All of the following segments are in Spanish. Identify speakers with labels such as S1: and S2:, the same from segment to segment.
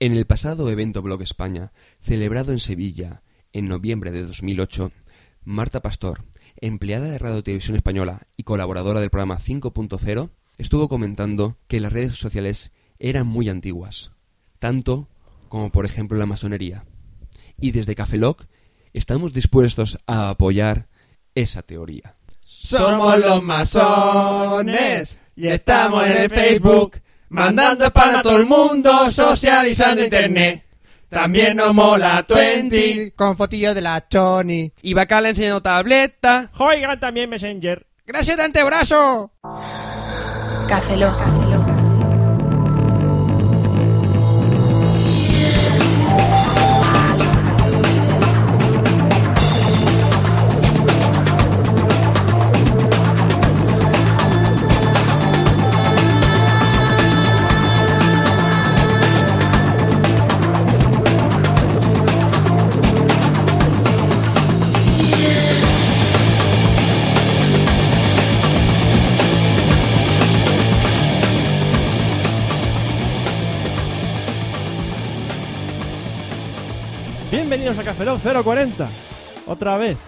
S1: En el pasado evento Blog España, celebrado en Sevilla en noviembre de 2008, Marta Pastor, empleada de Radio Televisión Española y colaboradora del programa 5.0, estuvo comentando que las redes sociales eran muy antiguas, tanto como por ejemplo la masonería. Y desde Cafeloc estamos dispuestos a apoyar esa teoría.
S2: Somos los masones y estamos en el Facebook mandando spam a todo el mundo, socializando internet. También nos mola Twenty con fotillos de la Choni.
S1: Y Bacal enseñando tableta.
S3: Oigan también Messenger.
S2: Gracias de antebrazo.
S4: Café Lock.
S3: Bienvenidos a Café Lock 040. Otra vez.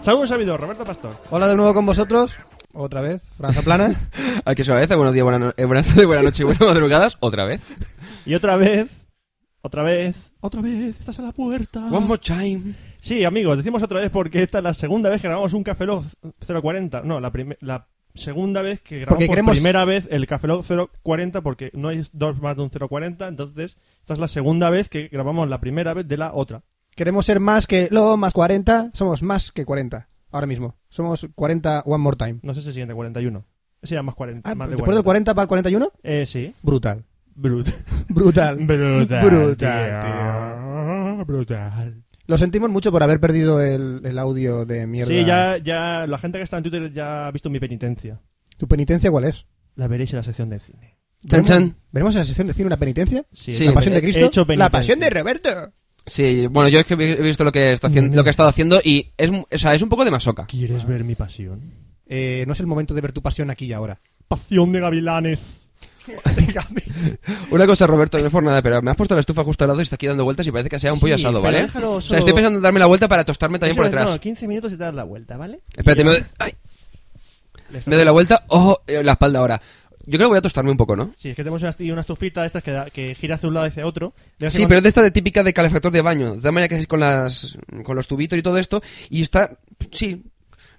S3: Según un servidor, Roberto Pastor.
S2: Hola de nuevo con vosotros. Otra vez, Franza Plana.
S1: Aquí se agradece. Buenos días, buenas, no- eh, buenas tardes, buenas noches y buenas madrugadas. Otra vez.
S3: Y otra vez. Otra vez. Otra vez. Estás a la puerta.
S1: One more time.
S3: Sí, amigos, decimos otra vez porque esta es la segunda vez que grabamos un Café Lock 040. No, la, prim- la segunda vez que grabamos
S2: Porque
S3: por
S2: queremos-
S3: primera vez el Café Lock 040 porque no hay dos más de un 040. Entonces, esta es la segunda vez que grabamos la primera vez de la otra.
S2: Queremos ser más que lo más 40. Somos más que 40. Ahora mismo. Somos 40 one more time.
S3: No sé si el siguiente, 41. Ese ya más 40.
S2: Ah,
S3: más de
S2: después del 40 para el 41.
S3: Eh, sí.
S2: Brutal.
S3: Brut.
S2: Brutal.
S3: Brutal.
S2: Brutal,
S3: tío. Brutal.
S2: Lo sentimos mucho por haber perdido el, el audio de mierda.
S3: Sí, ya, ya. La gente que está en Twitter ya ha visto mi penitencia.
S2: ¿Tu penitencia cuál es?
S3: La veréis en la sección de cine.
S1: Chan, chan.
S2: ¿Veremos en la sección de cine una penitencia?
S3: Sí,
S1: Sí.
S3: he
S2: ¿La
S3: hecho
S2: pasión de
S3: peni-
S2: Cristo?
S3: he hecho penitencia.
S2: la pasión de Roberto.
S1: Sí, bueno, yo es que he visto lo que, está haciendo, lo que ha estado haciendo y es, mu- o sea, es un poco de masoca.
S3: ¿Quieres ver mi pasión?
S2: Eh, no es el momento de ver tu pasión aquí y ahora.
S3: Pasión de gavilanes.
S1: Una cosa, Roberto, no es por nada, pero me has puesto la estufa justo al lado y está aquí dando vueltas y parece que sea un
S3: Sí,
S1: pollo asado,
S3: pero
S1: ¿vale?
S3: déjalo
S1: O sea,
S3: solo-
S1: estoy pensando en darme la vuelta para tostarme también por
S3: Eso es,
S1: detrás.
S3: No, 15 minutos y te das la vuelta, ¿vale?
S1: Espérate,
S3: Y
S1: me
S3: ya.
S1: doy, ay,
S3: Le está-
S1: me doy la vuelta. Ojo, eh, la espalda ahora. Yo creo que voy a tostarme un poco, ¿no?
S3: Sí, es que tenemos una, esti- una estufita de estas que, da- que gira hacia un lado y hacia otro. De vez en
S1: Sí, pero
S3: cuando-
S1: es de esta de típica de calefactor de baño. De tal manera que es con, las, con los tubitos y todo esto. Y está. Sí.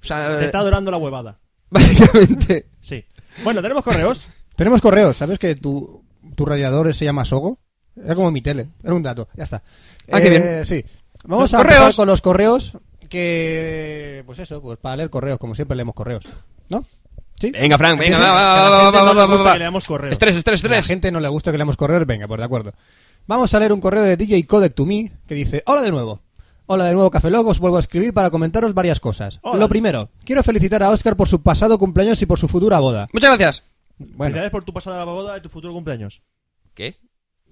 S1: O sea.
S3: Te está adorando la huevada.
S1: Básicamente.
S3: Sí. Bueno, tenemos correos.
S2: Tenemos correos. ¿Sabes que tu, tu radiador se llama Sogo? Era como mi tele. Era un dato. Ya está. Eh,
S1: Ah, qué bien.
S2: Sí. Vamos a
S1: Correos.
S2: empezar con los correos. Que. Pues eso, pues para leer correos, como siempre leemos correos. ¿No? Sí.
S1: Venga, Frank, venga,
S3: Que
S1: va,
S3: a
S1: va,
S3: la
S1: va, va,
S3: gente
S1: va, va,
S3: no le
S1: va,
S3: gusta
S1: va.
S3: que leamos correos.
S1: Estrés, estrés,
S2: A la
S1: estrés.
S2: gente no le gusta que leamos correos, venga, pues de acuerdo. Vamos a leer un correo de DJ Codec to Me que dice: Hola de nuevo. Hola de nuevo, Café Lock, os vuelvo a escribir para comentaros varias cosas.
S3: Hola.
S2: Lo primero, quiero felicitar a Oscar por su pasado cumpleaños y por su futura boda.
S1: Muchas gracias.
S2: Bueno,
S3: Felicidades por tu pasada boda y tu futuro cumpleaños.
S1: ¿Qué?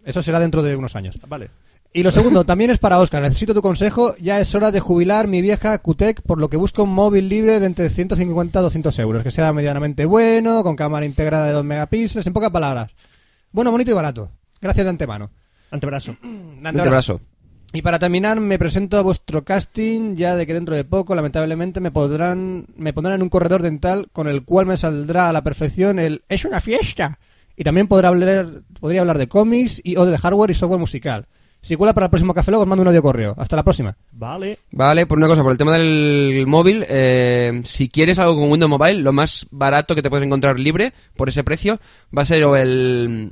S2: eso será dentro de unos años.
S3: Vale.
S2: Y lo segundo, también es para Oscar. Necesito tu consejo. Ya es hora de jubilar mi vieja Qtec, por lo que busco un móvil libre de entre 150 a 200 euros. Que sea medianamente bueno, con cámara integrada de 2 megapíxeles, en pocas palabras. Bueno, bonito y barato. Gracias de antemano.
S3: Antebrazo.
S2: De
S1: Un abrazo.
S2: Y para terminar, me presento a vuestro casting, ya de que dentro de poco, lamentablemente, me podrán me pondrán en un corredor dental con el cual me saldrá a la perfección el ¡Es una fiesta! Y también podrá hablar, podría hablar de cómics y o de hardware y software musical. Si cuela para el próximo Café Lock, os mando un audio correo. Hasta la próxima.
S3: Vale.
S1: Vale, por una cosa, por el tema del móvil, eh, si quieres algo con Windows Mobile, lo más barato que te puedes encontrar libre por ese precio va a ser o el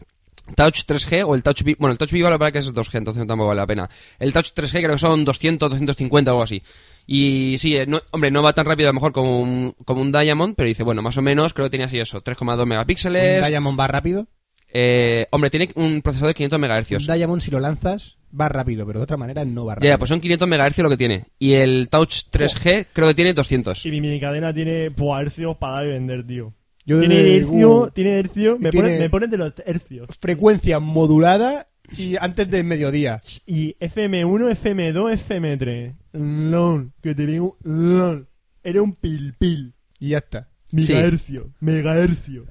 S1: Touch 3G o el Touch Viva. Bueno, el Touch Viva lo verdad que es 2G, entonces no tampoco vale la pena. El Touch 3G creo que son 200, 250 o algo así. Y sí, eh, no- hombre, no va tan rápido a lo mejor como un, como un Diamond, pero dice, bueno, más o menos creo que tenía así eso, 3,2
S2: Un
S1: megapíxeles.
S2: Diamond va rápido.
S1: Eh, hombre, tiene un procesador de 500
S2: Un
S1: megahercios.
S2: Diamond, si lo lanzas, va rápido, pero de otra manera no va
S1: Ya,
S2: rápido.
S1: ya, pues son 500 megahercios lo que tiene. Y el Touch 3G creo que tiene 200.
S3: Y mi minicadena tiene buah, hercios para dar y vender, tío.
S2: Yo
S3: tiene
S2: de-
S3: hercio,
S2: uh,
S3: tiene hercio. Me,
S2: tiene-
S3: ponen, me ponen de los hercios.
S2: Frecuencia modulada y antes del mediodía.
S3: Y FM1, FM2, FM3. LOL. Que te digo, LOL. Era un pilpil.
S2: Y ya está.
S3: Megahercio. Megahercio.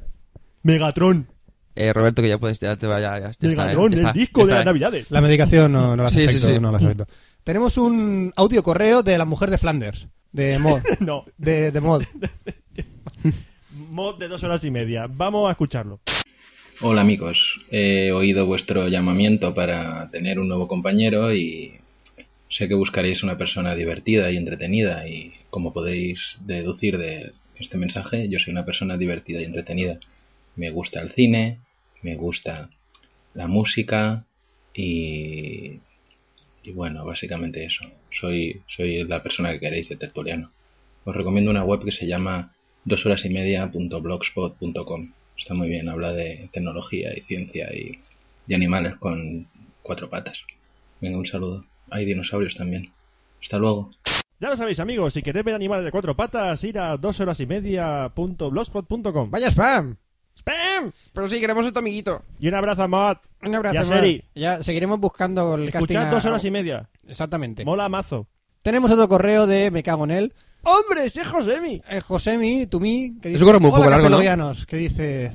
S3: Megatron.
S1: Eh, Roberto, que ya puedes, ya te vaya. Ya, ya
S3: El
S1: está, eh,
S3: galón,
S1: ya
S3: el
S1: está,
S3: disco
S1: ya
S3: de
S1: está,
S3: las
S1: eh.
S3: navidades.
S2: La medicación no, no la
S1: Sí, sí,
S2: acepto,
S1: sí.
S2: no la acepto. Tenemos un audio correo de la mujer de Flanders, de Mod.
S3: No,
S2: De, de Mod.
S3: mod de dos horas y media. Vamos a escucharlo.
S5: Hola amigos, he oído vuestro llamamiento para tener un nuevo compañero y sé que buscaréis una persona divertida y entretenida y como podéis deducir de este mensaje, yo soy una persona divertida y entretenida. Me gusta el cine, me gusta la música y, y bueno, básicamente eso. Soy, soy la persona que queréis de Tertuliano. Os recomiendo una web que se llama dos horas y media.blogspot.com. Está muy bien, habla de tecnología y ciencia y, y animales con cuatro patas. Venga, un saludo. Hay dinosaurios también. Hasta luego.
S3: Ya lo sabéis, amigos, si queréis ver animales de cuatro patas, ir a dos horas y media punto blogspot.com.
S2: Vaya spam.
S3: ¡Spam!
S1: Pero sí, queremos a tu amiguito.
S3: Y un abrazo a Mod.
S2: Un abrazo.
S3: Ya,
S2: Mod.
S3: Seri.
S2: Ya seguiremos buscando el casting.
S3: Escuchad
S2: a-
S3: dos horas y media.
S2: Exactamente.
S3: Mola mazo.
S2: Tenemos otro correo de Me cago en él.
S3: ¡Hombre, ese es Josemi!
S2: Eh, Josemi, Tumí, que dice...
S1: correo un poco
S2: "Hola,
S1: largo, ¿no?"
S2: cafelovianos", Que dice...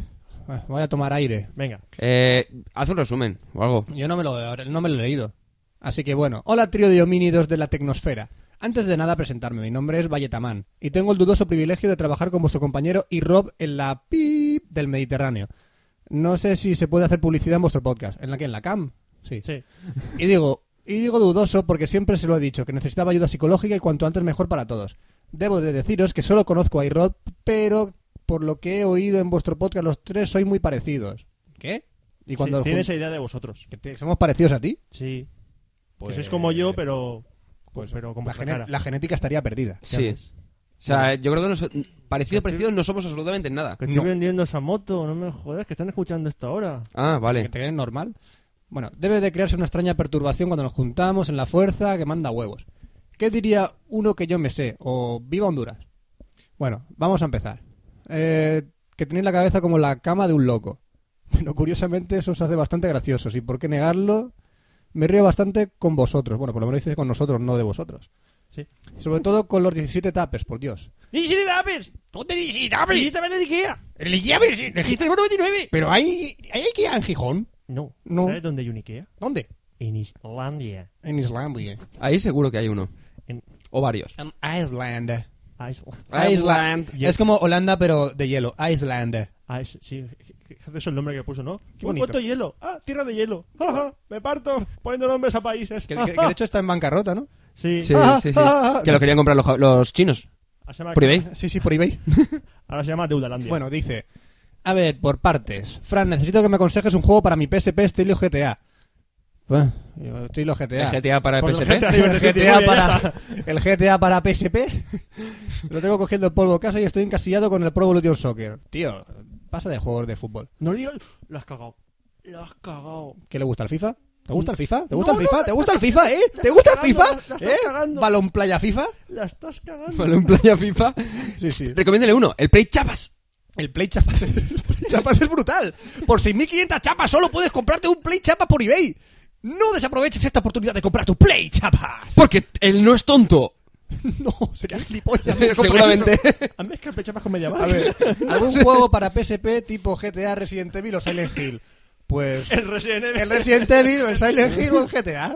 S2: "Bueno, Voy a tomar aire.
S3: Venga.
S1: Eh, haz un resumen o algo.
S2: Yo no me lo, no me lo he leído. Así que bueno, hola trío de homínidos de la tecnosfera. Antes de nada presentarme, mi nombre es Valletamán y tengo el dudoso privilegio de trabajar con vuestro compañero y Rob en la PIP del Mediterráneo. No sé si se puede hacer publicidad en vuestro podcast. ¿En la que? ¿En la CAM? Sí.
S3: Sí.
S2: Y digo, y digo dudoso porque siempre se lo he dicho, que necesitaba ayuda psicológica y cuanto antes mejor para todos. Debo de deciros que solo conozco a Irod, pero por lo que he oído en vuestro podcast los tres sois muy parecidos. ¿Qué? Y cuando
S3: Sí,
S2: os
S3: tiene
S2: jun-
S3: esa idea de vosotros.
S2: que te- somos parecidos a ti.
S3: Sí.
S2: Pues-
S3: Que sois como yo, pero.
S2: Pues,
S3: pero con
S2: la,
S3: vuestra
S2: gene-
S3: cara.
S2: la genética estaría perdida.
S3: Ya
S1: Sí.
S3: ves. Este-
S1: O sea, yo creo que nos, parecido, parecido no somos absolutamente en nada.
S3: Que estoy vendiendo esa moto, no me jodas, que están escuchando esto ahora.
S1: Ah,
S2: ¿Que
S1: vale.
S2: te crees normal? Bueno, debe de crearse una extraña perturbación cuando nos juntamos en la fuerza que manda huevos. ¿Qué diría uno que yo me sé? O viva Honduras. Bueno, vamos a empezar. Eh, que tenéis la cabeza como la cama de un loco. Bueno, curiosamente eso os hace bastante graciosos y por qué negarlo, me río bastante con vosotros. Bueno, por lo menos dices con nosotros, no de vosotros.
S3: Sí.
S2: Sobre todo con los 17 tapes, por Dios.
S3: ¡Y si te tapes! ¡Tú te dices tapes! ¡Y te ven el Ikea!
S2: ¡El llave! Pero hay, hay que en Gijón.
S3: No.
S2: No.
S3: ¿Sabes dónde hay un Ikea?
S2: ¿Dónde?
S3: En Islandia.
S2: En Islandia.
S1: Ahí seguro que hay uno.
S3: En
S1: O varios.
S2: En Iceland.
S3: Island.
S1: Iceland.
S2: Es como Holanda, pero de hielo. Iceland.
S3: Ah, es- sí, eso es el nombre que puso, ¿no? Qué
S2: bonito.
S3: hielo. Ah, tierra de hielo. Ajá, Me parto poniendo nombres a países.
S2: Que, que- que de hecho está en bancarrota, ¿no?
S3: sí.
S1: Sí,
S2: Ah,
S1: sí, sí.
S2: ah,
S1: Que lo querían comprar los, ja- los chinos.
S3: Ahora se llama-
S1: Por eBay.
S2: Sí, sí, por eBay.
S3: Ahora se llama Deudalandia.
S2: bueno, dice. A ver, por partes. Fran, necesito que me aconsejes un juego para mi PSP estilo GTA. Bueno, yo- estilo
S1: El
S2: GTA.
S1: GTA para el
S3: Pues el
S1: PSP.
S3: GTA.
S2: El
S3: Ya
S2: GTA, para,
S3: está.
S2: el GTA para PSP. Lo tengo cogiendo el polvo a casa y estoy encasillado con el Pro Evolution Soccer. Tío, pasa de juegos de fútbol.
S3: No digas... Lo has cagado. Lo has cagado.
S2: ¿Qué le gusta el FIFA? ¿Te gusta el FIFA? ¿Te gusta
S3: No,
S2: el
S3: no,
S2: FIFA?
S3: la-
S2: ¿Te gusta el FIFA, eh? ¿Te gusta el
S3: cagando,
S2: FIFA?
S3: la- la estás
S2: ¿Eh?
S3: cagando.
S2: ¿Balón playa FIFA?
S3: La estás cagando.
S1: Vale, un playa FIFA.
S2: Sí, sí.
S1: Recomiéndale uno. El Play Chapas.
S2: El Play Chapas, el Play Chapas es brutal. Por 6.500 chapas solo puedes comprarte un Play Chapas por eBay. No desaproveches esta oportunidad de comprar tu Play Chapas.
S1: Porque él no es tonto.
S2: No, sería gilipollas.
S1: Sí, Seguramente.
S3: A mí es que pechabas con media
S2: A ver, algún juego para PSP tipo GTA, Resident Evil o Silent Hill. Pues
S3: El Resident Evil.
S2: el Resident Evil, el Silent Hill o el GTA.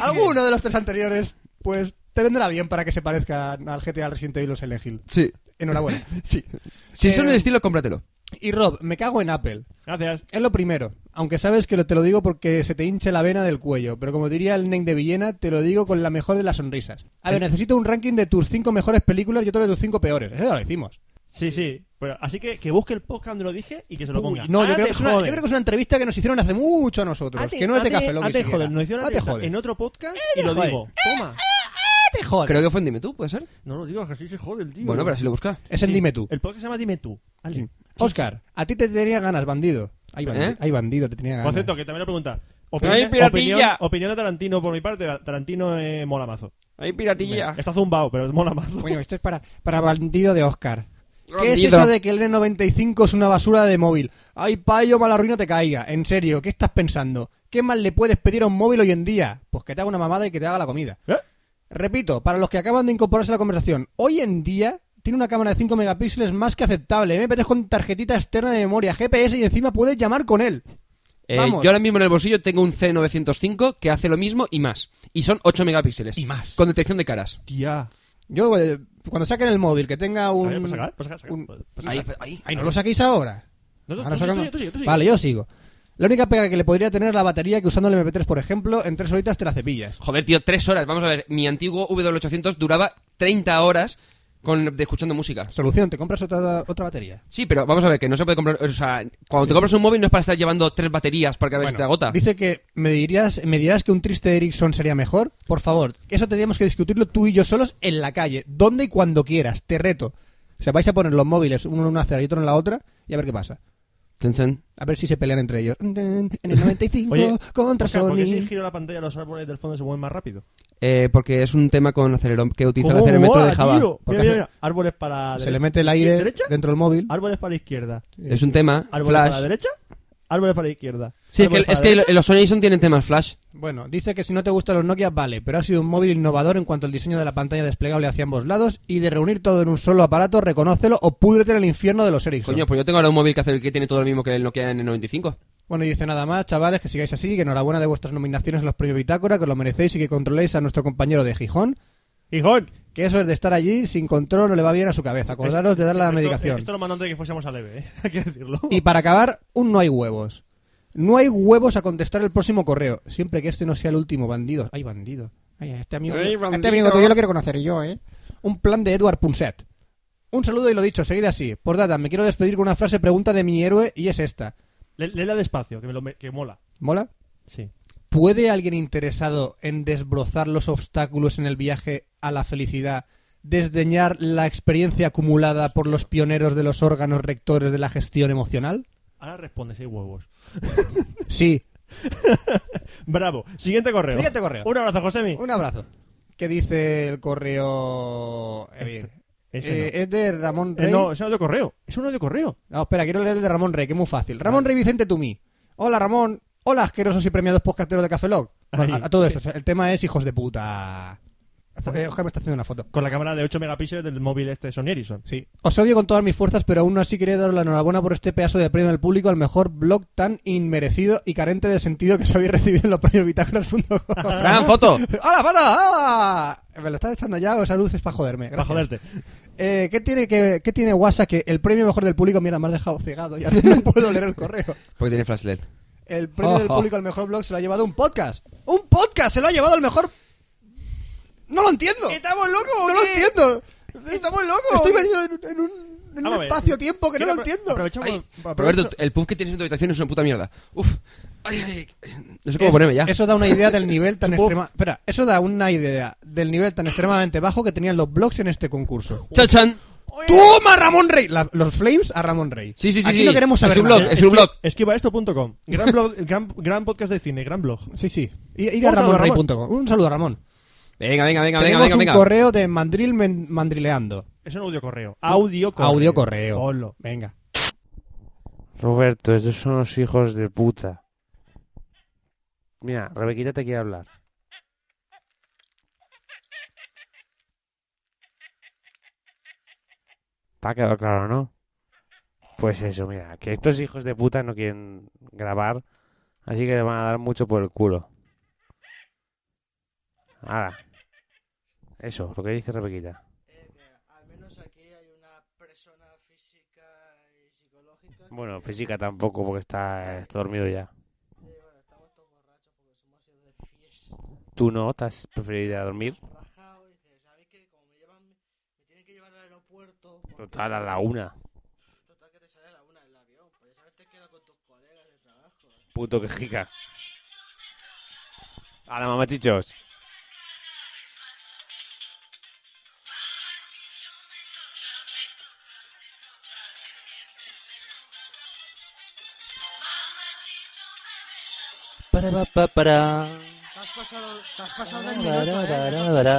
S2: Alguno de los tres anteriores, pues te vendrá bien para que se parezcan al GTA, al Resident Evil o Silent Hill.
S1: Sí.
S2: Enhorabuena. Sí.
S1: Si son
S2: Eh,
S1: el estilo, cómpratelo.
S2: Y Rob, me cago en Apple.
S3: Gracias.
S2: Es lo primero, aunque sabes que lo- te lo digo porque se te hinche la vena del cuello, pero como diría el Nen de Villena, te lo digo con la mejor de las sonrisas. A ver, necesito un ranking de tus cinco mejores películas y otro de tus cinco peores. Eso ya lo hicimos.
S3: Sí, sí. Pero, así que que busque el podcast donde lo dije y que se lo ponga.
S2: Uy, no, yo
S3: Ah,
S2: creo,
S3: te
S2: que es una, yo
S3: joden.
S2: creo que es una entrevista que nos hicieron hace mucho a nosotros,
S3: Ah, te-
S2: que no es de
S3: ah, te-
S2: Café Lock
S3: ah,
S2: ni
S3: te
S2: siquiera.
S3: joden. Nos hicieron
S2: Ah,
S3: una
S2: te
S3: entrevista
S2: joden.
S3: en otro podcast
S2: te
S3: y lo
S2: joden.
S3: digo. Toma.
S2: Ah, te joden.
S1: Creo que fue en Dime tú, ¿puede ser?
S3: No lo digo, que así se jode el tío.
S1: Bueno, pero así lo busca.
S2: Es en
S3: Sí,
S2: Dime Tú.
S3: El podcast se llama Dime Tú. Ale.
S2: Oscar, a ti te tenía ganas, bandido. Ay, bandido,
S1: ¿Eh?
S2: ay, bandido te tenía ganas.
S3: Por cierto, que también lo pregunta.
S1: ¡Ay,
S3: Opinión,
S1: piratilla!
S3: opinión, opinión de Tarantino, por mi parte, Tarantino eh, mola mazo.
S1: Ahí
S3: Mira,
S1: piratilla.
S3: Está zumbado, pero mola mazo.
S2: Bueno, esto es para, para bandido de Oscar. ¿Qué es
S1: Bandido.
S2: eso de que el N95 es una basura de móvil? Ay, payo, mala ruina te caiga. En serio, ¿qué estás pensando? ¿Qué más le puedes pedir a un móvil hoy en día? Pues que te haga una mamada y que te haga la comida.
S3: ¿Eh?
S2: Repito, para los que acaban de incorporarse a la conversación, hoy en día Tiene una cámara de 5 megapíxeles más que aceptable. MP3 con tarjetita externa de memoria, GPS y encima puedes llamar con él.
S1: Eh,
S2: Vamos.
S1: yo ahora mismo en el bolsillo tengo un C905 que hace lo mismo y más. Y son 8 megapíxeles.
S2: Y más.
S1: Con detección de caras.
S3: Tía.
S2: Yo, eh, cuando saquen el móvil, que tenga
S3: A ver,
S2: un...
S3: pues ¿puedes sacar? ¿Puedes sacar?
S2: un-
S3: ¿Puedes
S1: Ahí,
S3: sacar?
S1: ahí.
S2: Ay, no lo saquéis ahora.
S3: No, no,
S2: Ahora
S3: tú sigue,
S2: sacamos-
S3: tú sigue, tú sigue.
S2: Vale, yo sigo. La única pega que le podría tener es la batería que usando el MP3, por ejemplo, en tres horitas te la cepillas.
S1: Joder, tío, 3 horas. Vamos a ver, mi antiguo W800 duraba 30 horas con, de- escuchando música.
S2: Solución, te compras otra, otra batería.
S1: Sí, pero vamos a ver, que no se puede comprar. O sea, cuando te compras un móvil no es para estar llevando tres baterías para que a ver si te
S2: Bueno,
S1: agota.
S2: Dice que me dirías, me dirás que un triste Ericsson sería mejor. Por favor, eso tendríamos que discutirlo tú y yo solos en la calle, donde y cuando quieras, te reto. O sea, vais a poner los móviles uno en una acera y otro en la otra y a ver qué pasa.
S1: Chan, chan.
S2: A ver si se pelean entre ellos. En el 95
S3: Oye,
S2: contra
S3: Oscar, ¿por
S2: Sony.
S3: qué si giro la pantalla los árboles del fondo se mueven más rápido?
S1: Eh, porque es un tema con acelerón que utiliza el
S3: ¿Cómo
S1: acelerómetro
S3: mola,
S1: de Java.
S3: tío?
S2: Porque
S3: Mira, mira,
S2: hace-
S3: mira. Árboles para
S2: Se
S3: dere-
S2: le mete el aire
S3: ¿Derecha? Ah.
S2: dentro del móvil.
S3: Árboles para la izquierda.
S1: Es un tema
S3: Árboles para la
S1: flash.
S3: derecha. Árboles para la izquierda.
S1: Sí, es que,
S3: árboles para
S1: es
S3: la
S1: que
S3: derecha.
S1: los Sony Ericsson tienen temas flash.
S2: Bueno, dice que si no te gustan los Nokia, vale, pero ha sido un móvil innovador en cuanto al diseño de la pantalla desplegable hacia ambos lados y de reunir todo en un solo aparato, reconócelo o púdrete en el infierno de los Ericsson.
S1: Coño, pues yo tengo ahora un móvil que, hace, que tiene todo lo mismo que el Nokia en el 95.
S3: pues-
S2: Bueno, y dice nada más, chavales, que sigáis así, que enhorabuena de vuestras nominaciones en los premios Bitácora, que os lo merecéis y que controléis a nuestro compañero de Gijón,
S3: Hijón,
S2: que eso es de estar allí sin control no le va bien a su cabeza. Acordaros de darle la
S3: esto-
S2: medicación.
S3: Esto lo mandó antes de que fuésemos a leve, ¿eh? hay que decirlo.
S2: Y para acabar, un no hay huevos. No hay huevos a contestar el próximo correo, siempre que este no sea el último bandido. Ay, bandido. Ay, este amigo,
S3: Ay,
S2: Este
S3: bandido.
S2: amigo tuyo lo quiero conocer yo, ¿eh? Un plan de Edward Punset. Un saludo y lo dicho, seguid así. Por data, me quiero despedir con una frase pregunta de mi héroe y es esta.
S3: Le- Léela despacio, que, me lo, me- que mola.
S2: ¿Mola?
S3: Sí.
S2: ¿Puede alguien interesado en desbrozar los obstáculos en el viaje a la felicidad desdeñar la experiencia acumulada por los pioneros de los órganos rectores de la gestión emocional?
S3: Ahora responde, seis huevos.
S2: Sí.
S3: Bravo. Siguiente correo.
S2: Siguiente correo.
S3: Un abrazo, Josemi.
S2: Un abrazo. ¿Qué dice el correo? Eh, bien.
S3: Ese
S2: Eh, Es de Ramón
S3: no. Eh,
S2: Rey.
S3: no, es un audio correo. Es un audio correo.
S2: No, espera, quiero leer el de Ramón Rey, que es muy fácil. Ramón Rey Vicente Tumí. Hola, Ramón. Hola, asquerosos y premiados podcasteros de Café Lock. Bueno,
S3: Ahí.
S2: a, a todo esto, o sea, el tema es hijos de puta. Eh, Oscar me está haciendo una foto.
S3: Con la cámara de 8 megapíxeles del móvil este de Sony Ericsson.
S2: Sí. Os odio con todas mis fuerzas, pero aún así quería daros la enhorabuena por este pedazo de premio al público al mejor blog tan inmerecido y carente de sentido que se habéis recibido en los premios bitácoras.com.
S1: ¡Fran, foto!
S2: ¡Hala, hala, hala! Me lo estás echando ya, o esa luz es para joderme.
S3: Para
S2: Gracias.
S3: joderte.
S2: Eh, ¿qué, tiene que, ¿Qué tiene WhatsApp que el premio mejor del público? Mira, me has dejado cegado y ahora no puedo leer el correo.
S1: Porque tiene flash LED.
S2: El premio del
S1: Ojo.
S2: público al mejor blog se lo ha llevado un podcast. ¡Un podcast! ¡Se lo ha llevado el mejor! ¡No lo entiendo!
S3: ¿Estamos locos o
S2: ¡No lo
S3: qué?
S2: entiendo!
S3: ¿Estamos locos?
S2: Estoy metido en, en un, en
S3: Vamos a
S2: un
S3: ver.
S2: espacio-tiempo que no lo
S3: Quiero apro-
S2: entiendo.
S3: Aprovechamos.
S1: Ay,
S3: aprovecho-
S1: Roberto, el pub que tienes en tu habitación es una puta mierda. Uf. Ay, ay, ay. No sé cómo ponerme ya.
S2: Eso da una idea del nivel tan
S3: Supongo-
S2: extrema. Espera, eso da una idea del nivel tan extremadamente bajo que tenían los blogs en este concurso.
S1: Chan, chan.
S2: ¡Toma Ramón Rey! La- los flames a Ramón Rey.
S1: Sí, sí, sí,
S2: Aquí
S1: sí.
S2: no queremos
S1: Es
S2: saber
S1: un
S2: nada. ¿eh?
S1: blog, es un blog.
S3: Esquiva esto.com. Gran, blog- gran, gran podcast de cine, gran blog.
S2: Sí, sí. Ir ir
S3: Un
S2: a
S3: saludo,
S2: ramonrey.com. Un saludo a Ramón.
S1: Venga, venga, venga, venga,
S2: Tenemos
S1: venga,
S2: un
S1: venga.
S2: correo de Mandril men- Mandrileando.
S3: Es un audio correo. Audio correo.
S2: Audio correo.
S3: Ponlo.
S2: Venga.
S6: Roberto, esos son los hijos de puta. Mira, Rebequita te quiere hablar. ¿Te ha quedado claro, no? Pues eso, mira, que estos hijos de puta no quieren grabar, así que le van a dar mucho por el culo. Ahora, eso, lo que dice Rebequita.
S7: eh, Al menos aquí hay una persona física y psicológica.
S6: Bueno, física tampoco, porque está, está dormido ya.
S7: Eh, bueno, estamos todos borrachos porque somos ido de fiesta.
S6: ¿Tú no? ¿Te has preferido ir a dormir?
S7: Rajado, y dices, ¿sabéis que como me llevan, me tienen que llevar al aeropuerto? porque-
S6: Total, a la una.
S7: Total que te sale a la una del avión. pues Podrías haberte quedado con tus colegas de trabajo.
S6: Puto quejica. A la mamachichos.
S8: Para, pa, pa, para.
S7: Te has pasado, te has pasado del
S8: Para,
S7: minuto,
S8: para,
S7: eh.
S8: para, para.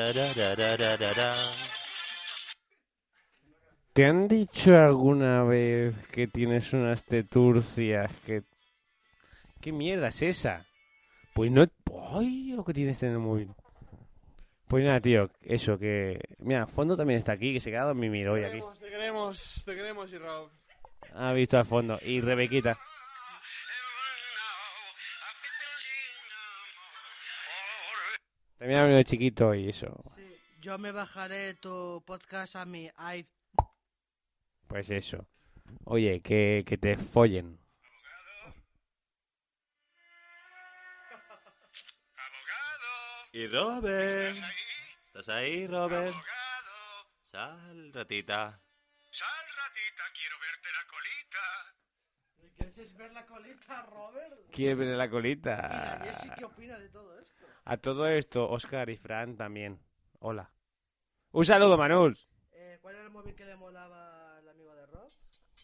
S8: Tarararararara.
S6: ¿Te han dicho alguna vez que tienes unas teturcias que... ¿Qué mierda es esa? Pues no... ¡Ay! lo que tienes en el móvil. Pues nada, tío, eso que. Mira, fondo también está aquí, que se queda mi miro hoy
S7: Te
S6: aquí.
S7: queremos, te queremos, te queremos, y Rob.
S6: Ha visto al fondo. Y Rebequita. También ha venido chiquito y eso.
S7: Sí, yo me bajaré tu podcast a mi i
S6: Pues eso. Oye, que, que te follen.
S8: Y Robert. ¿Estás ahí, Robert? Sal, ratita.
S7: ¿Quieres ver la colita, Robert?
S6: Quiere ver la
S7: Y la
S6: colita.
S7: Jessie, ¿qué opina de todo esto?
S6: A todo esto, Oscar y Fran también. Hola. Un saludo, Manul.
S7: Eh, ¿Cuál era el móvil que le molaba al amigo de Rob?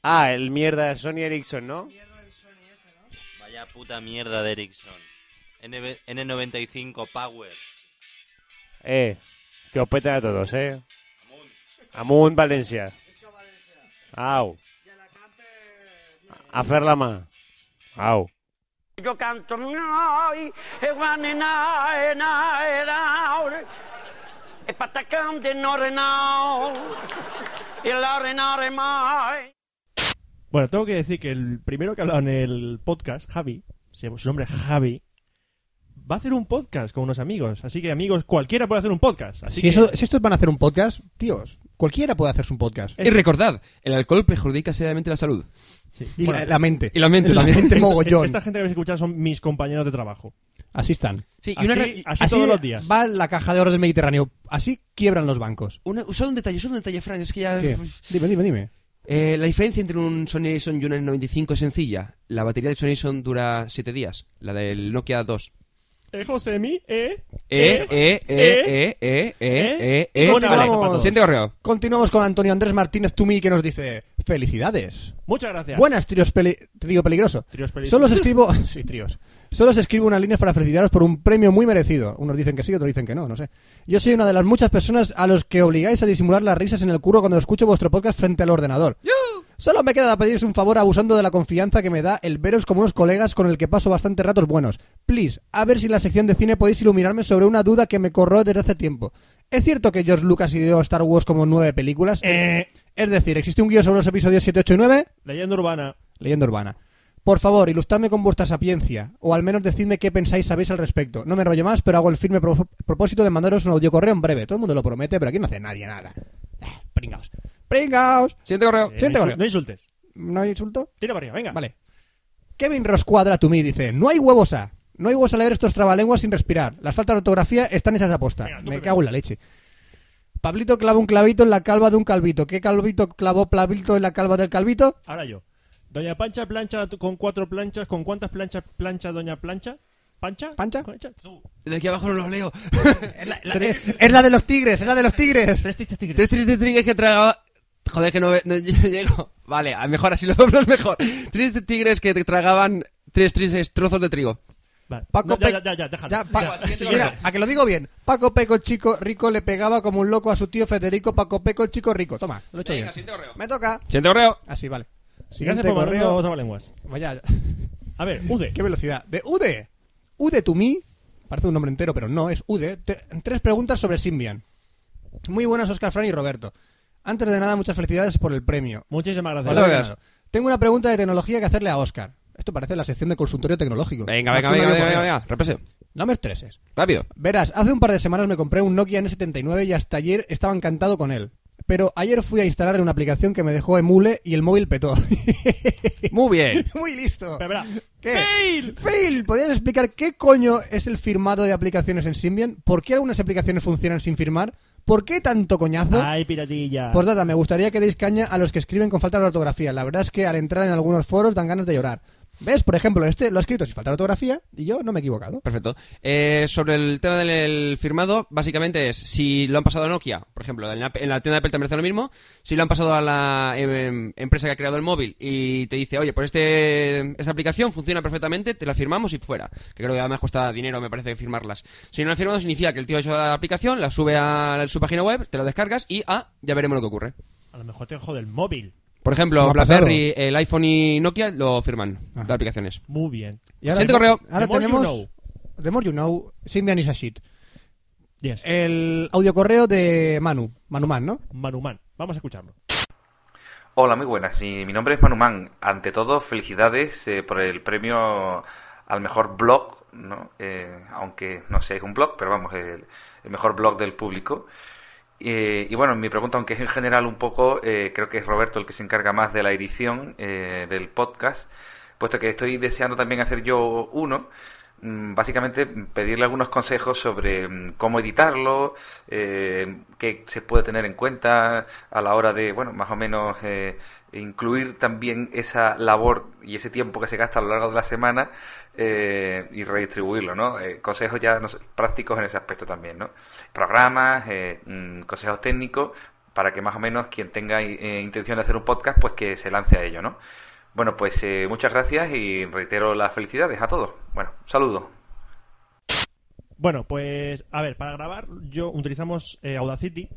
S6: Ah, el mierda de Sony Ericsson, ¿no?
S7: Mierda del Sony ese, ¿no?
S8: Vaya puta mierda de Ericsson. NB N95 Power.
S6: Eh, que os peta a todos, ¿eh? Amun Valencia.
S7: Es que a Valencia.
S6: Au.
S7: Y a la campe...
S6: A Ferlama. Au.
S9: Yo canto ay, e guane na, e na, e ra, e patacam de no renao, e la renare mai.
S3: Bueno, tengo que decir que el primero que ha hablado en el podcast, Javi, se llama- su nombre es Javi, va a hacer un podcast con unos amigos. Así que, amigos, cualquiera puede hacer un podcast. Así
S2: Si,
S3: que,
S2: eso- si estos van a hacer un podcast, tíos, cualquiera puede hacerse un podcast.
S3: Es-
S1: Y recordad, el alcohol perjudica seriamente la salud.
S3: sí.
S2: Y
S3: Eh, Bueno,
S2: la, la mente.
S1: Y la mente
S2: la
S1: también.
S2: mente
S1: Esto-
S2: mogollón.
S3: Esta gente que habéis escuchado son mis compañeros de trabajo.
S2: Así están.
S1: Sí, y
S3: Así,
S1: una re-
S3: así todos los días.
S2: va la caja de oro del Mediterráneo. Así quiebran los bancos.
S1: una- solo un detalle, solo un detalle, Fran, es que
S3: Eh,
S1: ya...
S2: ¿Qué?
S3: pues-
S2: Dime, dime, dime.
S1: Eh, la diferencia entre un Sony Ericsson y un N95 es sencilla. La batería del Sony Ericsson dura 7 días, la del Nokia 2.
S3: Eh, Josemi, eh.
S1: Eh, eh, eh, eh, eh, eh, eh, eh.
S3: Una
S1: Vale,
S3: vez para todos.
S1: siguiente correo.
S2: Continuamos con Antonio Andrés Martínez Tumi que nos dice: Felicidades.
S3: Muchas gracias.
S2: Buenas, tríos peli- trío peligroso.
S3: Tríos peligrosos.
S2: Solo os escribo. sí, tríos. Solo os escribo unas líneas para felicitaros por un premio muy merecido. Unos dicen que sí, otros dicen que no, no sé. Yo soy una de las muchas personas a los que obligáis a disimular las risas en el curro cuando escucho vuestro podcast frente al ordenador. Solo me queda pediros un favor abusando de la confianza que me da el veros como unos colegas con el que paso bastantes ratos buenos. Please, a ver si en la sección de cine podéis iluminarme sobre una duda que me corró desde hace tiempo. ¿Es cierto que George Lucas ideó Star Wars como nueve películas?
S3: Eh,
S2: Es decir, ¿existe un guión sobre los episodios 7, 8 y 9?
S3: leyenda urbana.
S2: Leyenda urbana. Por favor, ilustradme con vuestra sapiencia, o al menos decidme qué pensáis sabéis al respecto. No me rollo más, pero hago el firme pro- propósito de mandaros un audio correo en breve. Todo el mundo lo promete, pero aquí no hace nadie nada. Ah, Pringaos. Pringaos.
S1: Siguiente correo.
S3: Eh,
S2: Siguiente
S3: no,
S2: correo.
S3: insu- no insultes.
S2: ¿No hay insulto?
S3: Tira para arriba, venga.
S2: Vale. Kevin Roscuadra to me dice, no hay huevosa. No hay huevos a leer estos trabalenguas sin respirar. Las faltas de ortografía están esas aposta.
S3: Venga, tú
S2: Me
S3: primero.
S2: cago en la leche. Pablito clava un clavito en la calva de un calvito. ¿Qué calvito clavó Pablito en la calva del calvito?
S3: Ahora yo. Doña Pancha plancha tu- con cuatro planchas. ¿Con cuántas planchas plancha Doña Plancha? ¿Pancha?
S2: ¿Pancha?
S3: Tú.
S1: De aquí abajo no los leo.
S2: Es la, la-
S1: eh,
S2: es la de los tigres, es la de los tigres.
S3: Tres tristes tigres.
S1: Tres tristes tigres que tragaba... Joder, que no, ve- no llego. Vale, a mejor así lo doblo es mejor. Tres tigres que tragaban tres tristes trozos de trigo.
S3: Vale.
S2: Paco
S3: No, ya,
S2: Pe-
S3: ya, ya, ya, déjalo.
S2: Ya, Paco-
S3: Ya, siguiente
S2: mira,
S3: correo.
S2: a que lo digo bien. Paco Peco el chico rico le pegaba como un loco a su tío Federico Paco Peco el chico rico. Toma, lo he hecho bien. Me toca.
S1: Siguiente correo.
S2: Así, vale.
S3: Gracias
S2: Siguiente
S3: por
S2: correo.
S3: mandarnos trabalenguas.
S2: Vaya,
S3: A ver, Ude.
S2: qué velocidad. De Ude. Ude to me. Parece un nombre entero, pero no, es Ude. Te- tres preguntas sobre Symbian. Muy buenas, Oscar, Fran y Roberto. Antes de nada, muchas felicidades por el premio.
S3: Muchísimas gracias.
S1: Otra vez.
S2: Tengo una pregunta de tecnología que hacerle a Oscar. Esto parece la sección de consultorio tecnológico.
S1: Venga,
S2: Más
S1: venga,
S2: que un
S1: venga,
S2: audio
S1: venga, venga,
S2: correo.
S1: venga. Repase.
S2: No me estreses.
S1: Rápido.
S2: Verás, hace un par de semanas me compré un Nokia N79 y hasta ayer estaba encantado con él. Pero ayer fui a instalar una aplicación que me dejó emule y el móvil petó.
S1: Muy bien.
S2: Muy listo.
S3: Espera, espera.
S2: ¿Qué?
S3: ¡Fail!
S2: Fail, ¿podrías explicar qué coño es el firmado de aplicaciones en Symbian? ¿Por qué algunas aplicaciones funcionan sin firmar? ¿Por qué tanto coñazo?
S3: Ay, piratilla.
S2: Por data, Pues me gustaría que deis caña a los que escriben con falta de ortografía. La verdad es que al entrar en algunos foros dan ganas de llorar. ¿Ves? Por ejemplo, este lo ha escrito sin falta de ortografía y yo no me he equivocado.
S1: Perfecto. Eh, sobre el tema del el firmado, básicamente es si lo han pasado a Nokia, por ejemplo, en la, en la tienda de Apple también hace lo mismo, si lo han pasado a la em, empresa que ha creado el móvil y te dice, oye, pues este, esta aplicación funciona perfectamente, te la firmamos y fuera. Que creo que además cuesta dinero, me parece, firmarlas. Si no la han firmado, significa que el tío ha hecho la aplicación, la sube a su página web, te la descargas y, ah, ya veremos lo que ocurre.
S3: A lo mejor te jode el móvil.
S1: Por
S2: ¿Cómo
S1: ejemplo,
S2: ha pasado?
S1: BlackBerry, el iPhone y Nokia lo firman, las aplicaciones.
S3: Muy bien.
S2: Y ahora,
S1: Siguiente correo.
S2: ahora
S3: The more you
S2: tenemos
S3: know.
S2: The More You Know, Symbian is a Shit.
S3: Yes.
S2: Eh. El audio correo de Manu, Manuman, ¿no?
S3: Manuman. Vamos a escucharlo.
S10: Hola, muy buenas. Mi, mi nombre es Manumán. Ante todo, felicidades eh, por el premio al mejor blog, ¿no? Eh, aunque no seáis un blog, pero vamos, el, el mejor blog del público. Eh, y bueno, mi pregunta, aunque es en general un poco, eh, creo que es Roberto el que se encarga más de la edición eh, del podcast, puesto que estoy deseando también hacer yo uno, mm, básicamente mm, pedirle algunos consejos sobre mm, cómo editarlo, eh, qué se puede tener en cuenta a la hora de, bueno, más o menos eh, incluir también esa labor y ese tiempo que se gasta a lo largo de la semana eh, y redistribuirlo, ¿no? Eh, consejos ya no sé, prácticos en ese aspecto también, ¿no? Programas, eh, mm, consejos técnicos para que más o menos quien tenga eh, intención de hacer un podcast, pues que se lance a ello, ¿no? Bueno, pues eh, muchas gracias y reitero las felicidades a todos. Bueno, saludos.
S3: Bueno, pues a ver, para grabar yo utilizamos eh, Audacity.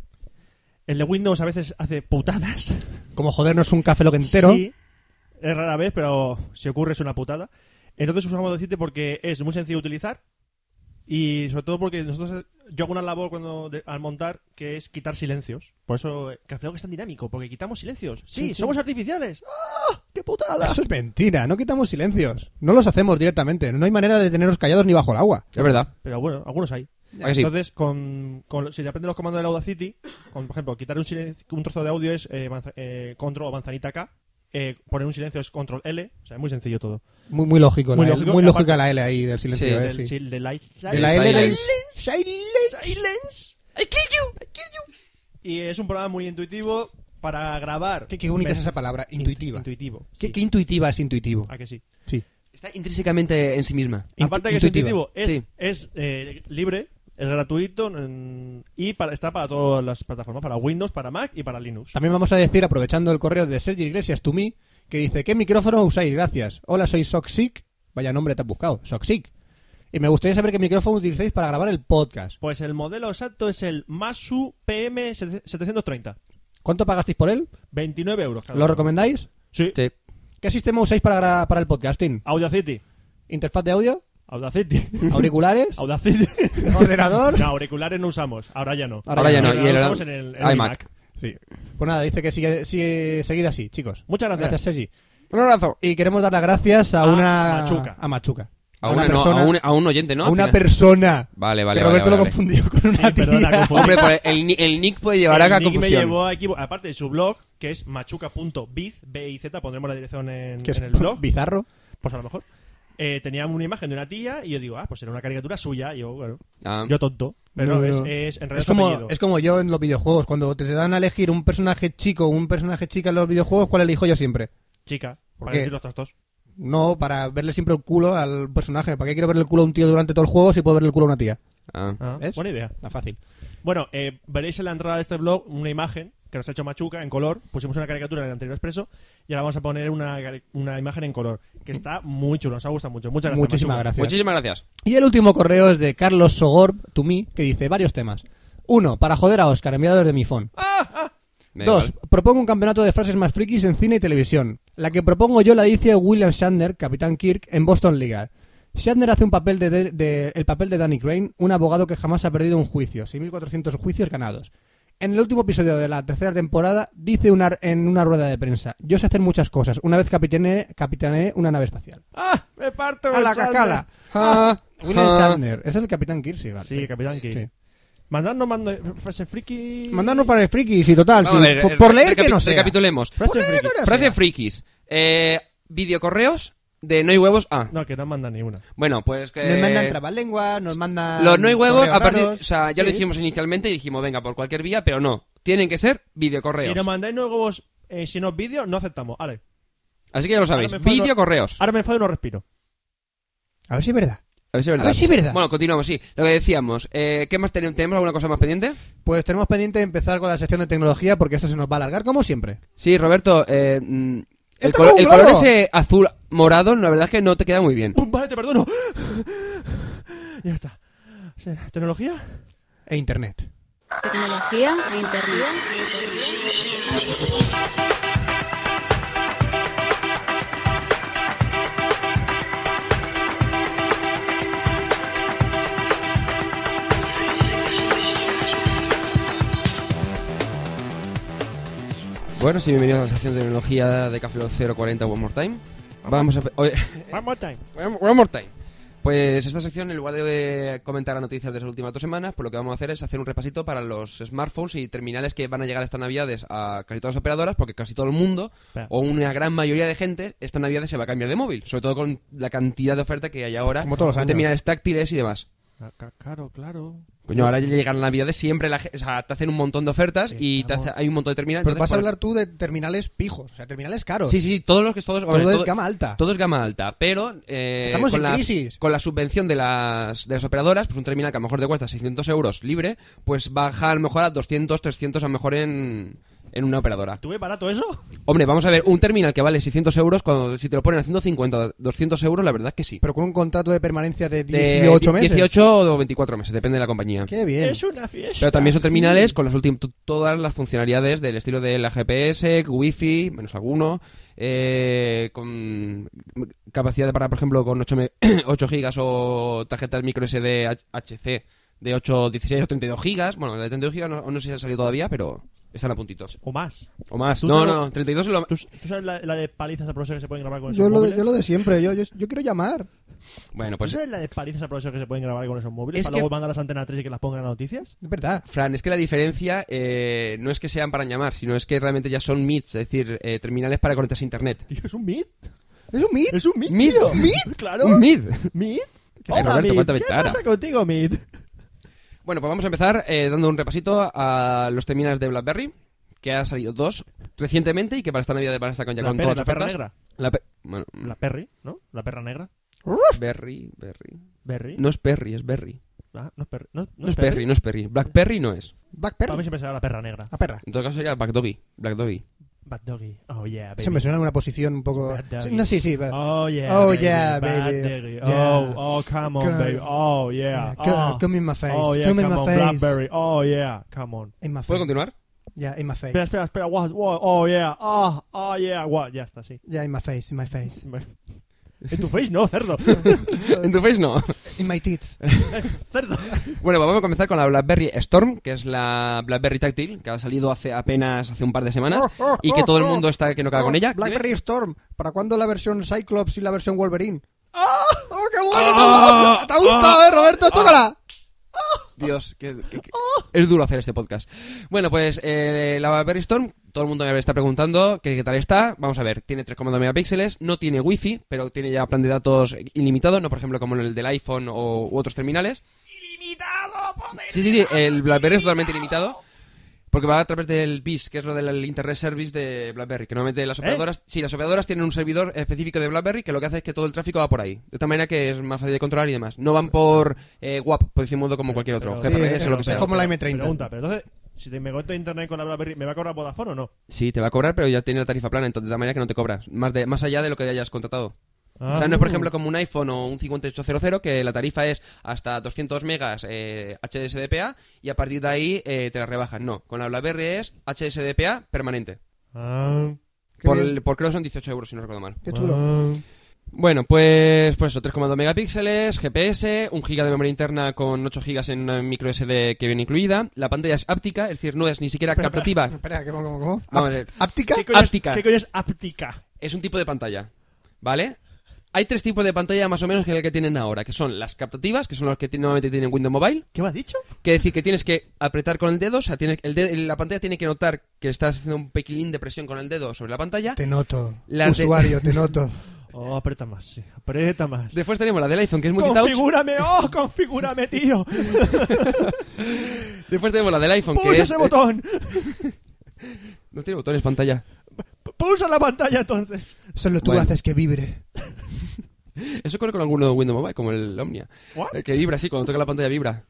S3: El de Windows a veces hace putadas.
S2: Como jodernos un café lo que entero.
S3: Sí, es rara vez, pero si ocurre es una putada. Entonces usamos Audacity porque es muy sencillo de utilizar y sobre todo porque nosotros yo hago una labor cuando de- al montar que es quitar silencios. Por eso eh, Café Lock es tan dinámico, porque quitamos silencios. Sí,
S2: Sí, sí.
S3: somos artificiales. ¡Ah! ¡Qué putada!
S2: Eso es mentira, no quitamos silencios. No los hacemos directamente, no hay manera de teneros callados ni bajo el agua.
S1: Es verdad.
S3: Pero bueno, algunos hay.
S1: ¿A
S2: Ah,
S1: que sí?
S3: Entonces, con, con- si te aprendes los comandos del Audacity, con, por ejemplo, quitar un, silencio- un trozo de audio es eh, manza- eh, control o manzanita K, eh, poner un silencio es control L, o sea, es muy sencillo todo.
S2: Muy, muy lógico,
S3: Muy
S2: la,
S3: lógico,
S2: muy
S3: y
S2: lógica
S3: aparte-
S2: la L ahí del silencio.
S1: Sí,
S2: eh,
S3: Del,
S2: sí.
S3: sil- del light-
S2: De la L
S1: Silence.
S2: del silence.
S3: Silence. Y es un programa muy intuitivo para grabar.
S2: Qué, qué bonita
S3: Ven-
S2: es esa palabra, intuitiva.
S3: Intuitivo.
S2: ¿Qué,
S3: sí.
S2: qué intuitiva es intuitivo?
S3: ¿A que sí?
S2: Sí.
S1: Está intrínsecamente en sí misma.
S2: Intu-
S3: Aparte de que es
S2: intuitiva.
S3: intuitivo, es,
S1: Sí.
S3: es, eh, libre, es gratuito mm, y para, está para todas las plataformas, para Windows, para Mac y para Linux.
S2: También vamos a decir, aprovechando el correo de Sergio Iglesias to me, que dice, ¿qué micrófono usáis? Gracias. Hola, soy Soxic. Vaya nombre te has buscado, Soxic. Y me gustaría saber qué micrófono utilizáis para grabar el podcast.
S3: Pues el modelo exacto es el Masu PM730.
S2: ¿Cuánto pagasteis por él?
S3: 29 euros. cada
S2: ¿Lo
S3: uno.
S2: recomendáis?
S3: Sí.
S1: Sí.
S2: ¿Qué sistema usáis para, gra- para el podcasting?
S3: Audacity.
S2: ¿Interfaz de audio?
S3: Audacity.
S2: ¿Auriculares?
S3: Audacity.
S2: ¿Ordenador?
S3: No, auriculares no usamos. Ahora ya no.
S1: Ahora ya no. Y el
S3: Estamos en el- en
S1: iMac.
S3: el iMac.
S2: Sí. Pues nada, dice que sigue, sigue seguid así, chicos.
S3: Muchas gracias.
S2: Gracias, Sergi.
S1: Un abrazo.
S2: Y queremos dar las gracias a,
S3: A
S2: una...
S3: Machuca.
S2: A Machuca.
S1: A, una, no, a, un, a un oyente, ¿no?
S2: a una
S1: Al final.
S2: persona.
S1: Vale, vale,
S2: que
S1: vale.
S2: Roberto
S1: vale,
S2: lo
S1: vale.
S2: confundió con una
S3: perdona,
S2: tía.
S3: confundí.
S1: Hombre, por el, el ni- el nick puede llevar a
S3: El Eh, Nick me
S1: confusión.
S3: llevó a equivo- Aparte de su blog, que es machuca.biz, B y Z, pondremos la dirección en,
S2: que es
S3: en el blog.
S2: bizarro.
S3: Pues a lo mejor. Eh, tenía una imagen de una tía y yo digo, ah, pues era una caricatura suya. Y yo, bueno,
S1: Ah,
S3: yo tonto. Pero
S2: No,
S3: es,
S2: no.
S3: es en realidad
S2: Es
S3: su
S2: como,
S3: apellido.
S2: es como yo en los videojuegos. Cuando te dan a elegir un personaje chico o un personaje chica en los videojuegos, ¿cuál elijo yo siempre?
S3: chica.
S2: ¿Por
S3: Para
S2: qué?
S3: decir los trastos.
S2: No, para verle siempre el culo al personaje. ¿Para qué quiero verle el culo a un tío durante todo el juego si puedo verle el culo a una tía?
S1: ah.
S3: Ah,
S2: ¿Ves?
S3: Buena idea.
S2: Está fácil.
S3: Bueno, eh, veréis en la entrada de este blog una imagen que nos ha hecho Machuca en color. Pusimos una caricatura en el anterior expreso y ahora vamos a poner una, cari- una imagen en color que está muy chulo, nos ha gustado mucho. Muchas gracias.
S2: Muchísimas
S3: Machuca.
S2: gracias.
S1: Muchísimas gracias.
S2: Y el último correo es de Carlos Sogorb, to me, que dice varios temas. Uno, para joder a Oscar, enviado desde mi phone.
S1: Venga,
S2: Dos,
S1: vale.
S2: propongo un campeonato de frases más frikis en cine y televisión. La que propongo yo la dice William Shatner, capitán Kirk, en Boston Legal. Shatner hace un papel de, de- de- el papel de Danny Crane, un abogado que jamás ha perdido un juicio, 6.400 juicios ganados. En el último episodio de la tercera temporada dice una- en una rueda de prensa, yo sé hacer muchas cosas, una vez capitaneé, capitaneé una nave espacial.
S3: ¡Ah! ¡Me parto!
S2: ¡A la
S3: Sandra!
S2: cacala!
S1: Ah,
S2: William
S1: ah.
S2: Shatner, es el capitán Kirk, sí, vale.
S3: Sí, Capitán Kirk.
S2: Sí.
S3: Mandadnos mando, frase friki.
S2: Mandarnos para el friki, sí, total,
S1: Vamos
S2: sí,
S1: a ver,
S2: por,
S1: eh,
S2: por leer que
S1: recapi-
S2: no sea.
S1: Recapitulemos.
S2: Por
S3: Frase
S2: leer
S3: friki.
S2: que no
S1: Frase
S2: sea.
S1: frikis. Eh, videocorreos de no hay huevos. Ah,
S3: No, que no mandan ni una.
S1: bueno, pues que.
S2: Nos mandan trabalenguas, nos mandan.
S1: Los no hay huevos,
S2: correos
S1: a partir, o
S2: raros.
S1: sea, ya lo
S2: Sí.
S1: dijimos inicialmente y dijimos, venga, por cualquier vía, pero no. Tienen que ser
S3: Si
S1: videocorreos.
S3: nos mandáis nuevos, eh, si no vídeos, no aceptamos. Vale.
S1: Así que ya lo sabéis.
S3: Ahora me falta-
S1: Videocorreos.
S3: Ahora me enfado y no respiro.
S2: A ver si es verdad.
S1: A ver si es verdad.
S2: A ver si es verdad.
S1: Bueno, continuamos, sí. Lo que decíamos, eh, ¿qué más tenemos? ¿Tenemos alguna cosa más pendiente?
S2: Pues tenemos pendiente empezar con la sección de tecnología porque esto se nos va a alargar como siempre.
S1: Sí, Roberto, eh, mm, el,
S2: ¡Está
S1: colo-
S2: con
S1: el
S2: globo!
S1: color ese azul morado, la verdad es que no te queda muy bien.
S3: ¡Pum! Vale, te perdono. ya está. O sea, ¿Tecnología?
S2: E internet.
S4: Tecnología e internet.
S1: Bueno, sí, bienvenidos a la sección de tecnología de Café Lock 040 One More Time. Vamos a... oye,
S3: One more time.
S1: One one more time. Pues esta sección, en lugar de comentar las noticias de las últimas dos semanas, pues lo que vamos a hacer es hacer un repasito para los smartphones y terminales que van a llegar estas navidades a casi todas las operadoras, porque casi todo el mundo,
S3: Espera.
S1: o una gran mayoría de gente, esta navidad se va a cambiar de móvil, sobre todo con la cantidad de oferta que hay ahora,
S2: Como todos los
S1: de
S2: años.
S1: terminales táctiles y demás.
S3: Ca- ca- Claro, claro.
S1: Coño, ahora ya llegan navidades, siempre la ge- o sea, te hacen un montón de ofertas y te hace- hay un montón de terminales.
S2: Pero
S1: entonces,
S2: vas a
S1: por-
S2: hablar tú de terminales pijos, o sea, terminales caros.
S1: Sí, sí, todos los que todos.
S2: Todo
S1: hombre,
S2: es gama alta.
S1: Todo es gama alta, pero. eh,
S2: Estamos
S1: con
S2: en
S1: la,
S2: crisis.
S1: Con la subvención de las, de las operadoras, pues un terminal que a lo mejor te cuesta 600 euros libre, pues baja a lo mejor a 200, 300 a lo mejor en, en una operadora.
S3: ¿Tuve barato eso?
S1: Hombre, vamos a ver, un terminal que vale 600 euros, cuando si te lo ponen a 150, 200 euros, la verdad es que sí.
S2: Pero con un contrato de permanencia de
S1: De
S2: 18 meses.
S1: 18 o 24 meses, depende de la compañía.
S2: Qué bien.
S3: Es una fiesta.
S1: Pero también son terminales con las últimas todas las funcionalidades del estilo de la GPS, Wi-Fi, menos alguno, eh, con capacidad para, por ejemplo, con 8, me- 8 gigas o tarjetas micro SD H- HC de 8, 16 o 32 gigas. Bueno, la de 32 gigas no, no sé si ha salido todavía, pero están a puntitos.
S3: O más.
S1: O más.
S3: ¿Tú
S1: No,
S3: sabes-
S1: no, 32 es lo...
S3: ¿Tú, tú sabes la, la de palizas a profesor que se pueden grabar
S1: pues,
S3: con esos
S2: Yo lo, de,
S3: móviles?
S2: yo lo de siempre, yo, yo, yo quiero llamar.
S1: Bueno,
S3: ¿Tú
S1: pues...
S3: sabes la de palizas a profesor que se pueden grabar con esos móviles?
S1: Es
S3: para
S1: que-
S3: luego mandar a las antenas 3 y que las pongan en las noticias.
S2: Es verdad.
S1: Fran, es que la diferencia eh, no es que sean para llamar, sino es que realmente ya son MIDs, es decir, eh, terminales para conectarse a Internet.
S3: Tío, es un mid.
S2: Es un mit.
S3: Es un mid.
S1: Mid.
S3: tío.
S1: Mid.
S3: Claro.
S1: Un MID.
S3: Mid.
S1: Joder,
S3: Hola,
S1: Roberto,
S3: mid.
S1: cuánta
S3: ¿Qué
S1: ventana.
S3: pasa contigo, mid?
S1: Bueno, pues vamos a empezar eh, dando un repasito a los terminales de BlackBerry, que ha salido dos recientemente y que para esta Navidad van a estar con, ya
S3: La
S1: con
S3: perra,
S1: todas las
S3: la perra
S1: ofertas. Mm.
S3: negra.
S1: La pe- bueno,
S3: La perri, ¿no? La perra negra.
S1: Berry, Berry.
S3: Berry.
S1: No es Perry, es Berry.
S3: Ah, no es perri. No, no
S1: No, es Perry, no es Perry. BlackBerry no es.
S3: Para mí
S2: Blackberry.
S3: siempre será la perra negra.
S2: La perra.
S1: En todo caso sería Black Doggy. Black Doggy.
S3: Bad doggy. Oh, yeah, baby.
S2: Se me suena una posición un poco...
S3: Bad doggy.
S2: Sí, No, sí, sí. va.
S3: Oh, yeah.
S2: Oh,
S3: baby.
S2: yeah,
S3: Bad
S2: baby.
S3: doggy.
S2: Yeah.
S3: Oh, oh, come on,
S2: Come-
S3: baby. Oh, yeah.
S2: Yeah, co-
S3: oh.
S2: come in my face.
S3: Oh, yeah,
S2: come in
S3: come
S2: my
S3: on,
S2: face.
S3: Blackberry. Oh, yeah, come on.
S2: In my face.
S1: ¿Puedo continuar?
S2: Yeah, in my face.
S3: Espera, espera, espera. What, what? Oh, yeah. Oh, oh, yeah. What? Ya está, sí.
S2: Yeah, in my face, in my face.
S3: En tu face no, cerdo.
S1: en tu face no.
S2: In my teeth.
S3: cerdo.
S1: Bueno, pues vamos a comenzar con la BlackBerry Storm, que es la BlackBerry táctil, que ha salido hace apenas hace un par de semanas
S2: Oh, oh,
S1: y que
S2: oh,
S1: todo el
S2: oh.
S1: mundo está que no caga con ella.
S2: Blackberry Storm. ¿Para cuándo la versión Cyclops y la versión Wolverine? ¡Ah! ¡Oh, qué bueno!
S1: Ah,
S2: ¡Te ha gustado, eh, Roberto! ¡Chócala!
S1: Dios, que, que- que- es duro hacer este podcast. Bueno, pues eh, la BlackBerry Storm, todo el mundo me está preguntando que qué tal está. Vamos a ver, tiene 3,2 megapíxeles, no tiene wifi, pero tiene ya plan de datos ilimitado, no por ejemplo como en el del iPhone o, u otros terminales. ¡Ilimitado! Sí, sí, sí, el BlackBerry es totalmente ilimitado. Porque va a través del BIS, que es lo del Internet Service de BlackBerry, que normalmente
S2: ¿Eh?
S1: las operadoras, sí, las operadoras tienen un servidor específico de BlackBerry que lo que hace es que todo el tráfico va por ahí, de tal manera que es más fácil de controlar y demás. No van por eh, WAP, por decir modo como cualquier otro,
S3: Pero-
S1: GPRS
S2: sí,
S1: o lo pues que sea.
S2: pero- como la M30.
S3: Pregunta, pero entonces, si te me conecto a internet con la BlackBerry, ¿me va a cobrar Vodafone o no?
S1: Sí, te va a cobrar, pero ya tiene la tarifa plana, entonces de tal manera que no te cobra, más de más allá de lo que hayas contratado. O
S2: Ah.
S1: sea, no es por ejemplo como un iPhone o un 5800 que la tarifa es hasta 200 megas eh, HSDPA y a partir de ahí eh, te la rebajan. No, con la BlackBerry es HSDPA permanente.
S3: Ah,
S2: Qué
S1: Por,
S2: bien.
S1: el- por creo son 18 euros si no recuerdo mal.
S2: ¡Qué chulo!
S1: Bueno, pues, pues eso, 3,2 megapíxeles, GPS, 1 GB de memoria interna con 8 GB en una micro SD que viene incluida. La pantalla es áptica, es decir, no es ni siquiera captativa.
S2: Espera, ¿qué- ¿cómo, cómo, cómo?
S1: Vamos a ver.
S2: ¿Áptica?
S3: ¿Qué coño, es,
S1: Áptica.
S3: ¿Qué coño es áptica?
S1: Es un tipo de pantalla, ¿vale? Hay tres tipos de pantalla más o menos que el que tienen ahora, que son las captativas, que son las que ti- normalmente tienen Windows Mobile,
S3: ¿Qué me has dicho?
S1: que es decir que tienes que apretar con el dedo, o sea, tiene- el de- la pantalla tiene que notar que estás haciendo un pequilín de presión con el dedo sobre la pantalla.
S2: Te noto.
S1: Las de-
S2: Usuario, te noto.
S3: Oh, aprieta más, sí. Aprieta más.
S1: Después tenemos la del iPhone, que es multitouch.
S3: Configúrame, oh, configúrame, tío.
S1: Después tenemos la del iPhone,
S3: Pulsa
S1: que es...
S3: ese
S1: eh,
S3: botón.
S1: no tiene botones, pantalla.
S3: Pulsa la pantalla entonces.
S2: Solo tú
S1: Bueno.
S2: haces que vibre.
S1: Eso ocurre con alguno de Windows Mobile, como el Omnia.
S3: What?
S1: Eh, Que vibra, sí, cuando toca la pantalla vibra.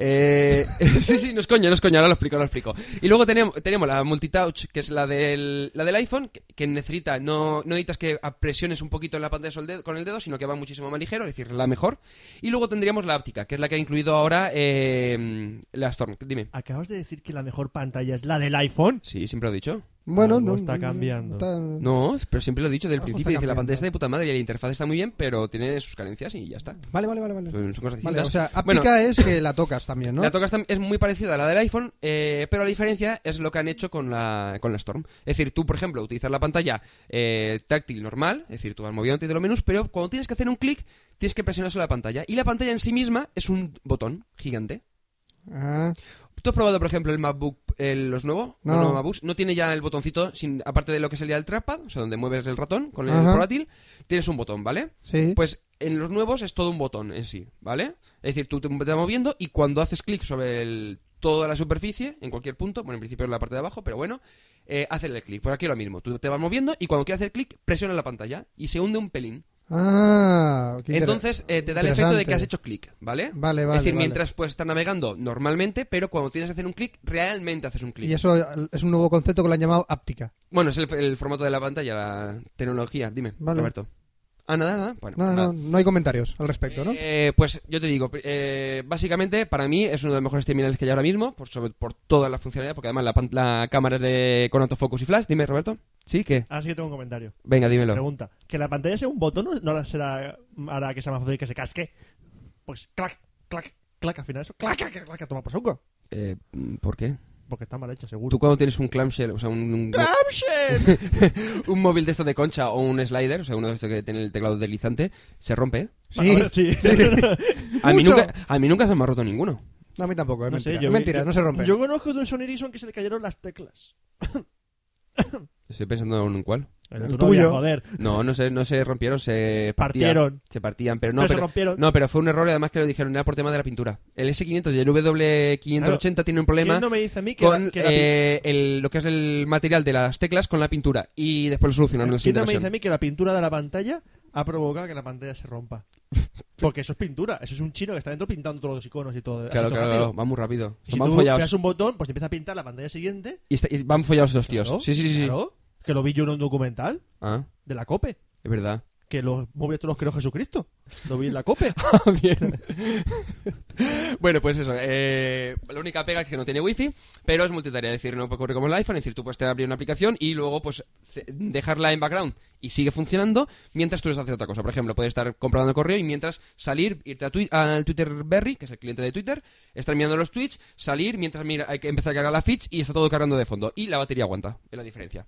S1: Eh, sí, sí, no es coña, no es coña, ahora lo explico, ahora lo explico. Y luego tenemos, tenemos la multitouch, que es la del, la del iPhone, que, que necesita, no, no necesitas que presiones un poquito en la pantalla sol- dedo- con el dedo, sino que va muchísimo más ligero, es decir, la mejor. Y luego tendríamos la áptica, que es la que ha incluido ahora eh, la Storm. Dime.
S3: Acabas de decir que la mejor pantalla es la del iPhone.
S1: Sí, siempre lo he dicho.
S2: Bueno,
S3: Algo
S2: no.
S3: está cambiando.
S2: está-
S1: No, pero siempre lo he dicho, del
S2: Algo
S1: principio
S2: Ah, pues está
S1: dice la
S2: cambiando.
S1: pantalla está de puta madre y la interfaz está muy bien, pero tiene sus carencias y ya está.
S2: Vale, vale, vale. Vale,
S1: Son, son cosas
S2: Vale,
S1: distintas.
S2: o sea, áptica
S1: Bueno,
S2: es que la tocas también, ¿no?
S1: La tocas tam- es muy parecida a la del iPhone, eh, pero la diferencia es lo que han hecho con la, con la Storm. Es decir, tú, por ejemplo, utilizas la pantalla eh, táctil normal, es decir, tú vas moviéndote de los menús, pero cuando tienes que hacer un clic, tienes que presionar sobre la pantalla. Y la pantalla en sí misma es un botón gigante.
S2: Ah,
S1: ¿Tú has probado, por ejemplo, el MacBook, el- los nuevos?
S2: No.
S1: Los nuevos MacBooks? No tiene ya el botoncito, sin, aparte de lo que sería el trackpad, o sea, donde mueves el ratón con el
S2: Ajá.
S1: portátil, tienes un botón, ¿vale?
S2: sí.
S1: Pues en los nuevos es todo un botón en sí, ¿vale? Es decir, tú te te vas moviendo y cuando haces clic sobre el- toda la superficie, en cualquier punto, bueno, en principio en la parte de abajo, pero bueno, eh, haces el clic. Por aquí lo mismo, tú te vas moviendo y cuando quieres hacer clic, presionas la pantalla y se hunde un pelín.
S2: Ah, qué inter-
S1: Entonces eh, te da el efecto de que
S2: interesante.
S1: has hecho clic, ¿vale?
S2: Vale, vale.
S1: es decir,
S2: vale.
S1: mientras puedes estar navegando normalmente, pero cuando tienes que hacer un clic, realmente haces un clic.
S2: Y eso es un nuevo concepto que lo han llamado áptica.
S1: Bueno, es el, el formato de la pantalla, la tecnología. Dime,
S2: Vale.
S1: Roberto. Ah, nada, nada. Bueno,
S2: No,
S1: nada.
S2: no, no hay comentarios al respecto, ¿no?
S1: Eh, pues yo te digo, pri- eh, básicamente para mí es uno de los mejores terminales que hay ahora mismo, por, sobre, por todas las funcionalidades, porque además la, pan- la cámara es de, con autofocus y flash. Dime, Roberto. ¿Sí? ¿Qué?
S3: Ahora sí que tengo un comentario.
S1: Venga, dímelo.
S3: Pregunta. ¿Que la pantalla sea un botón no- no la será, hará que sea más fácil que se casque? Pues clac, clac, clac, al final eso. Clac, clac, clac, toma por saco.
S1: Eh, ¿Por qué?
S3: Porque está mal hecha,
S1: ¿Tú
S3: seguro.
S1: cuando tienes un clamshell, o sea, un, un,
S3: ¡Clamshell!
S1: un móvil de estos de concha o un slider, o sea, uno de estos que tiene el teclado deslizante, se rompe?
S2: Sí.
S3: Ahora sí.
S1: A mí,
S2: Mucho.
S1: nunca, a mí nunca se me ha roto ninguno.
S2: No, a mí tampoco, es
S3: No sé,
S2: mentira.
S3: yo-
S2: Es mentira,
S3: yo-
S2: no se rompe.
S3: Yo conozco de un Sony Ericsson que se le cayeron las teclas.
S1: Estoy pensando en un cual.
S3: El,
S2: El tuyo.
S3: joder.
S1: No, no se, no se rompieron, se partían.
S3: Partieron.
S1: Se partían, pero
S3: No,
S1: no,
S3: se
S1: pero,
S3: rompieron.
S1: No, pero fue un error, además que lo dijeron, era por tema de la pintura. El S500 y el W580 tienen un problema
S3: ¿Quién no me dice a mí que la-
S1: con
S3: que la,
S1: eh, el- lo que es el material de las teclas con la pintura. Y después lo solucionaron en la
S3: ¿Quién
S1: siguiente
S3: no me dice a
S1: versión.
S3: mí que la pintura de la pantalla ha provocado que la pantalla se rompa? Porque eso es pintura, eso es un chino que está dentro pintando todos los iconos y todo. así
S1: Claro,
S3: todo
S1: claro,
S3: rápido.
S1: claro, va muy rápido.
S3: Y Si
S1: van
S3: tú
S1: follados.
S3: pegas un botón, pues te empieza a pintar la pantalla siguiente.
S1: Y, está- y van follados los tíos.
S3: Claro,
S1: sí, sí, sí. sí.
S3: claro, que lo vi yo en un documental
S1: Ah,
S3: de la COPE,
S1: es verdad.
S3: que los móviles todos los creó Jesucristo. Lo vi en la COPE.
S1: Bien. bueno, pues eso. eh, la única pega es que no tiene wifi, pero es multitarea. Es decir, no ocurre como el iPhone. Es decir, tú puedes abrir una aplicación y luego pues ce- dejarla en background y sigue funcionando mientras tú estás haciendo otra cosa. Por ejemplo, puedes estar comprando el correo y mientras salir, irte a twi- al Twitter Berry, que es el cliente de Twitter, estar mirando los tweets, salir mientras mira, hay que empezar a cargar la feeds y está todo cargando de fondo. Y la batería aguanta. Es la diferencia.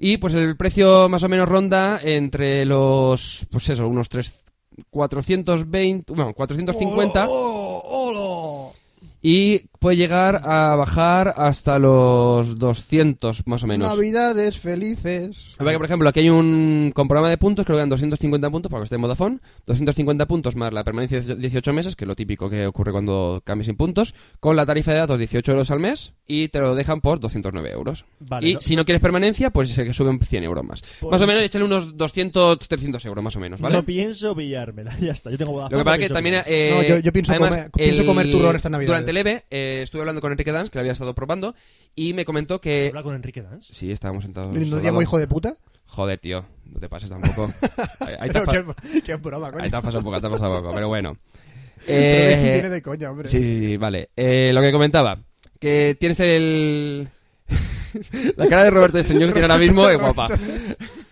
S1: Y pues el precio más o menos ronda entre los, pues eso, unos 3, 420, bueno, 450
S2: ¡Oh, oh, oh!
S1: y puede llegar a bajar hasta los 200 más o menos.
S2: Navidades felices.
S1: A ver, que, por ejemplo, aquí hay un con programa de puntos, creo que eran 250 puntos, para que esté en Vodafone, 250 puntos más la permanencia de 18 meses, que es lo típico que ocurre cuando cambias sin puntos, con la tarifa de datos 18 euros al mes y te lo dejan por 209 euros.
S3: Vale,
S1: y
S3: no-
S1: si no quieres permanencia, pues es el que suben 100 euros más.
S3: Pues-
S1: Más o menos, échale unos 200, 300 euros más o menos, ¿vale?
S3: No pienso pillármela, ya está. Yo tengo Vodafone,
S1: Lo que pasa es que
S3: pienso
S1: también.
S3: pillarla.
S1: eh,
S2: No, yo- yo pienso
S1: además,
S2: comer- pienso comer turrón esta Navidad.
S1: Durante el EVE eh, estuve hablando con Enrique Dans, que lo había estado probando, y me comentó
S3: ¿Se
S1: que.
S3: habla con Enrique Dance?
S1: Sí, estábamos sentados.
S2: ¿No
S1: al
S2: llamo
S1: lado.
S2: hijo de puta?
S1: Joder, tío, no te pases tampoco. Ahí- Ahí te
S2: Pero
S1: has pa-
S2: qué, qué broma, coño.
S1: ahí te has pasado un poco, ahí te has pasado un poco, pero bueno.
S2: Pero
S1: Eh,
S2: viene de coña, hombre.
S1: Sí, sí, sí, vale. Eh, lo que comentaba, que tienes el... La cara de Roberto de Señor que tiene ahora mismo es guapa.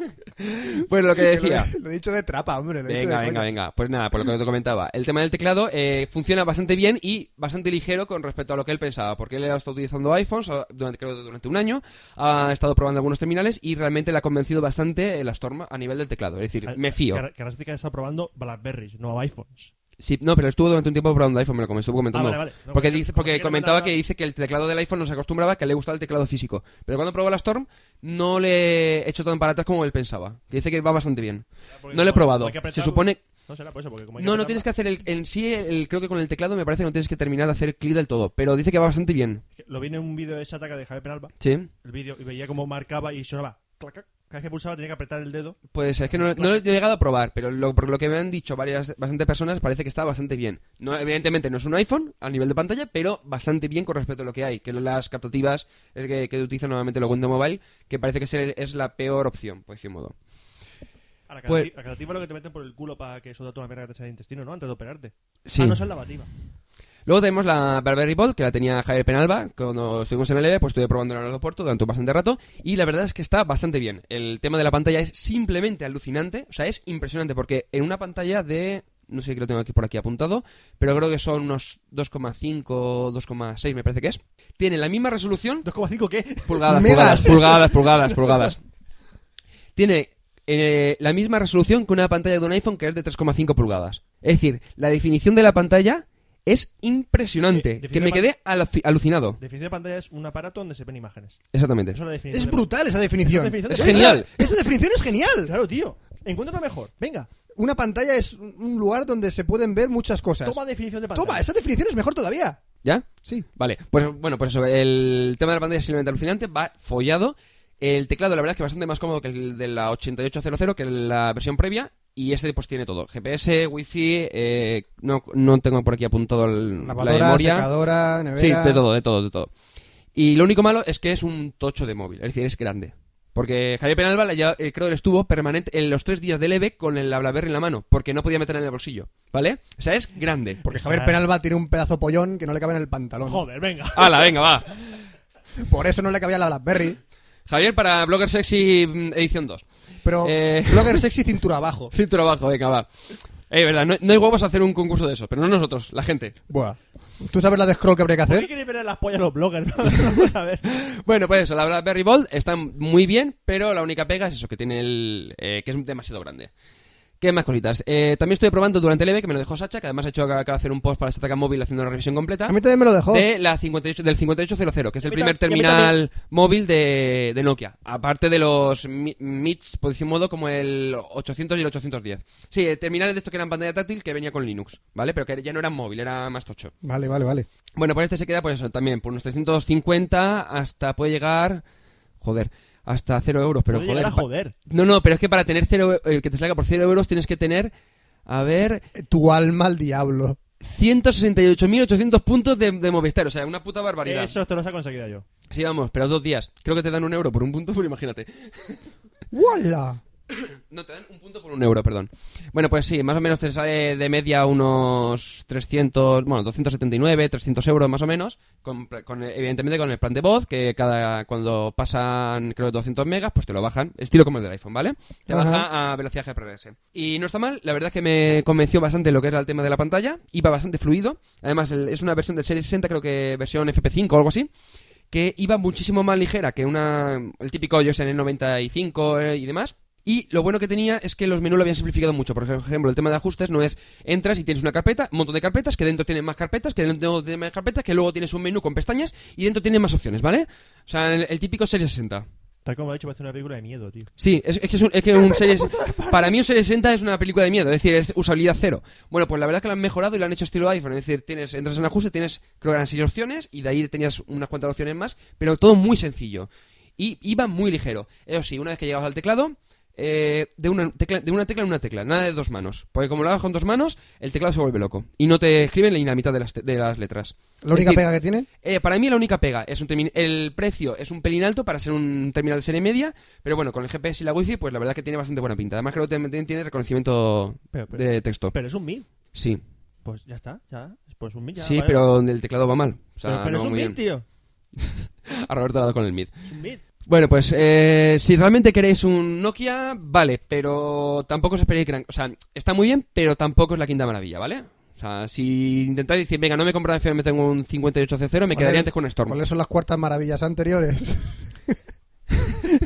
S1: Pues lo que
S2: Que lo he-
S1: decía.
S2: Lo he dicho de trapa, hombre. Lo he dicho
S1: Venga,
S2: de
S1: venga,
S2: coña.
S1: venga. Pues nada, por lo que te comentaba. El tema del teclado eh, funciona bastante bien y bastante ligero con respecto a lo que él pensaba, porque él ha estado utilizando iPhones ah, durante, creo que durante un año, ha estado probando algunos terminales y realmente le ha convencido bastante eh, la Storm a nivel del teclado. Es
S3: Ah,
S1: decir, me fío.
S3: Que, que ahora sí que está probando Blackberries, no iPhones.
S1: Sí, no, pero estuvo durante un tiempo probando iPhone, me lo estuvo comentando.
S3: Ah, vale, vale. No,
S1: porque
S3: pues,
S1: dice,
S3: como
S1: porque
S3: que no
S1: comentaba
S3: me
S1: que
S3: la-
S1: dice que el teclado del iPhone no se acostumbraba, que le gustaba el teclado físico. Pero cuando probó la Storm, no le echó tan para atrás como él pensaba. Que dice que va bastante bien.
S3: Porque
S1: No lo he
S3: como-
S1: probado.
S3: hay que
S1: Se
S3: apretarlo-
S1: supone,
S3: No será por eso, porque como hay que
S1: No, no
S3: apretarla-
S1: tienes que hacer el, en sí, el- creo que con el teclado me parece que no tienes que terminar de hacer clic del todo, pero dice que va bastante bien.
S3: Lo vi en un vídeo de esa ataca de Javier Penalba.
S1: Sí.
S3: el vídeo y veía cómo marcaba y sonaba. clac, clac. Cada vez que pulsaba tenía que apretar el dedo.
S1: Pues es que no, no lo he llegado a probar, pero lo, por lo que me han dicho varias bastante personas parece que está bastante bien. No, evidentemente no es un iPhone a nivel de pantalla, pero bastante bien con respecto a lo que hay, que las captativas es que, que utilizan nuevamente lo Windows Mobile, que parece que es, el- es la peor opción, por decir modo.
S3: A la
S1: Pues-
S3: catativa la catativa es lo que te meten por el culo para que eso da toda la mierda que te sea el intestino, ¿no? Antes de operarte.
S1: Sí.
S3: Ah, no, esa es lavativa.
S1: Luego tenemos la Barberry Ball, que la tenía Javier Penalba. Cuando estuvimos en el EVE, pues estuve probando en el aeropuerto durante bastante rato. Y la verdad es que está bastante bien. El tema de la pantalla es simplemente alucinante. O sea, es impresionante, porque en una pantalla de. No sé que lo tengo aquí por aquí apuntado, pero creo que son unos 2,5, 2,6 me parece que es. Tiene la misma resolución.
S3: ¿2,5 qué?
S1: Pulgadas,
S3: Megas.
S1: pulgadas, pulgadas, pulgadas, pulgadas. Tiene eh, la misma resolución que una pantalla de un iPhone que es de 3,5 pulgadas. Es decir, la definición de la pantalla es impresionante.
S3: Eh, definición
S1: que me
S3: de pan-
S1: quedé aluci- alucinado.
S3: Definición de pantalla es un aparato donde se ven imágenes.
S1: Exactamente.
S3: Eso es la definición
S11: Es
S3: de-
S11: brutal esa definición.
S3: Esa definición
S1: Es genial.
S11: Esa, esa definición es genial.
S3: Claro, tío. Encuentra una mejor. Venga,
S11: Una pantalla es un un lugar donde se pueden ver muchas cosas.
S3: toma definición de pantalla.
S11: Toma, esa definición es mejor todavía.
S1: ¿Ya?
S11: Sí.
S1: Vale. Pues bueno, pues eso. El tema de la pantalla es simplemente alucinante. Va follado. El teclado, la verdad es que es bastante más cómodo que el de la 8800, que la versión previa. Y este pues tiene todo. GPS, Wi-Fi, eh, no, no tengo por aquí apuntado el- la
S11: Lavadora,
S1: memoria.
S11: secadora,
S1: Sí,
S11: nevera.
S1: de todo, de todo, de todo. Y lo único malo es que es un tocho de móvil, es decir, es grande. Porque Javier Penalba la lleva- eh, creo que estuvo permanente en los tres días del EVE con el BlackBerry en la mano, porque no podía meterla en el bolsillo, ¿vale? O sea, es grande.
S11: Porque Javier Penalba tiene un pedazo pollón que no le cabe en el pantalón.
S3: Joder, venga.
S1: ¡Hala, venga, va!
S11: Por eso no le cabía la Blackberry.
S1: Javier para Blogger Sexy mm, edición 2.
S11: Pero
S1: Eh.
S11: blogger sexy cintura abajo.
S1: Cintura abajo, venga, va. Es verdad, no, no hay huevos a hacer un concurso de eso, pero no nosotros, la gente.
S11: Buah. ¿Tú sabes la de scroll que habría que
S3: ¿Por qué
S11: hacer?
S3: queréis ver las pollas a los bloggers? no? Vamos a ver.
S1: Bueno, pues eso, la BlackBerry Bold está muy bien, pero la única pega es eso, que tiene el... eh, que es demasiado grande. ¿Qué más cositas? Eh, también estoy probando durante el EVE, que me lo dejó Sacha, que además ha hecho, acaba de hacer un post para Sataka Móvil haciendo una revisión completa,
S11: A mí también me lo dejó.
S1: de la 58, del 5800, que es el
S3: A mí
S1: primer
S3: tam- a mí
S1: terminal móvil de, de Nokia, aparte de los mi- MITs, por decir un modo, como el 800 y el 810. Sí, eh, terminales de estos que eran pantalla táctil que venía con Linux, ¿vale? Pero que ya no eran móvil, era más tocho.
S11: Vale, vale, vale.
S1: Bueno, pues este se queda por eso también, por unos 350 hasta puede llegar, joder, hasta 0 euros, pero
S3: Puede
S1: joder,
S3: llegar a
S1: pa-
S3: joder.
S1: No, no, pero es que para tener cero, eh, que te salga por 0 euros tienes que tener, a ver,
S11: Tu alma al diablo.
S1: 168.800 puntos de, de Movistar, o sea, una puta barbaridad.
S3: Eso te lo has conseguido yo.
S1: Sí, vamos, pero dos días. Creo que te dan un euro por un punto, pero imagínate.
S11: ¡Wala!
S1: No, te dan un punto por un euro, perdón. Bueno, pues sí, más o menos te sale de media unos 300, bueno, 279, 300 euros más o menos, con, con- evidentemente con el plan de voz, que cada cuando pasan, creo, 200 megas, pues te lo bajan, estilo como el del iPhone, ¿vale? Te
S11: Ajá.
S1: baja a velocidad GPRS. Y no está mal, la verdad es que me convenció bastante lo que era el tema de la pantalla, iba bastante fluido, además el- es una versión de Series 60, creo que versión FP5 o algo así, que iba muchísimo más ligera que una el típico iOS en el 95 eh, y demás. Y lo bueno que tenía es que los menús lo habían simplificado mucho. Por ejemplo, el tema de ajustes no es entras y tienes una carpeta, un montón de carpetas, que dentro tienen más carpetas, que dentro tienen más carpetas, que luego tienes un menú con pestañas y dentro tienen más opciones, ¿vale? O sea, el, el típico Series 60.
S3: Tal como lo he dicho, parece una película de miedo, tío.
S1: Sí, es, es que es un, es que un Series... Para mí un Series 60 es una película de miedo, es decir, es usabilidad cero. Bueno, pues la verdad es que lo han mejorado y lo han hecho estilo iPhone. Es decir, tienes, entras en ajuste, tienes, creo que eran seis opciones y de ahí tenías unas cuantas opciones más, pero todo muy sencillo. Y iba muy ligero. Eso sí, una vez que llegabas al teclado, eh, de, una tecla, de una tecla en una tecla, nada de dos manos. Porque como lo hagas con dos manos, el teclado se vuelve loco. Y no te escriben ni la mitad de las, te- de las letras.
S11: La única
S1: Es decir,
S11: pega que tiene.
S1: eh, para mí la única pega es un termi- el precio es un pelín alto para ser un terminal de serie media, pero bueno, con el GPS y la wifi, pues la verdad que tiene bastante buena pinta. Además creo que también tiene reconocimiento
S3: Pero, pero-
S1: de texto.
S3: pero es un mil.
S1: Sí,
S3: Pues ya está, ya. Pues un mil ya.
S1: sí,
S3: vale.
S1: pero el teclado va mal. O sea,
S3: Pero, pero
S1: no
S3: es un
S1: muy bien.
S3: mil, tío.
S1: A Roberto le ha dado con el mid.
S3: Es un mil.
S1: Bueno, pues eh, si realmente queréis un Nokia, vale, pero tampoco os esperéis gran... O sea, está muy bien, pero tampoco es la quinta maravilla, ¿vale? O sea, si intentáis decir, venga, no me compro me tengo un 5800, me
S11: ¿Cuál es-
S1: quedaría antes con un Storm.
S11: ¿Cuáles son las cuartas maravillas anteriores?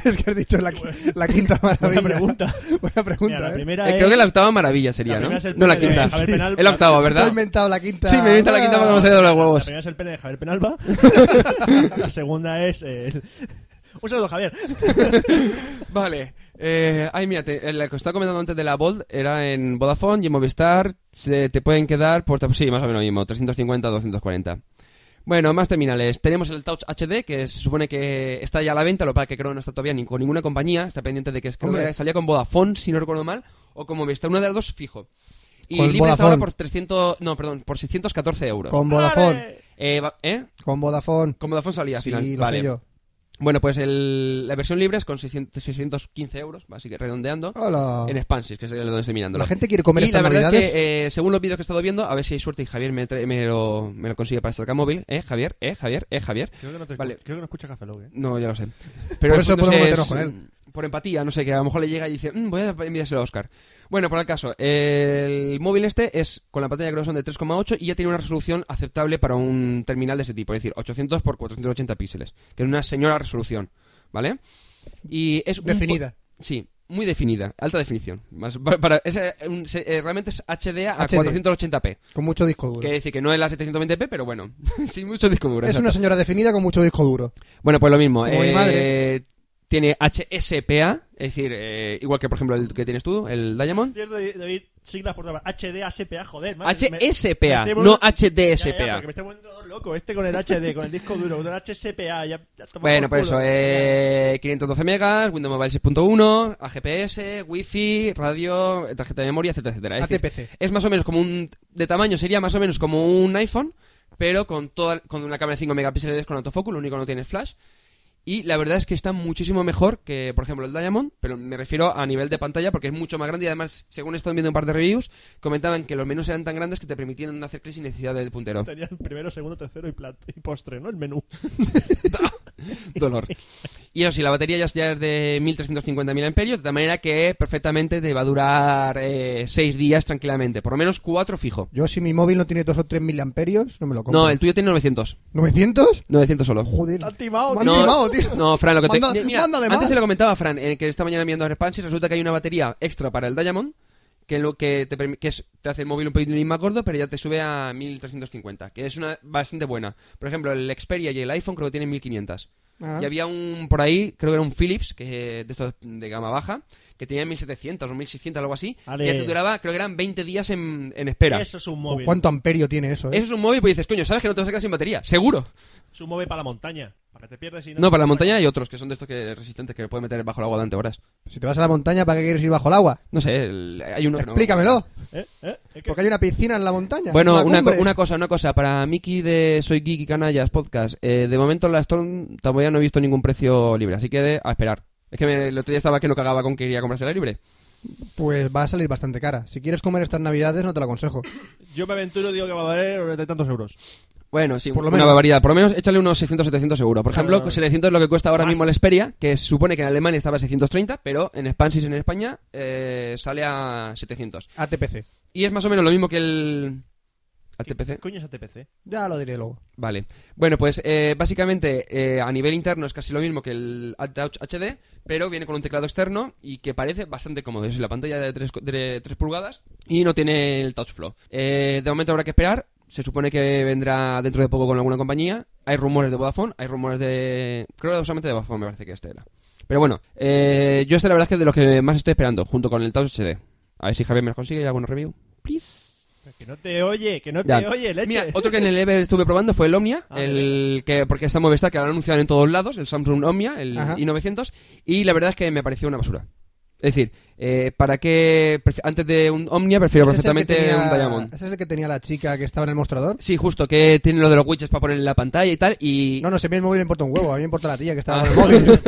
S11: es que has dicho la, qui- la quinta maravilla.
S3: pregunta.
S11: Buena pregunta,
S3: Mira, la
S11: ¿eh?
S3: primera
S1: Eh,
S3: es...
S1: creo que la octava maravilla sería,
S3: la
S1: ¿no?
S3: primera es el
S1: no la
S3: pene de
S1: quinta.
S3: Javier
S1: Sí,
S3: Penal.
S1: el octavo,
S11: Te has
S1: ¿verdad?
S11: inventado la quinta.
S1: Sí, me he visto la quinta porque me ha salido de los
S3: La
S1: huevos.
S3: primera es el pene de Javier Penalba. la segunda es... eh, el- Un saludo, Javier.
S1: Vale. Eh, ay, mira, te- el que estaba comentando antes de la Bold era en Vodafone y en Movistar. Se, te pueden quedar por. Sí, más o menos lo mismo, 350, 240. Bueno, más terminales. Tenemos el Touch HD, que se supone que está ya a la venta, lo para que creo no está todavía ni con ninguna compañía. Está pendiente de que, creo que
S11: Hombre.
S1: era- salía con Vodafone, si no recuerdo mal, o con Movistar, una de las dos fijo. Y
S11: Con
S1: libre está ahora
S11: Vodafone.
S1: por 300. No, perdón, por 614 euros.
S11: Con Vodafone.
S1: Eh, va- ¿Eh?
S11: Con Vodafone.
S1: Con Vodafone salía al
S11: Sí,
S1: final.
S11: lo sé
S1: vale.
S11: yo.
S1: Bueno, pues el- la versión libre es con 600 615 euros, así que redondeando.
S11: Hola.
S1: En Spansis, que sería donde estoy mirándolo.
S11: Ah. La gente quiere comer
S1: Y
S11: estas
S1: la verdad
S11: navidades.
S1: es que, eh, según los vídeos que he estado viendo, a ver si hay suerte y Javier me, trae- me lo, me lo consigue para esta móvil. ¿Eh, Javier? ¿Eh, Javier? ¿Eh, Javier?
S3: Creo que no, te escu- creo que no escucha Café Log, ¿eh?
S1: No, ya lo sé.
S11: Por
S1: el
S11: eso
S1: punto
S11: podemos
S1: es,
S11: meternos con él.
S1: mm, Por empatía, no sé, que a lo mejor le llega y dice, "Mm, voy a enviárselo a Oscar. Bueno, por el caso, el móvil este es con la pantalla creo que son de 3,8 y ya tiene una resolución aceptable para un terminal de ese tipo, es decir, 800 por 480 píxeles, que es una señora resolución, ¿vale? Y es un po-
S11: Definida.
S1: sí, muy definida, alta definición. Más- para- para- es, eh, un- se- eh, realmente es HDA a
S11: HD.
S1: 480p.
S11: Con mucho disco duro.
S1: Quiere decir que no es la 720p, pero bueno, sin mucho disco duro.
S11: Es
S1: exacto.
S11: una señora definida con mucho disco duro.
S1: Bueno, pues lo mismo.
S11: Como mi
S1: eh,
S11: madre.
S1: Tiene HSPA, es decir, eh, igual que por ejemplo el que tienes tú, el Diamond.
S3: Cierto, David, siglas por todas partes. HDA, SPA, joder. madre, me- me
S1: HSPA,
S3: estoy
S1: no
S3: volviendo-
S1: HDSPA.
S3: Ya, ya, porque me estoy volviendo todo loco. Este con el HD, con el disco duro, con el HSPA. Ya, ya toma
S1: Bueno, por eso,
S3: culo.
S1: eh, 512 megas, Windows Mobile 6.1, AGPS, Wi-Fi, radio, tarjeta de memoria, etcétera, etcétera. Es, decir,
S11: ATPC.
S1: es más o menos como un... De tamaño sería más o menos como un iPhone, pero con, toda, con una cámara de 5 megapíxeles con autofocus, lo único que no tiene es flash. Y la verdad es que está muchísimo mejor que, por ejemplo, el Diamond, pero me refiero a nivel de pantalla porque es mucho más grande y además, según he estado viendo un par de reviews, comentaban que los menús eran tan grandes que te permitían hacer clic sin necesidad del puntero.
S3: Tenían primero, segundo, tercero y, plat- y postre, ¿no? El menú.
S1: dolor. Y eso sí, la batería ya es, ya es de 1350.000 amperios, de tal manera que perfectamente te va a durar 6 días tranquilamente, por lo menos 4 fijo.
S11: Yo, si mi móvil no tiene 2 o 3 mil amperios, no me lo compro.
S1: No, el tuyo tiene 900.
S11: ¿900?
S1: 900 solo.
S11: Joder.
S3: Tan timado,
S11: Me han
S3: tío.
S1: No,
S11: timado, tío.
S1: no, Fran, lo que te...
S11: Manda-
S1: Mi- Mira,
S11: manda de
S1: antes
S11: más.
S1: se lo comentaba a Fran, eh, que esta mañana viendo Respawn, y resulta que hay una batería extra para el Diamond, que lo que te, permi- que es- te hace el móvil un poquitín más gordo, pero ya te sube a 1350, que es una bastante buena. Por ejemplo, el Xperia y el iPhone creo que tienen 1500.
S11: Ah.
S1: Y había un por ahí, creo que era un Philips, que de estos de gama baja, que tenía 1700 o 1600, algo así,
S3: Ale.
S1: y ya te duraba, creo que eran 20 días en, en espera.
S3: Eso es un móvil.
S11: ¿Cuánto amperio tiene eso? eh?
S1: Eso es un móvil, pues dices, coño, sabes que no te vas a quedar sin batería, seguro.
S3: Es un móvil para la montaña. Para que te pierdas y no...
S1: No, para la montaña hay otros que son de estos que resistentes que pueden meter bajo el agua durante horas.
S11: Si te vas a la montaña, ¿para qué quieres ir bajo el agua?
S1: No sé, el- hay uno que no-
S11: Explícamelo.
S3: ¿Eh? ¿Eh? ¿Eh? ¿Qué?
S11: Porque hay una piscina en la montaña.
S1: Bueno, una, co-
S11: cumbre.
S1: una cosa, una cosa. Para Miki de Soy Geek y Canallas Podcast, eh, de momento la Storm todavía no he visto ningún precio libre, así que eh, a esperar. Es que me- el otro día estaba que no cagaba con que iría a comprarse la libre.
S11: Pues va a salir bastante cara. Si quieres comer estas navidades, no te lo aconsejo.
S3: Yo me aventuro digo que va a valer de tantos euros.
S1: Bueno, sí,
S11: Por lo
S1: una
S11: menos.
S1: barbaridad. Por lo menos échale unos 600-700 euros. Por ejemplo,
S3: Claro, claro, claro.
S1: 700 es lo que cuesta ahora
S3: Más.
S1: mismo la Xperia, que se supone que en Alemania estaba a 630, pero en Spansis en España eh, sale a 700.
S11: ATPC.
S1: Y es más o menos lo mismo que el... ATPC.
S3: ¿Qué coño es ATPC?
S11: Ya lo diré luego.
S1: Vale. Bueno, pues eh, básicamente eh, a nivel interno es casi lo mismo que el Touch HD, pero viene con un teclado externo y que parece bastante cómodo. Es la pantalla de 3, pulgadas y no tiene el Touch Flow. Eh, de momento habrá que esperar. Se supone que vendrá dentro de poco con alguna compañía. Hay rumores de Vodafone, hay rumores de... Creo que solamente de Vodafone me parece que este era. Pero bueno, eh, yo este la verdad es que es de los que más estoy esperando, junto con el Touch HD. A ver si Javier me lo consigue y hago una review. Please.
S3: Que no te oye, que no
S1: Ya.
S3: te oye, leche.
S1: Mira, otro que en el EVE estuve probando fue el Omnia,
S3: Ah,
S1: el que porque está Movistar que lo han anunciado en todos lados, el Samsung Omnia, el
S11: Ajá.
S1: i900 y la verdad es que me pareció una basura. Es decir, eh, para qué prefi- antes de un Omnia prefiero
S11: ¿Ese Pues es el que
S1: perfectamente
S11: tenía-
S1: un Diamond.
S11: ¿Ese es el que tenía la chica que estaba en el mostrador?
S1: Sí, justo que tiene lo de los widgets para poner en la pantalla y tal y
S11: No, no, si a mí el móvil me importa un huevo. A mí me importa la tía que estaba
S1: Ah.
S11: en el móvil.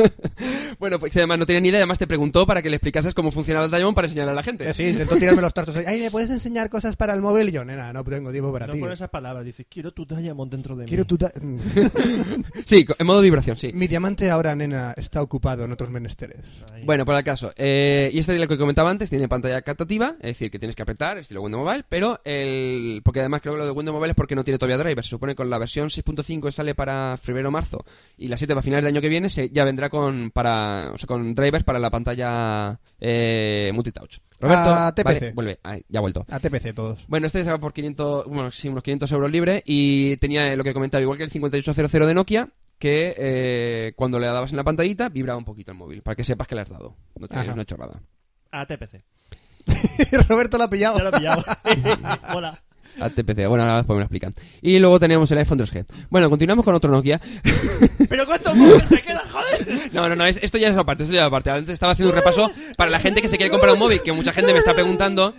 S1: bueno, pues además no tenía ni idea, además te preguntó para que le explicases cómo funcionaba el Diamond para enseñar a la gente.
S11: Eh, sí, intentó tirarme los tartos. ahí. Ay, ¿me puedes enseñar cosas para el móvil? Y yo, nena, no tengo tiempo para
S3: no
S11: ti.
S3: pones esas palabras. Dices, quiero tu Diamond dentro de
S11: Quiero
S3: mí.
S11: tu... ta-
S1: Sí, co- en modo vibración, sí.
S11: Mi diamante ahora, nena, está ocupado en otros menesteres.
S3: Ahí.
S1: Bueno, por el caso. eh, y este es lo que comentaba antes, tiene pantalla captativa, es decir, que tienes que apretar, estilo Windows Mobile, pero el... Porque además creo que lo de Windows Mobile es porque no tiene todavía driver. Se supone que con la versión 6.5 que sale para febrero o marzo y la 7 para finales del año que viene se, ya vendrá con para o sea, con drivers para la pantalla eh, multitouch. Roberto,
S11: Ah, TPC.
S1: vale, vuelve. Ah, ya ha vuelto.
S11: A TPC todos.
S1: Bueno, este estaba por 500, bueno, sí, unos 500 euros libre y tenía eh, lo que comentaba, igual que el 5800 de Nokia, que eh, cuando le dabas en la pantallita vibraba un poquito el móvil, para que sepas que le has dado. No te-
S11: Ajá.
S1: es una chorrada.
S3: ATPC.
S11: Roberto lo ha pillado.
S3: Ya lo he pillado. Hola.
S1: ATPC, bueno, ahora después me lo explican. Y luego teníamos el iPhone 3G. Bueno, continuamos con otro Nokia.
S3: ¿Pero cuántos móviles te quedan, joder?
S1: No, no, no, es- esto ya es aparte, esto ya es aparte. Antes estaba haciendo un repaso para la gente que se quiere comprar un móvil, que mucha gente me está preguntando.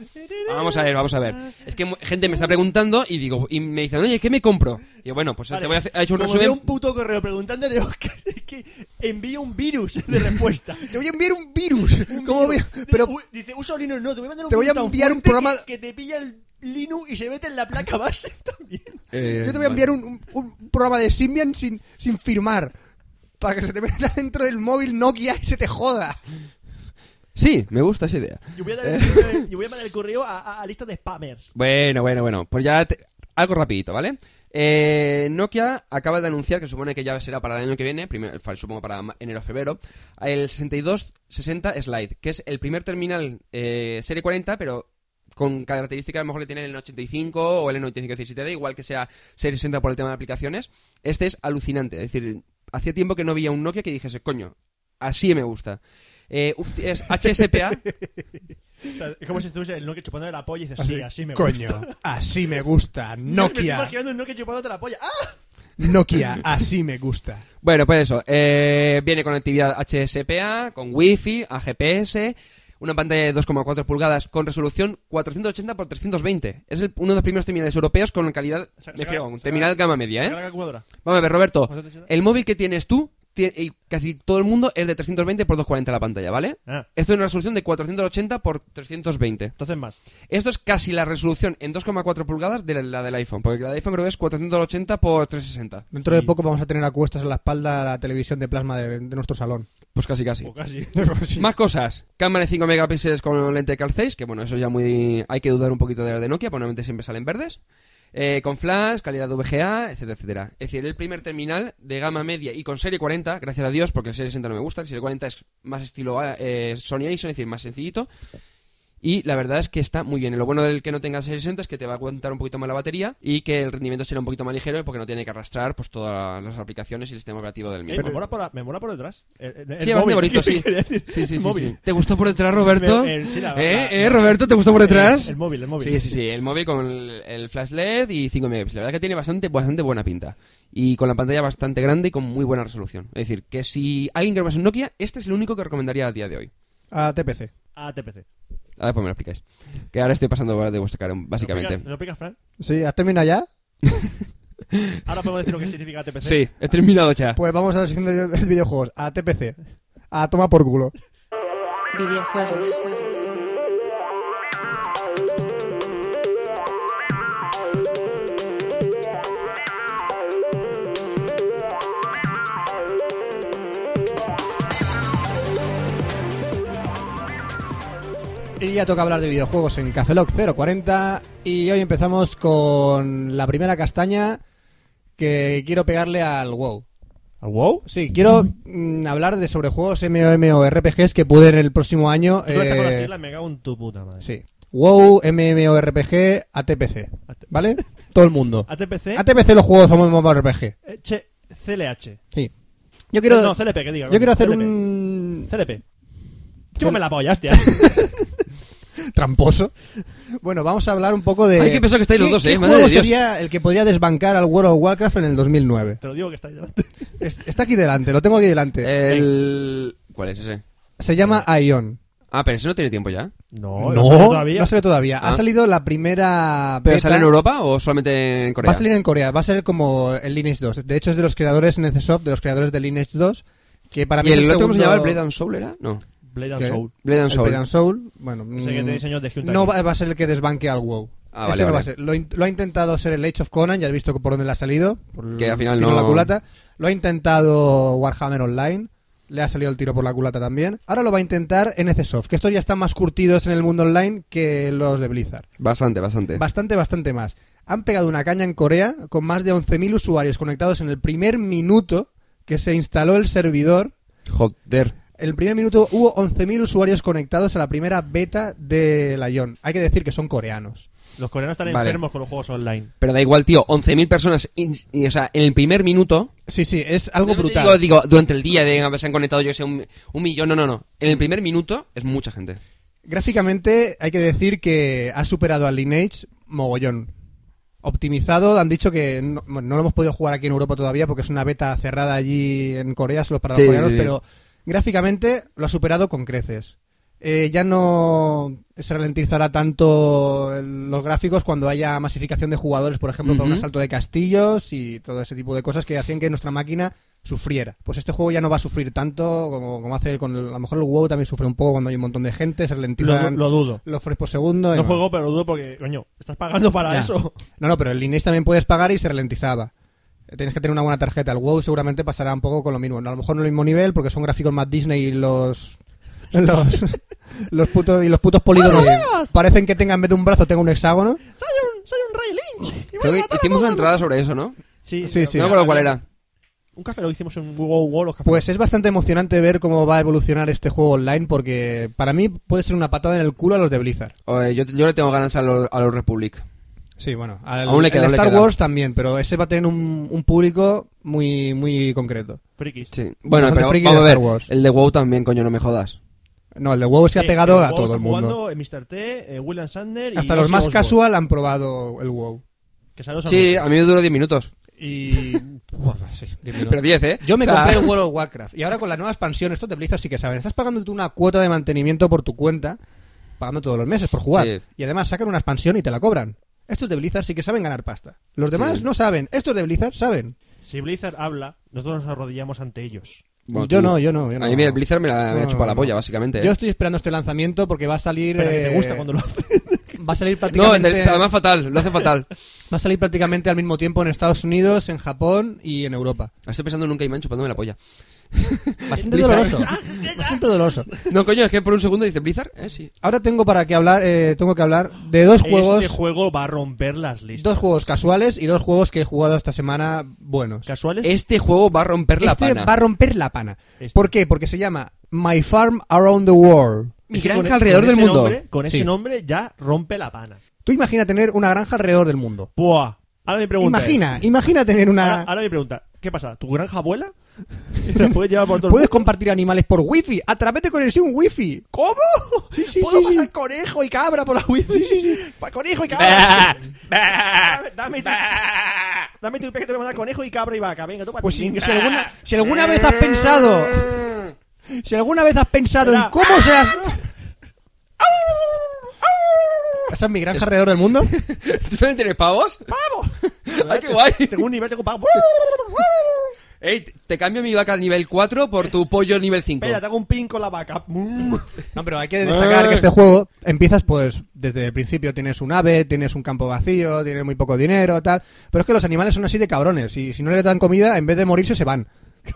S1: Ah, Vamos a ver, vamos a ver. Es que mu- gente me está preguntando y digo y me dicen, oye, ¿qué me compro? Y yo, bueno, pues te voy a hacer ha hecho un
S3: Como
S1: resumen.
S3: veo un puto correo preguntando de Oscar que envío un virus de respuesta.
S2: te voy a enviar un virus. ¿Cómo veo? Pero
S3: Dice, usa Linux, no, te voy a mandar un
S2: Te voy a
S3: virus tan
S2: enviar un
S3: fuerte
S2: programa-
S3: Que, que te pilla el Linux y se mete en la placa base también.
S2: yo te voy a enviar un, un- un programa de Symbian sin, sin firmar. Para que se te meta dentro del móvil Nokia y se te joda.
S1: Sí, me gusta esa idea.
S3: Yo voy a, dar
S1: Eh,
S3: el correo, yo voy a mandar el correo a, a- a lista de spammers.
S1: Bueno, bueno, bueno. Pues ya te- algo rapidito, ¿vale? Eh, Nokia acaba de anunciar que supone que ya será para el año que viene, primer- fa- supongo para ma- enero o febrero, el 6260 Slide, que es el primer terminal eh, serie 40, pero con características a lo mejor que tiene el N85 o el N9517, da igual que sea serie 60 por el tema de aplicaciones. Este es alucinante, es decir, hacía tiempo que no había un Nokia que dijese, coño, así me gusta. Eh, es HSPA,
S3: O sea, es como si estuviese el Nokia chupando la polla y dices,
S2: Así,
S3: sí, así me
S2: coño,
S3: gusta.
S2: así me gusta.
S3: Me estoy
S2: Nokia.
S3: imaginando un Nokia chupándote la polla. ¡Ah!
S2: Nokia, así me gusta.
S1: Bueno, pues eso. eh, viene con actividad HSPA, con Wi-Fi, a GPS, una pantalla de 2,4 pulgadas con resolución 480x320. Es el- uno de los primeros terminales europeos con calidad,
S3: Sa-
S1: me
S3: saca-
S1: friego, un
S3: saca-
S1: terminal gama media,
S3: saca la
S1: ¿eh?
S3: calculadora.
S1: Vamos a ver, Roberto.
S3: ¿Cuánto te suena?
S1: El móvil que tienes tú, ti- y casi todo el mundo, es de 320x240 la pantalla, ¿vale?
S3: Ah.
S1: Esto es una resolución de 480x320.
S3: Entonces más.
S1: Esto es casi la resolución en 2,4 pulgadas de la, la del iPhone, porque la del iPhone creo que es 480x360.
S2: Dentro de poco vamos a tener a cuestas en la espalda la televisión de plasma de, de nuestro salón.
S1: Pues casi casi.
S3: O casi.
S2: Sí.
S1: Más cosas. Cámara de 5 megapíxeles con lente calcéis, que bueno, eso ya muy... Hay que dudar un poquito de las de Nokia, porque normalmente siempre salen verdes. Eh, con flash, calidad VGA, etcétera, etcétera. Es decir, el primer terminal de gama media y con serie 40, gracias a Dios, porque el serie 60 no me gusta. El serie 40 es más estilo eh, Sony Ericsson, es decir, más sencillito. Y la verdad es que está muy bien. Lo bueno del que no tenga 60 es que te va a aguantar un poquito más la batería y que el rendimiento será un poquito más ligero porque no tiene que arrastrar pues todas las aplicaciones y el sistema operativo del
S3: Eh,
S1: mismo.
S3: me, mola por la- me mola por detrás. El, el- el
S1: Sí, bastante
S3: móvil.
S1: bonito, sí.
S3: Quería decir,
S1: Sí, sí, sí,
S3: móvil.
S1: sí. ¿Te gustó por detrás, Roberto?
S3: Me- el- sí, la-
S1: ¿Eh?
S3: la-
S1: ¿Eh,
S3: la-
S1: Roberto? ¿Te gustó por
S3: el-
S1: detrás?
S3: El, móvil, el móvil.
S1: Sí, sí, sí. El móvil con el, el flash LED y 5 megapíxeles. La verdad que tiene bastante, bastante buena pinta. Y con la pantalla bastante grande y con muy buena resolución. Es decir, que si alguien quiere más un Nokia, este es el único que recomendaría a día de hoy.
S2: A TPC.
S3: A TPC.
S1: A ver, pues me lo explicáis. Que ahora estoy pasando de vuestra cara, básicamente.
S3: ¿Lo picas, Fran?
S2: Sí, ¿has terminado ya?
S3: Ahora podemos decir lo que significa ATPC.
S1: Sí, he terminado ya.
S2: Pues vamos a la sección de, de videojuegos. A TPC. A toma por culo.
S4: Videojuegos.
S2: Y ya toca hablar de videojuegos en Cafeloc 040. Y hoy empezamos con la primera castaña que quiero pegarle al WoW.
S3: ¿Al Ah, WoW?
S2: Sí, quiero mm, hablar de sobre juegos MMORPGs que pude en el próximo año.
S3: Tú estás con
S2: eh,
S3: las siglas, me cago en tu puta madre.
S2: sí. WoW, MMORPG, ATPC. ¿Vale? Todo el mundo.
S3: ATPC,
S2: ATPC los juegos son MMORPG.
S3: eh, che, CLH.
S2: Sí. Yo quiero,
S3: Eh, No, CLP, que diga.
S2: yo quiero hacer
S3: CLP.
S2: un...
S3: CLP. Chúpame la polla, hostia.
S2: tramposo. Bueno, vamos a hablar un poco de.
S1: Ay, qué pesado que estáis los
S2: ¿Qué-
S1: dos,
S2: qué
S1: eh, madre
S2: juego
S1: de Dios.
S2: sería el que podría desbancar al World of Warcraft en el 2009?
S3: Te lo digo que está ahí delante.
S2: Es- Está aquí delante, lo tengo aquí delante.
S1: Eh, El... ¿Cuál es ese?
S2: Se llama Ion.
S1: Ah, pero ese no tiene tiempo ya.
S3: No, no, sale todavía.
S2: no sale todavía.
S1: Ah.
S2: Ha salido la primera.
S1: ¿Pero
S2: beta.
S1: sale en Europa o solamente en Corea?
S2: Va a salir en Corea, va a ser como el Lineage 2. De hecho, es de los creadores Necesoft, de los creadores de Lineage 2. Que para mí
S1: ¿Y el
S2: es
S1: otro cómo se
S2: segundo-
S1: llamaba? ¿El Blade and Soul era? No.
S3: Blade and
S2: ¿Qué?
S3: Soul.
S1: Blade and
S2: el
S1: Soul.
S2: Blade and Soul, bueno,
S3: Ese que
S2: mm,
S3: tiene diseños de Hyundai.
S2: no va, va a ser el que desbanque al WoW.
S1: Ah,
S2: Ese
S1: vale,
S2: no va
S1: vale.
S2: a ser. Lo, in- lo ha intentado ser el Age of Conan, ya has visto por dónde le ha salido. por
S1: Que
S2: el
S1: al final
S2: tiro
S1: no-
S2: en la culata. Lo ha intentado Warhammer Online, le ha salido el tiro por la culata también. Ahora lo va a intentar NCSoft, que estos ya están más curtidos en el mundo online que los de Blizzard.
S1: Bastante, bastante.
S2: Bastante, bastante más. Han pegado una caña en Corea con más de 11.000 usuarios conectados en el primer minuto que se instaló el servidor
S1: Joder.
S2: en el primer minuto hubo 11.000 usuarios conectados a la primera beta de la Ion. Hay que decir que son coreanos.
S3: Los coreanos están
S1: Vale.
S3: enfermos con los juegos online.
S1: Pero da igual, tío. 11.000 personas, ins- y, o sea, en el primer minuto.
S2: Sí, sí, es algo
S1: No te
S2: brutal.
S1: Digo, digo, durante el día de, se han conectado, yo que sé, un, un millón. No, no, no. En el primer minuto es mucha gente.
S2: Gráficamente hay que decir que ha superado al Lineage mogollón. Optimizado, han dicho que no, bueno, no lo hemos podido jugar aquí en Europa todavía porque es una beta cerrada allí en Corea, solo para los
S1: Sí,
S2: coreanos,
S1: sí, sí.
S2: pero gráficamente lo ha superado con creces. eh, ya no se ralentizará tanto el- los gráficos cuando haya masificación de jugadores, por ejemplo, para un
S1: Ujú.
S2: asalto de castillos y todo ese tipo de cosas que hacían que nuestra máquina sufriera. Pues este juego ya no va a sufrir tanto como, como hace con el- a lo mejor el WoW también sufre un poco cuando hay un montón de gente, se
S3: Lo,
S2: ralentizan
S3: lo dudo.
S2: los frames por segundo. y
S3: No
S2: demás.
S3: juego, pero lo dudo porque, coño, estás pagando para
S2: Ya.
S3: eso.
S2: No, no, pero el Lineage también puedes pagar y se ralentizaba. Eh, Tienes que tener una buena tarjeta. El WoW seguramente pasará un poco con lo mismo. A lo mejor no el mismo nivel porque son gráficos más Disney y los. Los, los putos, y los putos polígonos parecen que tenga en vez de un brazo tenga un hexágono.
S3: Soy un, soy un rey Lynch. y voy a
S1: Creo que
S3: matar a
S1: hicimos
S3: todo
S1: una
S3: el
S1: entrada
S3: mundo.
S1: sobre eso, ¿no?
S3: Sí,
S2: Sí,
S3: pero-
S2: sí.
S1: No me acuerdo cuál era.
S3: Un café lo hicimos en Google Wall. Los cafés.
S2: Pues es bastante emocionante ver cómo va a evolucionar este juego online porque para mí puede ser una patada en el culo a los de Blizzard.
S1: O, eh, yo, yo le tengo ganas a los, a los Republic.
S2: Sí, bueno, al
S1: Aún le queda,
S2: el
S1: aún le
S2: Star
S1: queda.
S2: Wars también, pero ese va a tener un, un público muy muy concreto.
S3: Frikis.
S1: Sí. Bueno,
S2: Bastante
S1: pero
S2: friki
S1: vamos
S2: de
S1: a ver.
S2: Star Wars.
S1: El de WoW también, coño, no me jodas.
S2: No, el de WoW se ha
S3: Eh,
S2: pegado
S3: el
S2: a
S3: WoW
S2: todo
S3: está
S2: el mundo.
S3: jugando eh, Mr. T, eh, William Sander y
S2: Hasta los
S3: Ozzy
S2: más
S3: Osbourne,
S2: casual han probado el WoW.
S3: que salen los
S1: Sí,
S3: anuncios.
S1: a mí me duró 10 minutos.
S2: Y. Buah, sí, diez minutos.
S1: Pero 10, ¿eh?
S2: Yo me
S1: O sea,
S2: compré el World of Warcraft. Y ahora con la nueva expansión, esto de Blizzard sí que saben. Estás pagando tú una cuota de mantenimiento por tu cuenta, pagando todos los meses por jugar.
S1: Sí.
S2: Y además sacan una expansión y te la cobran. Estos de Blizzard sí que saben ganar pasta. Los demás
S1: Sí.
S2: no saben. Estos de Blizzard saben.
S3: Si Blizzard habla, nosotros nos arrodillamos ante ellos.
S1: Bueno,
S2: yo,
S1: tú-
S2: no, yo no, yo no.
S1: A mí el Blizzard me la me ha
S2: No,
S1: chupado
S2: no,
S1: la polla,
S2: no.
S1: básicamente. ¿eh?
S2: Yo estoy esperando este lanzamiento porque va a salir.
S3: Pero que te
S2: eh,
S3: gusta cuando lo haces.
S2: Va a salir
S1: No, el
S2: prácticamente.
S1: del- además fatal, lo hace fatal.
S2: Va a salir prácticamente al mismo tiempo en Estados Unidos, en Japón y en Europa.
S1: Estoy pensando en un caimán chupándome la polla.
S2: Bastante
S1: Blizzard.
S2: doloroso. Bastante doloroso.
S1: No, coño, es que por un segundo dice Blizzard, ¿eh? Sí.
S2: Ahora tengo para que hablar, eh, tengo que hablar de dos juegos,
S3: Este juego va a romper las listas.
S2: dos juegos casuales y dos juegos que he jugado esta semana buenos.
S3: casuales.
S1: Este juego va a romper la
S2: este
S1: pana.
S2: va a romper la pana.
S3: Este.
S2: ¿Por qué? Porque se llama My Farm Around the World.
S1: Mi
S3: Es que
S1: granja
S3: con- e-,
S1: alrededor
S3: con ese
S1: del mundo.
S3: nombre- con ese
S2: Sí.
S3: nombre ya rompe la pana.
S2: Tú imagina tener una granja alrededor del mundo.
S3: Buah. Ahora mi pregunta
S2: Imagina,
S3: es-
S2: imagina tener
S3: Ahora,
S2: una...
S3: ahora mi pregunta. ¿Qué pasa? ¿Tu granja abuela? Y la puedes llevar por todo el
S2: Puedes
S3: mundo?
S2: compartir animales por wifi, a través de conexión wifi.
S3: ¿Cómo?
S2: Sí, sí,
S3: ¿Puedo
S2: sí, sí.
S3: pasar conejo y cabra por la wifi? Pa- Conejo y cabra. dame, dame tu, dame tu IP que te voy a mandar conejo y cabra y vaca. Venga, tú pa'
S2: Pues
S3: ti.
S2: si, si alguna, si alguna vez has pensado... Si alguna vez has pensado en
S3: Espera.
S2: cómo seas... ¿Esa es mi granja alrededor del mundo?
S1: ¿Tú también tienes pavos?
S3: ¡Vamos!
S2: Ah,
S1: ¡Ay, qué guay!
S3: Tengo un nivel, tengo pago.
S1: Ey, te- te cambio mi vaca nivel 4 por tu pollo nivel 5.
S3: Espera, te hago un pin con la vaca.
S2: No, pero hay
S1: Ah.
S2: que destacar que este juego empiezas pues desde el principio tienes un ave, tienes un campo vacío, tienes muy poco dinero, tal. Pero es que los animales son así de cabrones y si no le dan comida, en vez de morirse se van.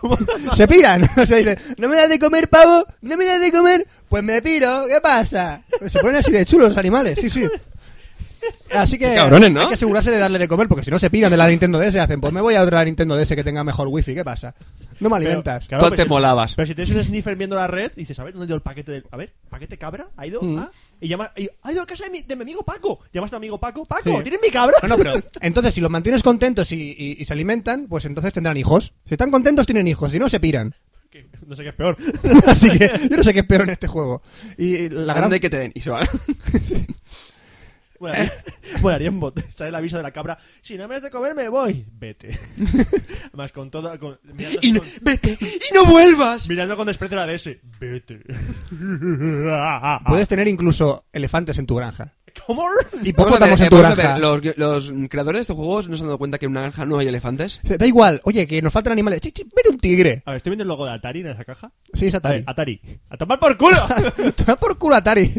S2: se piran, o sea, dicen, no me das de comer, pavo, no me das de comer, pues me piro, ¿qué pasa? Se ponen así de chulos los animales, sí, sí. Así que
S1: Qué cabrones, ¿no?
S2: hay que asegurarse de darle de comer, porque si no se piran de la Nintendo DS, hacen, pues me voy a otra Nintendo DS que tenga mejor wifi, ¿qué pasa? No me alimentas.
S3: Claro,
S1: Tú te
S3: si-
S1: molabas.
S3: Pero si tienes un sniffer viendo la red, dices, a ver, ¿dónde ha ido el paquete del. A ver, ¿paquete cabra? ¿Ha ido?
S2: Mm.
S3: ah, Y llama. y- ha ido a casa de mi, de mi amigo Paco. Llamas a tu amigo Paco. ¡Paco!
S2: Sí. Ah,
S3: ¿Tienes mi cabra?
S2: No, no, pero entonces si los mantienes contentos y, y- y se alimentan, pues entonces tendrán hijos. Si están contentos tienen hijos, si no se piran.
S3: Que- No sé qué es peor.
S2: Así que yo no sé qué es peor en este juego. Y y la gran...
S1: grande que te den y se van.
S3: Bueno, haría- bueno, haría un bote. Sale el aviso de la cabra. Si no me has de comer, me voy. Vete. Más con toda. Con, mirando, así
S1: y no,
S3: con-
S1: vete y no vuelvas.
S3: mirando con desprecio la DS. Vete.
S2: Puedes tener incluso elefantes en tu granja.
S3: ¿Cómo?
S2: Y
S1: Vamos a ver,
S2: hipopótamos
S1: eh,
S2: en tu
S1: vamos a
S2: granja.
S1: ver, los, los creadores de estos juegos no se han dado cuenta que en una granja no hay elefantes.
S2: Da igual, oye, que nos faltan animales. Chi, chi, vete un tigre.
S3: A ver, estoy viendo el logo de Atari en esa caja.
S2: Sí, es
S3: A ver,
S2: Atari.
S3: Atari. ¡A tomar por culo!
S2: Toma por culo Atari.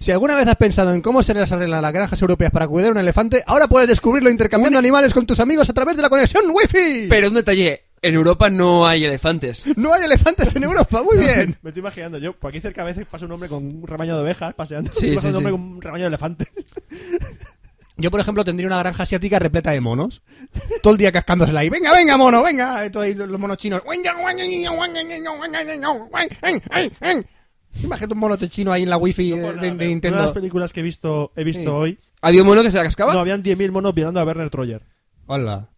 S2: Si alguna vez has pensado en cómo se les arreglan las granjas europeas para cuidar un elefante, ahora puedes descubrirlo intercambiando animales con tus amigos a través de la conexión wifi.
S1: Pero un detalle, en Europa no hay elefantes.
S2: No hay elefantes en Europa, muy bien.
S3: Me estoy imaginando yo, por aquí cerca a veces pasa un hombre con un rebaño de ovejas paseando,
S1: Sí, sí,
S3: pasa un hombre
S1: sí.
S3: con un rebaño de elefantes.
S2: Yo, por ejemplo, tendría una granja asiática repleta de monos. Todo el día cascándosela ahí. Venga, venga, mono, venga. Y todos ahí los monos chinos. Imagínate un mono chino ahí en la wifi eh,
S3: Por
S2: de,
S3: nada,
S2: de
S3: pero
S2: Nintendo.
S3: Una de las películas que he visto, he visto
S2: Sí.
S3: hoy,
S1: ¿Había un mono que se la cascaba?
S3: no habían 10.000 monos violando a Werner Troyer.
S2: Hola.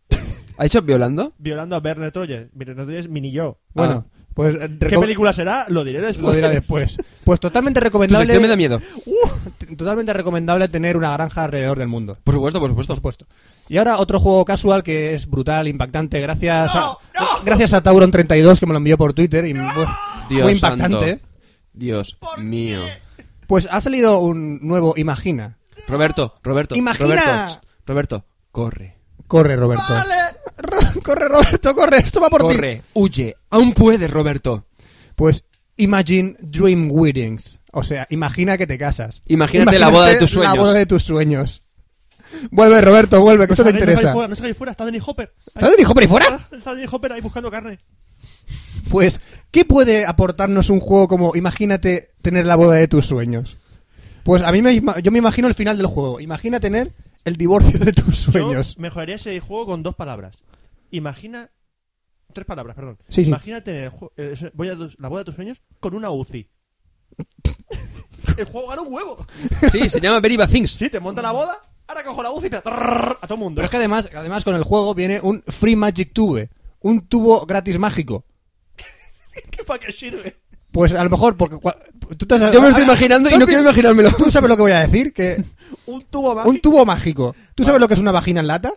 S1: ¿Ha hecho violando?
S3: Violando a Werner Troyer. Werner Troyer es mini yo.
S2: Bueno, pues... eh,
S3: Ah. ¿Qué
S2: reco-
S3: película será? Lo diré después.
S2: Lo dirá después. Pues totalmente
S1: Tu sección me da
S2: recomendable...
S1: miedo.
S2: Uh, totalmente recomendable tener una granja alrededor del mundo.
S1: Por supuesto, por supuesto.
S2: Por supuesto. Y ahora otro juego casual que es brutal, impactante, gracias a,
S3: ¡No!
S2: gracias a Tauron32 que me lo envió por Twitter y muy, ¿eh?
S1: Dios
S2: muy impactante.
S1: santo. Dios mío.
S2: Pues ha salido un nuevo Imagina.
S1: Roberto, Roberto,
S2: Imagina.
S1: Roberto, tss, Roberto, corre,
S2: Corre, Roberto. Ro- corre, Roberto, corre. Esto va por ti.
S1: corre, huye, aún puedes, Roberto.
S2: Pues Imagine Dream Weddings. O sea, imagina que te casas.
S1: Imagínate la boda de tus
S2: la
S1: sueños.
S2: boda de tus sueños. Vuelve, Roberto, vuelve, que
S3: No
S2: esto te
S3: salgáis- No
S2: interesa.
S3: salgáis fuera, no salgáis fuera, está Danny Hopper.
S2: ¿Está Danny Hopper ahí fuera?
S3: Está- Está Danny Hopper ahí buscando carne.
S2: Pues, ¿qué puede aportarnos un juego como Imagínate tener la boda de tus sueños? Pues a mí me, ima- yo me imagino el final del juego. Imagina tener el divorcio de tus sueños.
S3: Yo mejoraría ese juego con dos palabras. Imagina. Tres palabras, perdón.
S2: Sí, sí.
S3: Imagina tener el ju- eh, voy a tus- la boda de tus sueños con una UCI. el juego gana un huevo.
S1: Sí, se llama Very Bad Things.
S3: Sí, te monta la boda, ahora cojo la UCI y te- a todo mundo.
S2: Pero es que además, además con el juego viene un Free Magic Tube, un tubo gratis mágico.
S3: ¿Qué ¿Para qué sirve?
S2: Pues a lo mejor, porque cua- tú te has-
S1: Yo me lo estoy
S2: ah,
S1: imaginando y
S2: tú
S1: no
S2: has-
S1: quiero imaginármelo.
S2: ¿Tú sabes lo que voy a decir? Que
S3: Un tubo más.
S2: un tubo mágico. ¿Tú sabes lo que es una vagina en lata?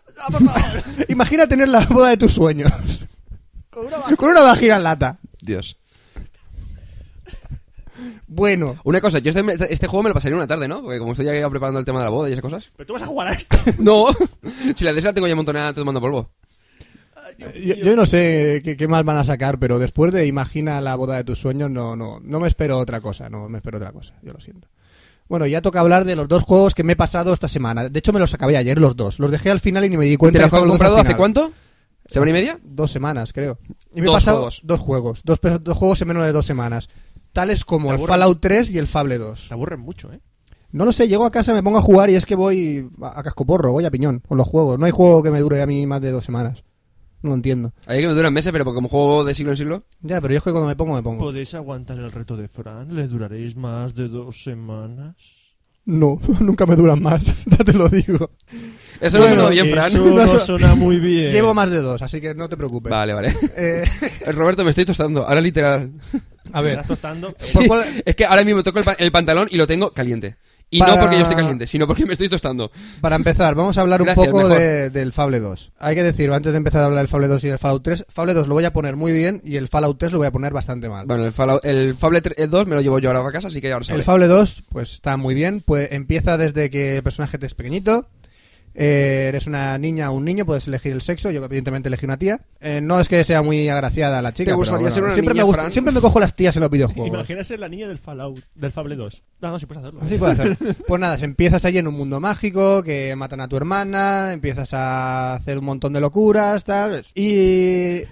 S2: Imagina tener la boda de tus sueños. Con una vagina, en lata.
S1: Dios.
S2: Bueno,
S1: Una cosa, yo este, este juego me lo pasaría una tarde, ¿no? Porque como estoy ya preparando el tema de la boda y esas cosas.
S3: Pero tú vas a jugar a esto.
S1: No, si la de esa tengo ya montonada tomando polvo.
S2: yo, yo no sé qué, qué más van a sacar, pero después de Imagina la boda de tus sueños, no, no, no me espero otra cosa, no me espero otra cosa, yo lo siento. Bueno, ya toca hablar de los dos juegos que me he pasado esta semana. De hecho, me los acabé ayer, los dos. Los dejé al final y ni me di cuenta.
S1: ¿Te lo
S2: que
S1: has
S2: estaban los dos al
S1: comprado hace
S2: final.
S1: cuánto? ¿Semana y media?
S2: Dos semanas, creo. Y me
S1: Dos
S2: he pasado
S1: juegos.
S2: dos juegos. Dos, pe- dos juegos en menos de dos semanas. Tales como
S3: ¿Te
S2: el
S3: aburren?
S2: Fallout 3 y el Fable 2.
S3: Te aburren mucho, ¿eh?
S2: No lo sé, llego a casa, me pongo a jugar y es que voy a a cascoporro, voy a piñón con los juegos. No hay juego que me dure a mí más de dos semanas. No lo entiendo.
S1: Ahí que me duran meses, pero porque como juego de siglo en siglo.
S2: Ya, pero yo es que cuando me pongo,
S1: Pues-
S2: me pongo.
S3: ¿Podéis aguantar el reto de Fran? ¿Les duraréis más de dos semanas?
S2: No, nunca me duran más, ya te lo digo.
S1: Eso
S2: Bueno,
S1: no suena bien,
S3: eso
S1: Fran.
S2: No
S3: no
S2: su-
S3: suena muy bien.
S2: Llevo más de dos, así que no te preocupes.
S1: Vale, vale.
S2: Eh,
S1: Roberto, me estoy tostando. Ahora literal.
S2: a ver,
S3: Estás tostando.
S2: ¿por
S1: Sí,
S2: cuál-
S1: Es que ahora mismo toco el, pa- el pantalón y lo tengo caliente. Y no
S2: Para-
S1: porque yo esté caliente, sino porque me estoy tostando.
S2: para empezar, vamos a hablar un
S1: Gracias,
S2: poco
S1: mejor.
S2: de- del Fable 2. Hay que decir, antes de empezar a hablar del Fable 2 y del Fallout 3, Fable 2 lo voy a poner muy bien y el Fallout 3 lo voy a poner bastante mal.
S1: Bueno, el, Fallout- el Fable 3 el 2 me lo llevo yo ahora a casa, así que ahora sale.
S2: El Fable 2, pues está muy bien. Pues empieza desde que el personaje te es pequeñito. Eh, eres una niña o un niño, puedes elegir el sexo. Yo, evidentemente, elegí una tía. Eh, no es que sea muy agraciada la chica.
S1: ¿Te gustaría
S2: pero bueno,
S1: ser una
S2: siempre,
S1: niña,
S2: me gusta-
S1: Fran?
S2: siempre me cojo las tías en los videojuegos.
S3: Imagina ser la niña del Fallout, del Fable 2. No, no, si puedes hacerlo.
S2: Así puede hacer. Pues nada, si empiezas allí en un mundo mágico, que matan a tu hermana, empiezas a hacer un montón de locuras, tal. Y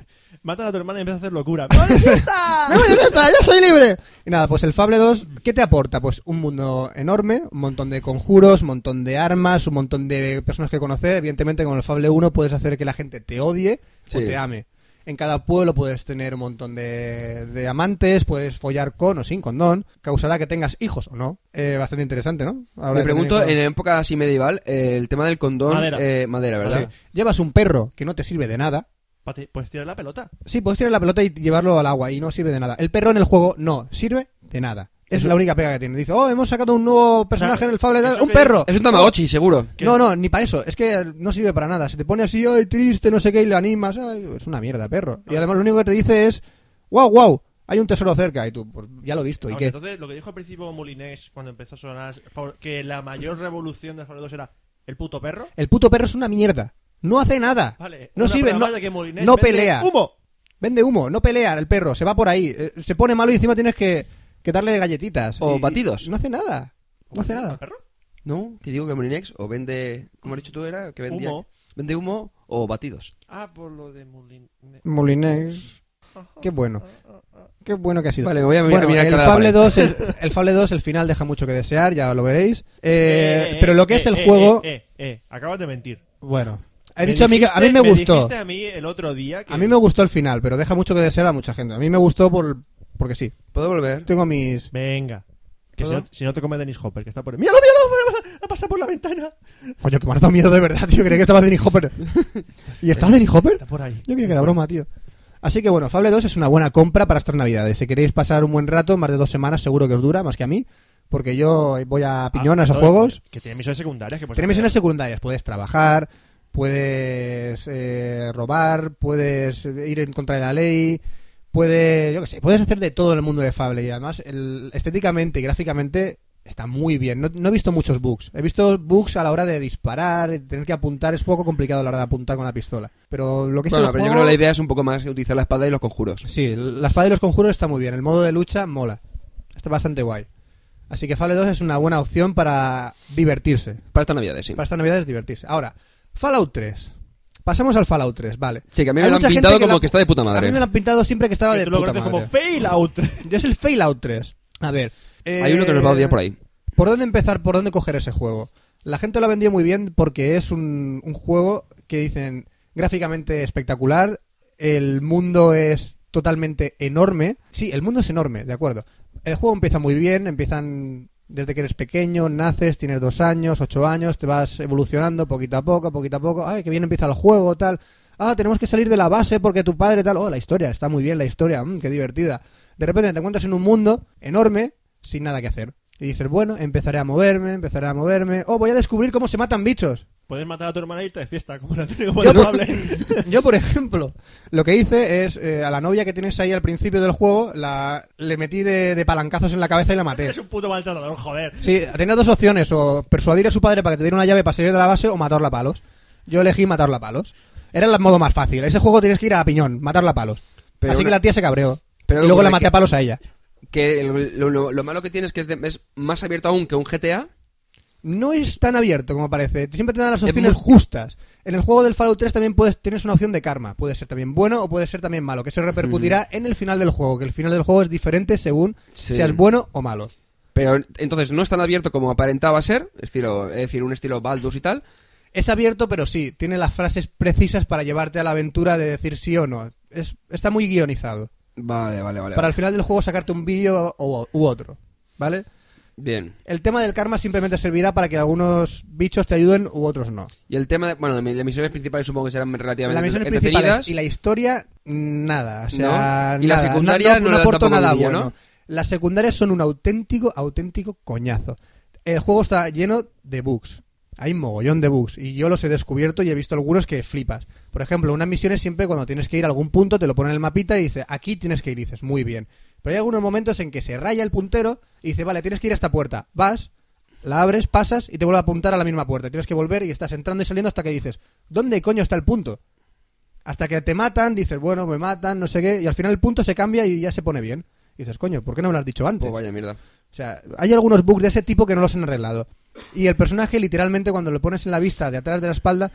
S3: Matan a tu hermana y empiezas a hacer locura.
S2: ¡Me voy de fiesta! ¡Ya soy libre! Y nada, pues el Fable 2, ¿qué te aporta? Pues un mundo enorme, un montón de conjuros, un montón de armas, un montón de personas que conocer. Evidentemente, con el Fable 1 puedes hacer que la gente te odie o
S1: Sí.
S2: te ame. En cada pueblo puedes tener un montón de, de amantes, puedes follar con o sin condón. Causará que tengas hijos o no. Eh, bastante interesante, ¿no? Ahora
S1: me pregunto, en
S2: el...
S1: época así medieval, eh, el tema del condón...
S3: Madera.
S1: eh, madera, ¿verdad?
S3: Madera.
S2: Llevas un perro que no te sirve de nada.
S3: Pati, Pues tirar la pelota.
S2: Sí, puedes tirar la pelota y llevarlo al agua y no sirve de nada. El perro en el juego no sirve de nada. Es la única pega que tiene. Dice, oh, hemos sacado un nuevo personaje
S3: Claro,
S2: en el Fable.
S3: eso
S2: Un
S3: que-
S2: perro.
S1: Es un Tamagotchi,
S2: Oh.
S1: seguro.
S3: que-
S2: No, no, ni para eso. Es que no sirve para nada. Se te pone así, ay, triste, no sé qué, y lo animas. Ay, es una mierda, perro. Y además lo único que te dice es, wow, wow, hay un tesoro cerca. Y tú, pues ya lo he visto. ¿Y
S3: Aunque
S2: qué?
S3: Entonces, lo que dijo al principio Molinés cuando empezó a sonar por- que la mayor revolución del Fable 2 era el puto perro.
S2: El puto perro es una mierda. No hace nada.
S3: Vale,
S2: no
S3: una
S2: sirve.
S3: prueba
S2: No,
S3: más de que Molinés
S2: no
S3: vende
S2: pelea.
S3: ¡Humo!
S2: Vende humo, no pelea el perro, se va por ahí, eh, se pone malo y encima tienes que, que darle galletitas.
S1: O
S2: Y- y-
S1: batidos.
S2: no hace nada, no hace
S3: ¿El
S2: nada.
S3: perro?
S1: No, que digo que Molinex o vende... ¿Cómo has dicho tú era? Que vendía...
S3: Humo.
S1: Vende humo o batidos.
S3: Ah, por lo de Molinés.
S2: Molinex. Qué bueno.
S3: Oh,
S2: Qué bueno que ha sido.
S1: Vale, me voy a mirar-
S2: Bueno,
S1: mirar
S2: el
S1: cara a la
S2: Fable
S1: pared.
S2: 2, el, el Fable 2, el final deja mucho que desear, ya lo veréis. Eh,
S3: Eh, eh,
S2: pero lo que
S3: eh,
S2: es el
S3: eh,
S2: juego,
S3: Eh, eh, eh, acabas de mentir.
S2: bueno, he
S3: Me
S2: dicho a mí que a mí
S3: dijiste-
S2: me gustó.
S3: dijiste a mí el otro día que...
S2: A mí me gustó el final, pero deja mucho que desear a mucha gente. A mí me gustó por porque sí.
S1: ¿Puedo volver?
S2: Tengo mis
S3: Venga. Que si
S2: ¿Puedo?
S3: no, si no te come Dennis Hopper, que está por ahí. ¡Míralo, míralo! Ha pasado por la ventana.
S2: Coño, que me has dado miedo de verdad, tío. Creía que estaba Denny Hopper. ¿Y está Denny Hopper?
S3: Está por ahí.
S2: Yo creía que era broma, tío. Así que bueno, Fable 2 es una buena compra para estas navidades. Si queréis pasar un buen rato, más de dos semanas seguro que os dura, más que a mí, porque yo voy a piñón a esos
S3: no,
S2: juegos.
S3: Ah, Que tiene misiones secundarias. Que puedes
S2: Tienes
S3: Pues hacer.
S2: misiones secundarias, puedes trabajar, puedes eh, robar, puedes ir en contra de la ley, puedes, yo qué sé, puedes hacer de todo en el mundo de Fable y además el- estéticamente y gráficamente está muy bien. No, no he visto muchos bugs. He visto bugs a la hora de disparar, de tener que apuntar. Es poco complicado a la hora de apuntar con la pistola. Pero lo que es
S1: Bueno,
S2: el
S1: pero yo
S2: juego-
S1: creo que la idea es un poco más utilizar la espada y los conjuros.
S2: Sí, la espada y los conjuros está muy bien. El modo de lucha mola. Está bastante guay. Así que Fable 2 es una buena opción para divertirse.
S1: Para estas navidades, sí.
S2: Para estas navidades divertirse. Ahora, Fallout 3. Pasamos al Fallout 3, vale.
S1: Sí, que a mí me
S2: Hay
S1: lo han
S2: mucha gente
S1: pintado como
S2: la-
S1: que está de puta
S2: A mí
S1: madre.
S2: me lo han pintado siempre que estaba
S3: Que
S2: de
S3: tú lo
S2: puta madre.
S3: conoces como Fallout.
S2: Yo es el Fallout 3. A ver.
S1: Hay uno que nos va a odiar por ahí.
S2: ¿Por dónde empezar? ¿Por dónde coger ese juego? La gente lo ha vendido muy bien porque es un, un juego que dicen gráficamente espectacular. El mundo es totalmente enorme. Sí, el mundo es enorme, de acuerdo. El juego empieza muy bien, empiezan desde que eres pequeño, naces, tienes dos años, ocho años, te vas evolucionando poquito a poco, poquito a poco. Ay, que bien empieza el juego, tal. Ah, tenemos que salir de la base porque tu padre, tal. Oh, la historia, está muy bien la historia, mm, qué divertida. De repente te encuentras en un mundo enorme, sin nada que hacer. Y dices, bueno, empezaré a moverme, empezaré a moverme. Oh, voy a descubrir cómo se matan bichos.
S3: Puedes matar a tu hermana y irte de fiesta, como la tengo probable.
S2: Yo, por ejemplo, lo que hice es eh, a la novia que tienes ahí al principio del juego, la, le metí de, de palancazos en la cabeza y la maté.
S3: Es un puto maltratador, joder.
S2: Sí, tenía dos opciones, o persuadir a su padre para que te diera una llave para salir de la base o matarla a palos. Yo elegí matarla a palos. Era el modo más fácil. Ese juego tienes que ir a piñón, matarla a palos.
S1: Pero
S2: Así
S1: una-
S2: que la tía se cabreó.
S1: Pero
S2: y luego
S1: ocurre
S2: la maté
S1: que-
S2: a palos a ella.
S1: Que lo, lo- lo malo que tiene es que es, de- es más abierto aún que un GTA.
S2: no es tan abierto como parece. Siempre te dan las
S1: Es
S2: opciones
S1: muy-
S2: justas. En el juego del Fallout 3 también puedes, tienes una opción de karma. Puede ser también bueno o puede ser también malo, que se repercutirá en el final del juego, que el final del juego es diferente según
S1: Sí.
S2: seas bueno o malo.
S1: Pero entonces no es tan abierto como aparentaba ser, estilo, es decir, un estilo Baldus y tal.
S2: Es abierto, pero sí, tiene las frases precisas para llevarte a la aventura de decir sí o no. Es, está muy guionizado.
S1: Vale, vale, vale.
S2: Para al final del juego sacarte un vídeo o- u otro, ¿vale?
S1: Bien.
S2: El tema del karma simplemente servirá para que algunos bichos te ayuden u otros no.
S1: Y el tema de, bueno, las misiones principales supongo que serán relativamente
S2: Las misiones
S1: entretenidas.
S2: principales y la historia, nada. O sea,
S1: ¿No? Y la
S2: nada.
S1: secundaria no le dan
S2: aporta
S1: tampoco
S2: nada
S1: vidilla,
S2: bueno.
S1: ¿no?
S2: Las secundarias son un auténtico, auténtico coñazo. El juego está lleno de bugs. Hay un mogollón de bugs. Y yo los he descubierto y he visto algunos que flipas. Por ejemplo, unas misiones siempre cuando tienes que ir a algún punto te lo ponen en el mapita y dice, aquí tienes que ir. Y dices, muy bien. Pero hay algunos momentos en que se raya el puntero y dice, vale, tienes que ir a esta puerta. Vas, la abres, pasas y te vuelve a apuntar a la misma puerta. Tienes que volver y estás entrando y saliendo hasta que dices, ¿dónde coño está el punto? Hasta que te matan, dices, bueno, me matan, no sé qué, y al final el punto se cambia y ya se pone bien. Y dices, coño, ¿por qué no me lo has dicho antes?
S1: Pues vaya mierda.
S2: O sea, hay algunos bugs de ese tipo que no los han arreglado. Y el personaje, literalmente, cuando lo pones en la vista de atrás de la espalda,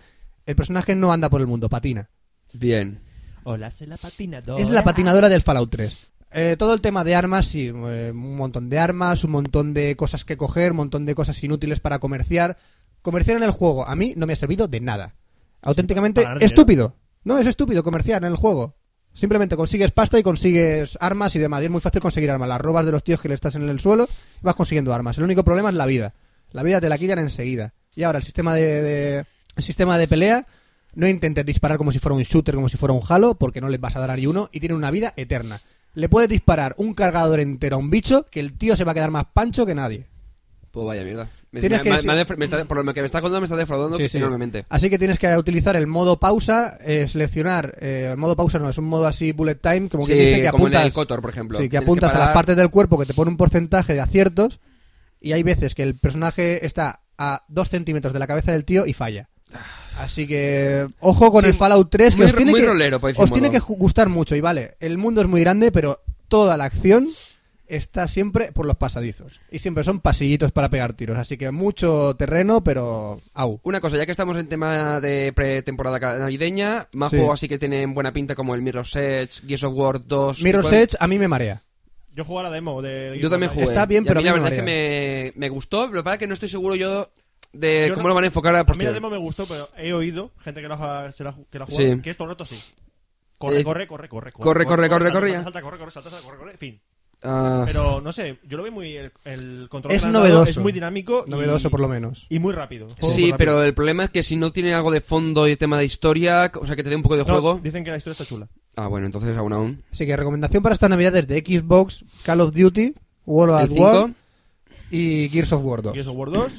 S2: el personaje no anda por el mundo, patina.
S1: Bien.
S3: Hola, soy la patinadora.
S2: Es la patinadora del Fallout 3. Eh, todo el tema de armas, sí, eh, un montón de armas, un montón de cosas que coger, un montón de cosas inútiles para comerciar. Comerciar en el juego, a mí no me ha servido de nada. Auténticamente
S3: Para ganar dinero.
S2: estúpido. No, es estúpido comerciar en el juego. Simplemente consigues pasta y consigues armas y demás. Y es muy fácil conseguir armas. Las robas de los tíos que le estás en el suelo y vas consiguiendo armas. El único problema es la vida. La vida te la quitan enseguida. Y ahora el sistema de, de- el sistema de pelea no intentes disparar como si fuera un shooter, como si fuera un halo, porque no les vas a dar ni uno y tienen una vida eterna. Le puedes disparar un cargador entero a un bicho que el tío se va a quedar más pancho que nadie.
S1: Pues vaya mierda. Me,
S2: Tienes
S1: me-
S2: que
S1: me-
S2: decir-
S1: me ha defra- me está- por lo que me estás contando me está defraudando
S2: Sí, sí.
S1: enormemente.
S2: Así que tienes que utilizar el modo pausa, eh, seleccionar. eh, el modo pausa no, es un modo así bullet time, como quien
S1: Sí,
S2: dice, que
S1: como en el
S2: apuntas.
S1: KOTOR, por ejemplo.
S2: Sí, que
S1: Tienes que
S2: apuntas a las
S1: parar.
S2: partes del cuerpo que te pone un porcentaje de aciertos. Y hay veces que el personaje está a dos centímetros de la cabeza del tío y falla. Así que ojo con
S1: Sí,
S2: el Fallout 3 que
S1: muy
S2: os
S1: ro-
S2: tiene
S1: muy
S2: que
S1: rolero, por decir
S2: os
S1: un
S2: tiene
S1: modo.
S2: que ju- gustar mucho y vale, el mundo es muy grande, pero toda la acción está siempre por los pasadizos y siempre son pasillitos para pegar tiros, así que mucho terreno, pero au.
S1: Una cosa, ya que estamos en tema de pretemporada ca- navideña, más
S2: Sí.
S1: juegos así que tienen buena pinta como el Mirror's Edge, Gears of War 2.
S2: Mirror's
S1: pueden-
S2: Edge a mí me marea.
S3: Yo jugaba la demo de.
S1: Yo también jugué.
S2: Está bien,
S1: Y
S2: pero
S1: a mí
S2: a
S1: la
S2: mí me
S1: verdad es que me, me gustó, pero para que no estoy seguro yo de
S3: Yo
S1: cómo
S3: no-
S1: lo van a enfocar a
S3: A mí la
S1: posteriori.
S3: demo me gustó, pero he oído gente que la ha, se la ha- que la ha jugado
S1: Sí.
S3: que esto rato sí. Corre,
S1: Eh,
S3: corre, corre, corre,
S1: corre, corre, corre,
S3: salta,
S1: corre,
S3: salta,
S1: ya.
S3: salta, corre, corre, salta, salta, corre, corre, en fin.
S1: Ah,
S3: Pero no sé, yo lo veo muy el, el control
S2: Es
S3: que le han
S2: novedoso.
S3: dado es muy dinámico, y-
S2: Novedoso por lo menos.
S3: y muy rápido. Juego muy
S1: sí,
S3: rápido.
S1: pero el problema es que si no tiene algo de fondo y tema de historia, o sea, que te dé un poco de
S3: No,
S1: juego.
S3: Dicen que la historia está chula.
S1: Ah, bueno, entonces aún aún.
S2: Así que recomendación para esta Navidad desde Xbox, Call of Duty, World
S1: El
S2: at War
S1: 5.
S2: y Gears of War 2.
S3: Gears of War 2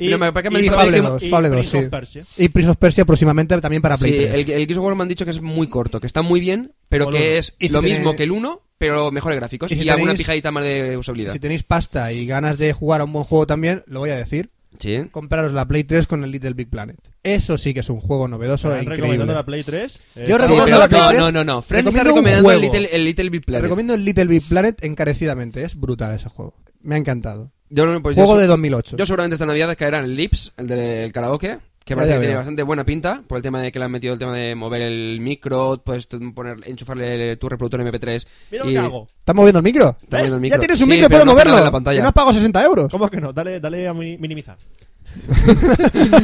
S1: Mira, me- para que me
S2: Y
S1: dice-
S2: Fable
S1: es que-
S2: 2,
S3: y
S2: Fable 2,
S3: Prince of
S2: sí.
S3: Persia.
S2: Y Prince of Persia próximamente también para Play
S1: Sí,
S2: 3.
S1: el, el Gears of War me han dicho que es muy corto, que está muy bien, pero
S3: Como el
S1: que
S3: uno.
S1: es
S2: Y si
S1: lo
S2: tiene-
S1: mismo que el 1, pero, pero mejores gráficos y,
S2: si
S1: alguna
S2: tenéis-
S1: pijadita más de usabilidad.
S2: Si tenéis pasta y ganas de jugar a un buen juego también, lo voy a decir.
S1: Sí.
S2: Compraros la Play 3 con el Little Big Planet. Eso sí que es un juego novedoso e
S3: Están
S2: increíble.
S3: recomendando la Play eh, 3.
S2: Yo
S3: Está-
S2: recomiendo la Play
S1: no,
S2: 3.
S1: no, no, no. Fran está
S2: Recomiendo un
S1: recomendando el
S2: juego.
S1: Little- el Little Big Planet.
S2: Recomiendo el Little Big Planet encarecidamente. Es brutal ese juego. Me ha encantado.
S1: Yo no- pues yo
S2: juego
S1: so-
S2: de 2008.
S1: Yo seguramente esta Navidad caerá en Lips, el del karaoke, que
S2: Ya,
S1: parece
S2: ya
S1: que tiene
S2: veo.
S1: bastante buena pinta por el tema de que le han metido el tema de mover el micro, puedes t- poner, enchufarle tu reproductor MP3.
S3: Mira
S1: y...
S3: lo que hago.
S2: ¿Estás moviendo el micro?
S1: Está moviendo el micro.
S2: Ya tienes un
S1: Sí,
S2: micro y
S1: pero
S2: puedes
S1: no hace nada
S2: moverlo.
S1: en la pantalla.
S2: Y no has pagado 60 euros.
S3: ¿Cómo que no? Dale, dale a mi- minimizar.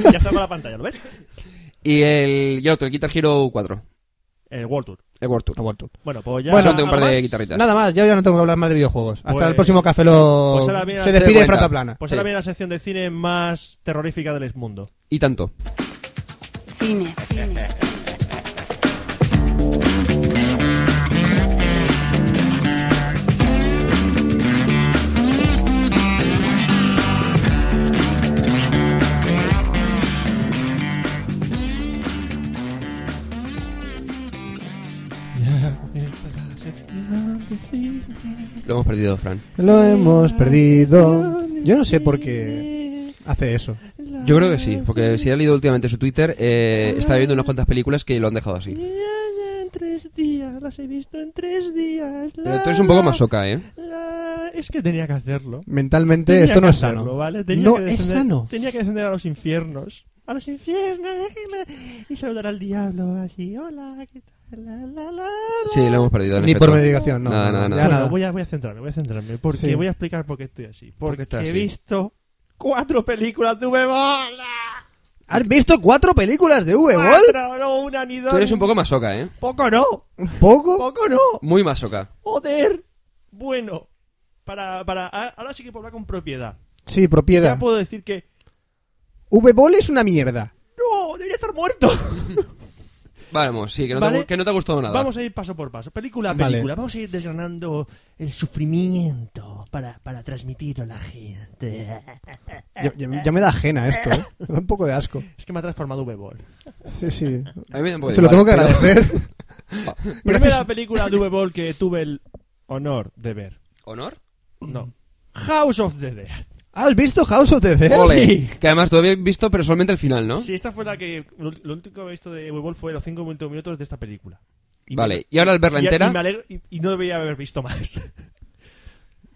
S3: ya está con la pantalla, ¿lo ves?
S1: Y el, y el otro, el Guitar Hero 4,
S3: El World Tour.
S1: el World Tour.
S3: Bueno, pues ya.
S1: Bueno, tengo un par
S3: ¿algo
S1: de
S3: más?
S1: guitarritas.
S2: Nada más, yo ya no tengo que hablar más de videojuegos. Hasta
S3: Pues-
S2: el próximo Café lo...
S3: Pues ahora viene
S2: se
S3: la-
S2: despide
S1: Se
S2: Frata
S1: cuenta.
S2: Plana.
S3: Pues
S1: Sí.
S3: ahora viene la sección de cine más terrorífica del mundo.
S1: Y tanto.
S4: Cine. cine.
S1: Lo hemos perdido, Fran.
S2: Lo hemos perdido. Yo no sé por qué hace eso.
S1: Yo creo que sí, porque si he leído últimamente su Twitter, eh, está viendo unas cuantas películas que lo han dejado así.
S3: En tres días, las he visto en tres días.
S1: Pero tú eres un poco más soca, ¿eh?
S3: Es que tenía que hacerlo.
S2: Mentalmente
S3: Tenía
S2: esto no
S3: que
S2: es
S3: hacerlo,
S2: sano.
S3: ¿vale? Tenía
S2: No
S3: que
S2: es
S3: descender-
S2: sano.
S3: Tenía que descender a los infiernos. A los infiernos, déjenme- Y saludar al diablo así. Hola, ¿qué tal? La, la, la, la.
S1: Sí, lo hemos perdido. en
S2: Ni
S1: efecto.
S2: por medicación, no.
S1: Nada, nada, nada.
S2: Ya
S3: Bueno,
S2: nada.
S3: Voy, a, voy a centrarme, voy a centrarme. Porque
S2: Sí.
S3: voy a explicar por qué estoy así.
S1: ¿Por qué
S3: Porque
S1: estás
S3: he
S1: así?
S3: visto cuatro películas de V-Ball.
S2: ¿Has visto cuatro películas de V-Ball?
S3: Cuatro, no una ni dos.
S1: Tú eres un
S3: ni-
S1: poco más soca, ¿eh?
S3: Poco no.
S2: ¿Poco?
S3: Poco no.
S1: Muy más soca.
S3: Joder. Bueno. Para, para, a- ahora sí que puedo hablar con propiedad.
S2: Sí,
S3: Ya
S2: propiedad.
S3: puedo decir que.
S2: V-Ball es una mierda.
S3: ¡No! Debería estar muerto.
S1: Vamos, sí, que no,
S3: Vale.
S1: te, que no te ha gustado nada.
S3: Vamos a ir paso por paso, película a
S2: Vale.
S3: película. Vamos a ir desgranando el sufrimiento para, para transmitirlo a la gente. Eh,
S2: Ya, ya- ya me da ajena esto, ¿eh? Me da un poco de asco.
S3: Es que me ha transformado V-Ball.
S2: Sí, sí.
S1: A mí me da un poco
S2: Se lo tengo
S1: igual,
S2: que
S1: pero-
S2: agradecer.
S3: Primera película de V-Ball que tuve el honor de ver.
S1: ¿Honor?
S3: No. House of the Dead.
S2: ¿Has visto House of the Dead?
S3: Sí.
S1: Que además todavía he visto, pero solamente el final, ¿no?
S3: Sí, esta fue la que. Lo lo último que he visto de V-Ball fue los 5 minutos de esta película. Y me-
S1: Vale, y ahora al verla
S3: y-
S1: entera.
S3: Y, me alegro- y- y no debería haber visto más.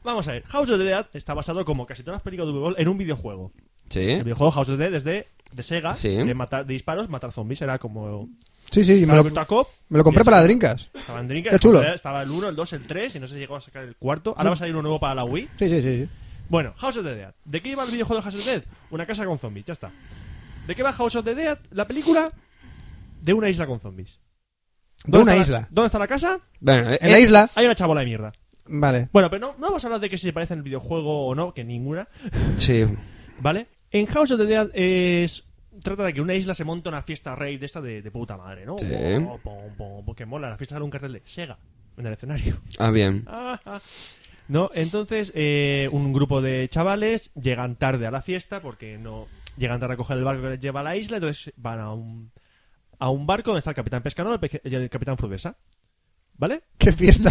S3: Vamos a ver. House of the Dead está basado, como casi todas las películas de V-Ball, en un videojuego.
S1: Sí.
S3: El videojuego House of the Dead es de, de Sega,
S1: ¿Eh? Sí.
S3: de, matar, de disparos, matar zombies. Era como.
S2: Sí, sí, y me lo,
S3: Roberto Cop,
S2: me lo compré
S3: y
S2: para la
S3: estaba-
S2: Drinkas.
S3: Estaba en Dreamcast,
S2: Qué chulo.
S3: House of the Dead, Estaba el 1, el 2, el 3, y no sé si llegó a sacar el cuarto. Ahora va a salir uno nuevo para la Wii.
S2: Sí, sí, sí. sí.
S3: Bueno, House of the Dead. ¿De qué iba el videojuego de House of the Dead? Una casa con zombies, ya está. ¿De qué va House of the Dead? La película de una isla con zombies.
S2: De una
S3: está la-
S2: isla.
S3: ¿Dónde está la casa?
S1: Bueno, eh,
S2: En la isla.
S3: Hay una chabola de mierda.
S2: Vale.
S3: Bueno, pero no, no vamos a hablar de que si se parece en el videojuego o no, que ninguna.
S1: sí.
S3: ¿Vale? En House of the Dead es... Trata de que una isla se monta una fiesta rave de esta de, de puta madre, ¿no?
S1: Sí.
S3: Pom, pom, pom, pom, que mola, la fiesta sale un cartel de Sega en el escenario.
S1: Ah, bien.
S3: Ah, ah. no, entonces eh, un grupo de chavales llegan tarde a la fiesta porque no llegan tarde a coger el barco que les lleva a la isla, entonces van a un, a un barco donde está el capitán Pescanova y el pe- y el capitán Frudesa. ¿Vale?
S2: ¡Qué fiesta!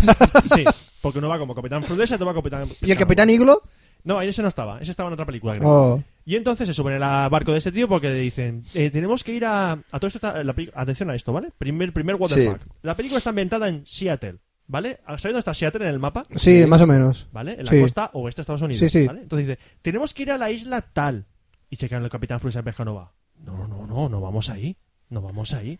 S3: Sí, porque uno va como capitán Frudesa y otro va como capitán
S2: ¿Y el
S3: Pescanova.
S2: Capitán Iglo?
S3: No, ahí ese no estaba, ese estaba en otra película. creo.
S2: Oh.
S3: Y entonces se suben al barco de ese tío porque le dicen, eh, tenemos que ir a... A todo esto está- la peli- atención a esto, ¿vale? Primer, primer waterpark.
S1: Sí.
S3: La película está ambientada en Seattle, ¿vale? ¿Sabéis dónde está Seattle en el mapa?
S2: Sí, más o menos.
S3: ¿Vale? En la
S2: Sí.
S3: costa oeste de Estados Unidos.
S2: Sí, sí.
S3: ¿vale? Entonces dice, tenemos que ir a la isla tal. Y se quedan el capitán Fruisa en Pescanova. No, no, no, no vamos ahí. No vamos ahí.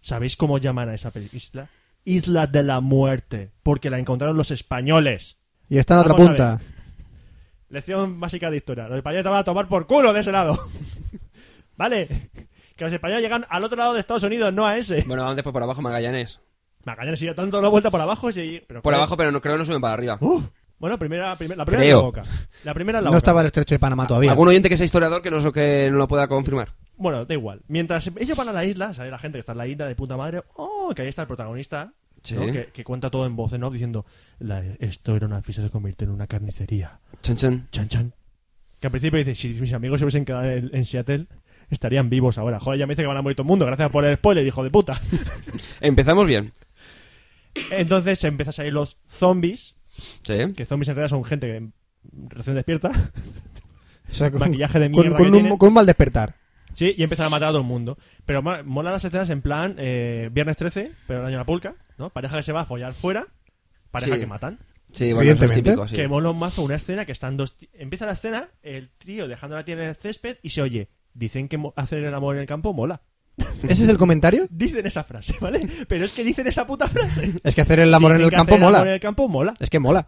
S3: ¿Sabéis cómo llaman a esa pe- isla? Isla de la muerte. Porque la encontraron los españoles.
S2: Y está en otra
S3: Vamos a
S2: punta.
S3: Lección básica de historia. Los españoles te van a tomar por culo de ese lado. ¿Vale? Que los españoles llegan al otro lado de Estados Unidos, no a ese.
S1: Bueno, van después por abajo, Magallanes.
S3: Magallanes y yo tanto una vuelta por abajo. Sí, pero Uh,
S1: Por abajo, pero no creo que no suben para arriba.
S3: Uf. bueno, primera, primera- la primera
S1: Creo.
S3: es la boca. La primera es la
S2: No
S3: boca.
S2: estaba el estrecho de Panamá todavía.
S1: ¿Algún oyente que sea historiador que no, so- que no lo pueda confirmar?
S3: Bueno, da igual. Mientras ellos van a la isla, sale la gente que está en la isla de puta madre. Oh, que ahí está el protagonista.
S1: Sí.
S3: ¿no? Que, que cuenta todo en voz en off diciendo: "La- Esto era una fiesta, se convirtió en una carnicería.
S1: Chan, chan.
S3: Chan, chan. Que al principio dice: Si mis amigos se hubiesen quedado en, en Seattle, estarían vivos ahora. Joder, ya me dice que van a morir todo el mundo. Gracias por el spoiler, hijo de puta.
S1: Empezamos bien.
S3: Entonces empiezan a salir los zombies.
S1: Sí.
S3: Que zombies en realidad son gente que recién despierta.
S11: O sea, con,
S3: Maquillaje de
S11: con- con
S3: mierda que
S11: un,
S3: tienen.
S11: con un mal despertar.
S3: Sí, y empiezan a matar a todo el mundo. Pero ma- mola las escenas en plan eh, Viernes 13, pero el año de la pulca, ¿no? Pareja que se va a follar fuera, pareja
S1: Sí.
S3: que matan.
S1: Sí, bueno, eso es
S11: Evidentemente.
S1: típico, sí.
S3: Que mola un mazo una escena que están dos... ti- Empieza la escena, el tío dejando la tía en el césped y se oye, dicen que mo- hacer el amor en el campo mola.
S11: ¿Ese es el comentario?
S3: Dicen esa frase, ¿vale? Pero es que dicen esa puta frase.
S11: Es que hacer el amor
S3: Dicen
S11: en el
S3: que
S11: campo
S3: hacer el
S11: mola.
S3: amor en el campo mola.
S11: Es que mola.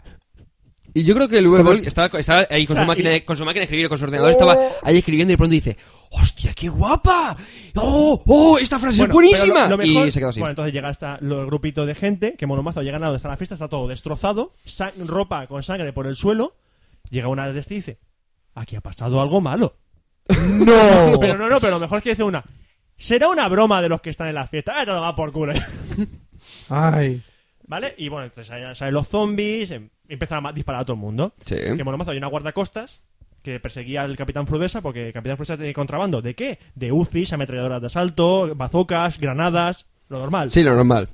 S1: Y yo creo que el V-Ball estaba, estaba ahí con
S3: O sea,
S1: su, máquina,
S3: y-
S1: de- con su máquina de escribir, con su ordenador, estaba ahí escribiendo y de pronto dice, ¡hostia, qué guapa! ¡Oh, oh, esta frase
S3: Bueno,
S1: es buenísima!
S3: pero lo- lo mejor-
S1: y se quedó así.
S3: Bueno, entonces llega hasta los grupito de gente, que monomazo llegan a donde está la fiesta, está todo destrozado, sa- ropa con sangre por el suelo. Llega una de este y dice, aquí ha pasado algo malo.
S1: Oh.
S11: ¡No!
S3: Pero no, no, pero lo mejor es que dice una, será una broma de los que están en la fiesta. Ah, te lo va por culo.
S11: Ay.
S3: ¿Vale? Y bueno, entonces salen salen los zombies, em- empiezan a ma- disparar a todo el mundo.
S1: Sí.
S3: Que monomazo hay una guardacostas que perseguía al capitán Frudesa porque el capitán Frudesa tenía contrabando. ¿De qué? De UCIs, ametralladoras de asalto, bazocas, granadas, lo normal.
S1: Sí, lo normal.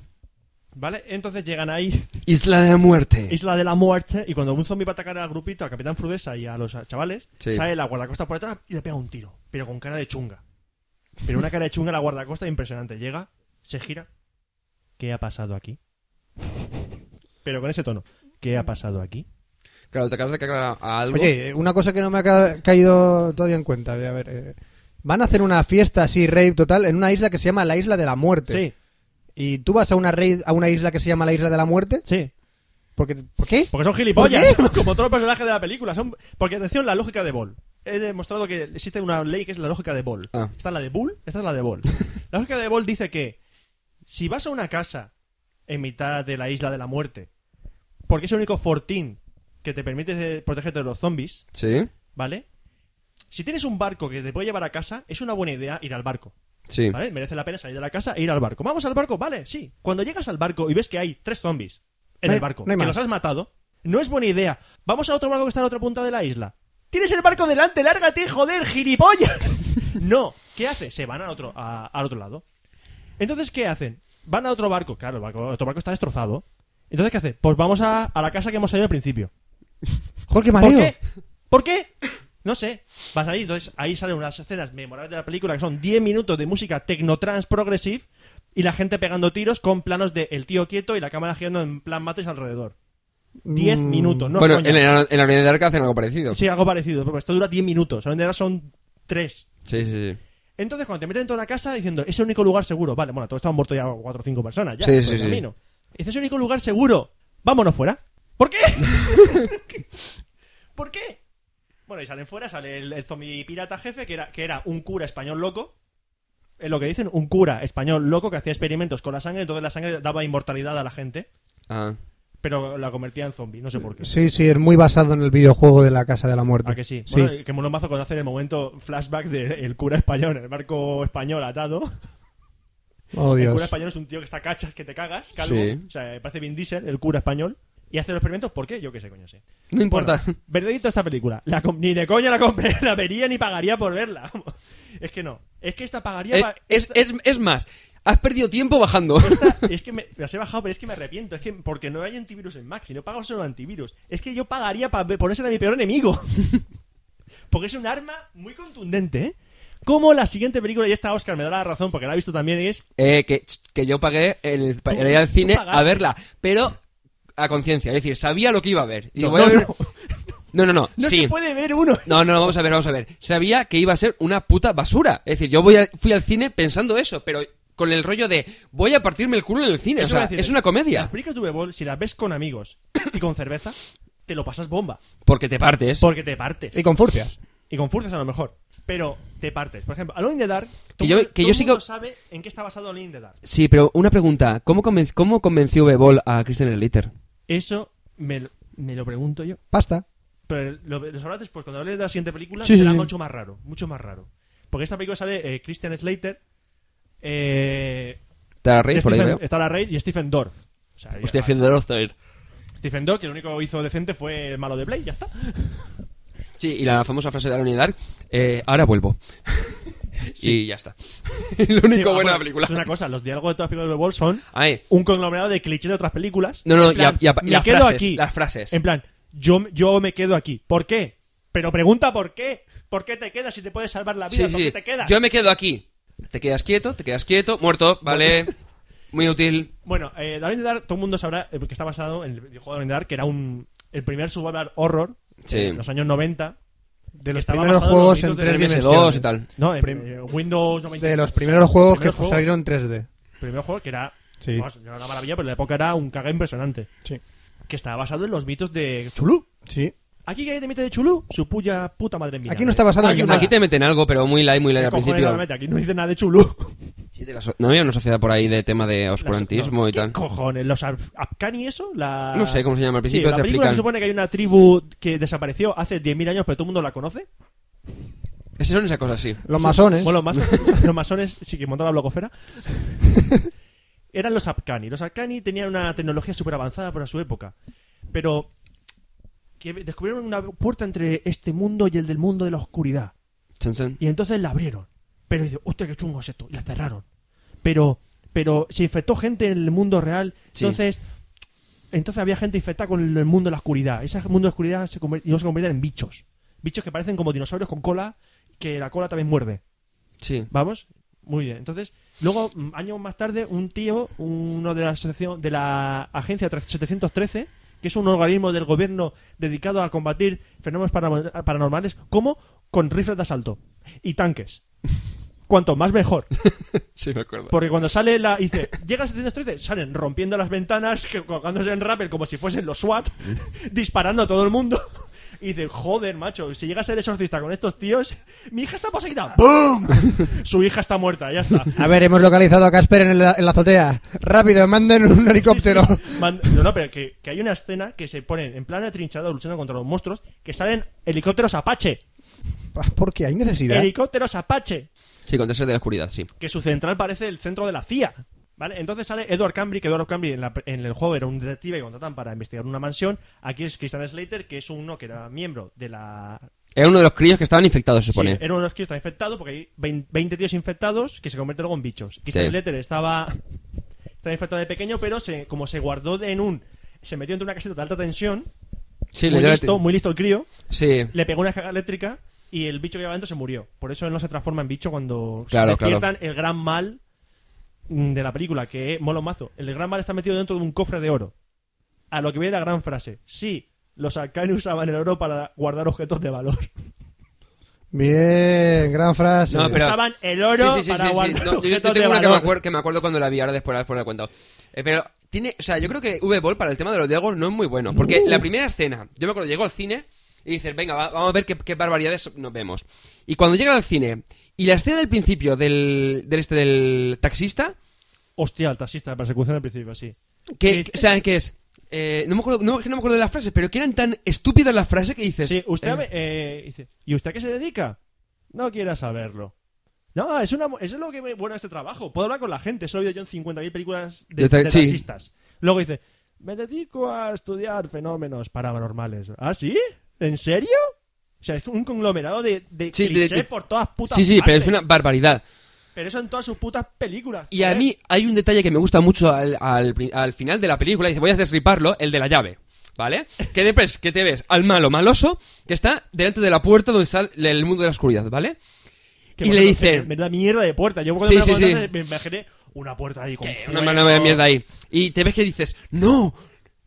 S3: ¿Vale? Entonces llegan ahí,
S1: Isla de la muerte.
S3: Isla de la Muerte, y cuando un zombie va a atacar al grupito, al Capitán Frudesa y a los chavales,
S1: Sí.
S3: sale la guardacosta por detrás y le pega un tiro, pero con cara de chunga. Pero una cara de chunga la guardacosta impresionante. Llega, se gira. ¿Qué ha pasado aquí? Pero con ese tono. ¿Qué ha pasado aquí?
S1: Claro, te acabas de cagar a algo.
S11: Oye, eh, una cosa que no me ha ca- caído todavía en cuenta. A ver, eh, van a hacer una fiesta así, rave total, en una isla que se llama la Isla de la Muerte.
S3: Sí,
S11: Y tú vas a una, rave, a una isla que se llama la Isla de la Muerte.
S3: sí.
S11: Porque, ¿Por qué?
S3: Porque son gilipollas, como todos los personajes de la película. Son... Porque atención, la lógica de Ball. He demostrado que existe una ley que es la lógica de Ball.
S1: Ah.
S3: Está la de Bull, esta es la de Ball. La lógica de Ball dice que si vas a una casa en mitad de la isla de la muerte, porque es el único fortín que te permite eh, protegerte de los zombies,
S1: Sí,
S3: ¿vale? Si tienes un barco que te puede llevar a casa, es una buena idea ir al barco.
S1: sí.
S3: ¿Vale? Merece la pena salir de la casa e ir al barco. Vamos al barco, vale, sí. Cuando llegas al barco y ves que hay tres zombies en
S11: No hay-
S3: el barco,
S11: no hay
S3: que
S11: más.
S3: los has matado, no es buena idea. Vamos a otro barco que está a la otra punta de la isla. Tienes el barco delante, lárgate, joder, gilipollas. no, ¿qué hace? Se van al otro, a- al otro lado. Entonces, ¿qué hacen? Van a otro barco, claro, el barco- otro barco está destrozado. Entonces, ¿qué hace? Pues vamos a, a la casa que hemos salido al principio.
S11: Jorge
S3: ¿Por
S11: Mareo.
S3: qué? ¿Por qué? No sé. Vas ahí, entonces ahí salen unas escenas memorables de la película que son 10 minutos de música technotrans progressive y la gente pegando tiros con planos de el tío quieto y la cámara girando en plan mates alrededor. 10
S11: Mm.
S3: minutos, no
S1: bueno,
S3: coña.
S1: en la, en la unidad de arca hacen algo parecido.
S3: Sí, algo parecido, pero esto dura 10 minutos. Ahora son 3.
S1: sí, sí. sí.
S3: Entonces, cuando te meten dentro de la casa diciendo, es el único lugar seguro. Vale, bueno, todos estaban muertos ya cuatro o cinco personas. Ya,
S1: Sí,
S3: por
S1: sí,
S3: el
S1: sí.
S3: camino. Dice, es el único lugar seguro. Vámonos fuera. ¿Por qué? ¿Por qué? Bueno, y salen fuera, sale el, el zombie pirata jefe, que era, que era un cura español loco. Es lo que dicen, un cura español loco que hacía experimentos con la sangre, entonces la sangre daba inmortalidad a la gente,
S1: Ah.
S3: pero la convertía en zombie, no sé por qué.
S11: Sí, sí, es muy basado en el videojuego de la Casa de la Muerte.
S3: ¿A que sí? Bueno, que Mono Mazo conoce en el momento flashback del cura español, el barco español atado.
S11: Oh,
S3: El cura
S11: Dios.
S3: español es un tío que está cachas, que te cagas, calvo.
S1: Sí.
S3: O sea, parece Vin Diesel, el cura español. Y hace los experimentos, ¿por qué? Yo qué sé, coño sé.
S1: No importa.
S3: Bueno, veredicto de esta película. La com- ni de coña la compré, la vería ni pagaría por verla. Es que no. Es que esta pagaría...
S1: Eh,
S3: pa-
S1: es,
S3: esta-
S1: es, es más, has perdido tiempo bajando.
S3: esta- es que me las he bajado, pero es que me arrepiento. Es que porque no hay antivirus en Mac, si no pago solo antivirus. Es que yo pagaría para ponérsela a mi peor enemigo. porque es un arma muy contundente, ¿eh? Como la siguiente película, y esta Oscar me da la razón porque la ha visto también, y es
S1: Eh, que, ch, que yo pagué el, pa-
S3: Tú-
S1: el ir al
S3: tú
S1: cine a
S3: pagaste.
S1: verla, pero a conciencia. Es decir, sabía lo que iba a ver. Digo,
S3: No,
S1: voy a
S3: no,
S1: ver- no, no, no,
S3: No
S1: sí.
S3: se puede ver uno.
S1: No, no, no, vamos a ver, vamos a ver. Sabía que iba a ser una puta basura. Es decir, yo voy al- fui al cine pensando eso, pero con el rollo de voy a partirme el culo en el cine. o
S3: Eso iba
S1: sea,
S3: a decir,
S1: es una
S3: Las
S1: comedia.
S3: películas de V-Ball, si las ves con amigos y con cerveza, te lo pasas bomba.
S1: Porque te partes.
S3: Porque te partes.
S11: Y con furcias.
S3: Y con fuerzas a lo mejor. Pero te partes. Por ejemplo, Alone in the Dark,
S1: Que
S3: todo-
S1: yo- que
S3: todo
S1: yo
S3: el
S1: sí que-
S3: mundo sabe en qué está basado Alone in the Dark.
S1: Sí, pero una pregunta. ¿Cómo, conven- cómo convenció Bebol a Christian Slater?
S3: Eso me, lo- me lo pregunto yo.
S11: Pasta.
S3: Pero lo, lo sabrás después. Cuando hables de la siguiente película,
S1: Sí, sí,
S3: será
S1: sí.
S3: mucho más raro. Mucho más raro. Porque esta película sale eh, Christian Slater, eh,
S1: ¿Te la reís por ahí,
S3: Stephen,
S1: veo?
S3: está la Rey y Stephen Dorff. O sea,
S1: Hostia,
S3: ya-
S1: Fielder of Fire.
S3: Stephen Dorff, que lo único que hizo decente fue el malo de Blade, ya está.
S1: Sí, y la famosa frase de Alone in the Dark, eh, ahora vuelvo. y ya está. Lo único
S3: Sí, ah,
S1: bueno de
S3: bueno,
S1: la película.
S3: Es una cosa, los diálogos de todas las películas de Ball son
S1: Ay.
S3: un conglomerado de clichés de otras películas.
S1: No, no,
S3: En plan,
S1: y a- y a- y
S3: me
S1: las
S3: quedo
S1: frases,
S3: aquí.
S1: las frases.
S3: En plan, yo, yo me quedo aquí. ¿Por qué? Pero pregunta por qué. ¿Por qué te quedas si te puedes salvar la vida?
S1: Sí,
S3: ¿Por
S1: sí.
S3: qué te quedas?
S1: Yo me quedo aquí. Te quedas quieto, te quedas quieto, muerto, vale. Muy útil.
S3: Bueno, eh, Darwin de Dark, todo el mundo sabrá eh, que está basado en el videojuego de Darwin de Dark, que era un, el primer survival horror
S1: Sí.
S3: de los años 90.
S11: De
S3: que
S11: los
S3: estaba
S11: primeros
S3: basado los
S11: juegos en
S3: mitos de-
S11: 3
S1: E
S11: dimensiones.
S3: No, en,
S11: Prim-
S3: eh, Windows 95.
S11: De los primeros juegos que
S3: Primeros juegos.
S11: salieron en 3D.
S3: primer juego que era.
S11: Sí.
S3: vamos, no era una maravilla, pero en la época era un caga impresionante.
S11: Sí.
S3: Que estaba basado en los mitos de Chulú.
S11: Sí.
S3: Aquí que hay de mito de Chulú, su puya puta madre ¿eh? mía.
S11: Aquí no está basado en
S1: aquí,
S11: nada.
S1: aquí te meten algo, pero muy light, muy light al principio.
S3: Aquí no dice nada de Chulú.
S1: De la so- No había una sociedad por ahí de tema de
S3: Las-
S1: oscurantismo
S3: no,
S1: y
S3: ¿qué
S1: tal.
S3: cojones? ¿Los af- Afghani eso? La...
S1: No sé cómo se llama, al
S3: Sí,
S1: principio
S3: la
S1: te
S3: película
S1: explican.
S3: se supone que hay una tribu que desapareció hace 10.000 años, pero todo el mundo la conoce.
S1: Esas son esas cosas, sí.
S11: Los masones.
S3: Bueno, los masones, los masones sí que montaron la blogosfera. Eran los Afghani. Los Afghani tenían una tecnología súper avanzada para su época. Pero que descubrieron una puerta entre este mundo y el del mundo de la oscuridad.
S1: Chan, chan.
S3: Y entonces la abrieron. Pero dice, hostia, qué chungo es esto. Y la cerraron. Pero, pero se infectó gente en el mundo real.
S1: Sí.
S3: Entonces, entonces había gente infectada con el mundo de la oscuridad. Ese mundo de la oscuridad se convier- iba a se convertir en bichos. Bichos que parecen como dinosaurios con cola, que la cola también muerde.
S1: Sí.
S3: ¿Vamos? Muy bien. Entonces, luego, mm, años más tarde, un tío, uno de la asociación, de la agencia 3- 713, que es un organismo del gobierno dedicado a combatir fenómenos para- paranormales, como con rifles de asalto y tanques. Cuanto más mejor.
S1: Sí, me acuerdo.
S3: Porque cuando sale la. y Dice, llega a 713, salen rompiendo las ventanas, que- colgándose en rappel como si fuesen los SWAT, disparando a todo el mundo. Y dice, joder, macho, si llega a ser exorcista con estos tíos, mi hija está poseída. ¡Bum! Su hija está muerta, ya está.
S11: A ver, hemos localizado a Casper en la, en la azotea. Rápido, manden un helicóptero.
S3: Man- No, no, pero que, que hay una escena que se ponen en plan atrinchado luchando contra los monstruos que salen helicópteros Apache.
S11: Porque hay necesidad.
S3: Helicópteros Apache.
S1: Sí, con ser de la oscuridad, sí.
S3: que su central parece el centro de la CIA. ¿Vale? Entonces sale Edward Cambry, que Edward Cambry en, la- en el juego era un detective que contratan para investigar una mansión. Aquí es Christian Slater, que es uno que era miembro de la...
S1: Era uno de los críos que estaban infectados, se
S3: Sí,
S1: supone.
S3: era uno de los que está infectado, porque hay vein- 20 tíos infectados que se convierten luego en bichos. Christian
S1: Sí.
S3: Slater estaba, estaba infectado de pequeño, pero se, como se guardó en un... Se metió entre una caseta de alta tensión,
S1: Sí, le
S3: muy,
S1: dio la-
S3: listo, muy listo el crío,
S1: Sí.
S3: le pegó una carga eléctrica y el bicho que llevaba dentro se murió. Por eso él no se transforma en bicho cuando
S1: Claro,
S3: se despiertan el gran mal mm, de la película, que es Molo Mazo. El gran mal está metido dentro de un cofre de oro. A lo que viene la gran frase. Sí, los Arcani usaban el oro para guardar objetos de valor.
S11: Bien, gran frase.
S1: No, pero-
S3: Usaban el oro
S1: Sí, sí, sí,
S3: para
S1: sí, sí.
S3: guardar
S1: No, yo- yo,
S3: objetos de
S1: tengo una que me,
S3: valor.
S1: acuerdo, que me acuerdo cuando la vi ahora después, después la cuento. Eh, pero tiene, o sea, yo creo que V-Ball para el tema de los diálogos no es muy bueno. Porque
S3: Uh.
S1: la primera escena, yo me acuerdo, llego al cine y dices, venga, va- vamos a ver qué, qué barbaridades nos vemos. Y cuando llega al cine y la escena del principio del, del este del taxista,
S3: Hostia, el taxista, la persecución al principio, sí.
S1: que,
S3: Sí.
S1: o sea, que es... eh, no, me acuerdo, no, es que no me acuerdo de las frases, pero que eran tan estúpidas las frases que dices...
S3: Sí, usted
S1: eh,
S3: me- eh, dice, ¿y usted a qué se dedica? No quiera saberlo. No, es una, mu- eso es lo que me- bueno de este trabajo. Puedo hablar con la gente. Eso lo he oído yo en 50.000 películas de,
S1: De ta-
S3: de
S1: sí.
S3: taxistas. Luego dice, me dedico a estudiar fenómenos paranormales. ¿Ah, sí? ¿En serio? O sea, es un conglomerado de, de
S1: Sí, de-
S3: clichés
S1: de-
S3: por todas putas
S1: sí, sí, pero es
S3: partes.
S1: una barbaridad.
S3: Pero eso en todas sus putas películas.
S1: Y a
S3: joder.
S1: mí hay un detalle que me gusta mucho al, al pri- al final de la película, y dice, voy a desriparlo, el de la llave, ¿vale? Que después que te ves al malo maloso que está delante de la puerta donde está el- el mundo de la oscuridad, ¿ale?
S3: Que
S1: y
S3: por
S1: le
S3: cierto,
S1: dice-
S3: que Menuda mierda de puerta. Yo cuando
S1: Sí,
S3: me la
S1: sí, sí.
S3: contaste, me imaginé una puerta ahí con
S1: Una
S3: fuego.
S1: mano de mierda ahí. Y te ves que dices, ¡no!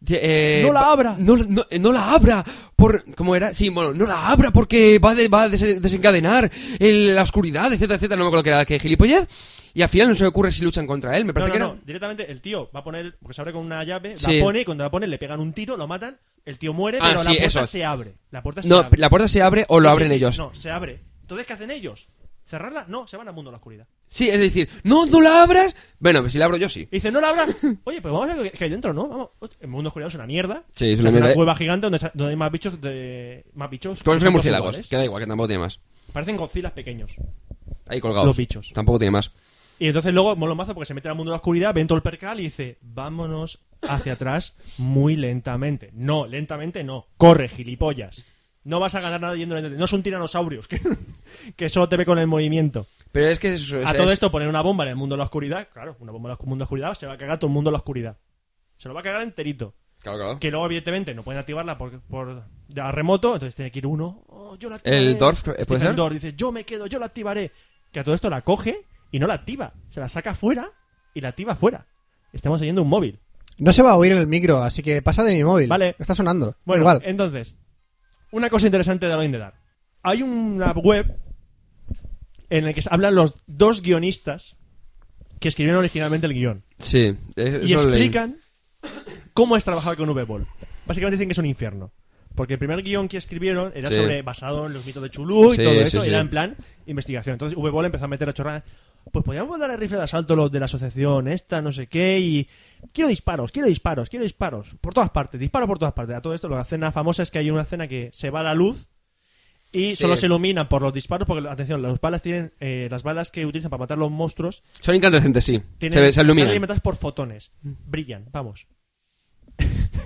S1: Te- eh,
S3: No la abra.
S1: No, no- eh, no la abra. Por, ¿Cómo era? Sí, bueno, no la abra porque va, de- va a des- desencadenar el- la oscuridad, etcétera, etcétera. No me acuerdo que era que gilipollez. Y al final no se me ocurre si luchan contra él. Me
S3: No,
S1: parece
S3: no,
S1: que
S3: no.
S1: era.
S3: Directamente el tío va a poner, porque se abre con una llave,
S1: Sí.
S3: la pone y cuando la pone le pegan un tiro, lo matan, el tío muere,
S1: Ah,
S3: pero
S1: sí,
S3: la puerta
S1: eso.
S3: se abre. La puerta se
S1: No,
S3: abre.
S1: la puerta se abre o
S3: Sí,
S1: lo
S3: sí,
S1: abren
S3: sí.
S1: ellos.
S3: No, se abre. Entonces, ¿qué hacen ellos? ¿Cerrarla? No, se van al mundo de la oscuridad.
S1: Sí, es decir, no, no la abras. Bueno, pues si la abro yo sí.
S3: Y dicen, no la abran. Oye, pues vamos a ver qué hay dentro, ¿no? Vamos. Ot- El mundo de la oscuridad es una mierda.
S1: Sí, es
S3: O
S1: una
S3: sea,
S1: mierda, ¿eh?
S3: cueva gigante donde, sa- donde hay más bichos de. Más bichos.
S1: Como si
S3: que son
S1: fueran murciélagos,
S3: iguales.
S1: que da igual, que tampoco tiene más.
S3: Parecen gozilas pequeños.
S1: Ahí colgados.
S3: Los bichos.
S1: Tampoco tiene más.
S3: Y entonces luego mola un mazo porque se mete al mundo de la oscuridad, ven todo el percal y dice, vámonos hacia atrás muy lentamente. No, lentamente no. Corre, gilipollas. No vas a ganar nada yendo lentamente. No son tiranosaurios. que- que solo te ve con el movimiento.
S1: Pero es que eso, o
S3: a
S1: sea,
S3: todo
S1: Pues es-
S3: esto poner una bomba en el mundo de la oscuridad, claro, una bomba en el mundo de la oscuridad se va a cagar todo el mundo en la oscuridad. Se lo va a cagar enterito.
S1: Claro, claro.
S3: Que luego, evidentemente, no pueden activarla por, por de a remoto, entonces tiene que ir uno. "Oh, yo la activaré".
S1: ¿El Dorf, eh, puede
S3: Stephen
S1: ser?
S3: Dorff dice, yo me quedo, yo la activaré. Que a todo esto la coge y no la activa. Se la saca fuera y la activa fuera. Estamos oyendo un móvil.
S11: No se va a oír en el micro, así que pasa de mi móvil.
S3: Vale.
S11: Está sonando. Da
S3: Bueno, eh.
S11: igual.
S3: entonces, una cosa interesante de Alone in the Dark. Hay una web en la que se hablan los dos guionistas que escribieron originalmente el guión.
S1: Sí, eh,
S3: y
S1: eso leí.
S3: explican cómo es trabajar con V-Ball. Básicamente dicen que es un infierno. Porque el primer guión que escribieron era
S1: Sí.
S3: sobre basado en los mitos de Chulú y
S1: Sí,
S3: todo
S1: sí,
S3: eso,
S1: sí.
S3: era en plan investigación. Entonces V-Ball empezó a meter a chorradas. Pues podríamos dar el rifle de asalto a los de la asociación esta, no sé qué, y quiero disparos, quiero disparos, quiero disparos, por todas partes, disparo por todas partes. A todo esto, la escena famosa es que hay una escena que se va la luz y
S1: Sí.
S3: solo se ilumina por los disparos, porque, atención, las balas tienen, eh, las balas que utilizan para matar los monstruos
S1: Son incandescentes, sí.
S3: tienen,
S1: se, ve- se
S3: están
S1: iluminan. Mm.
S3: alimentadas por fotones. Brillan, vamos.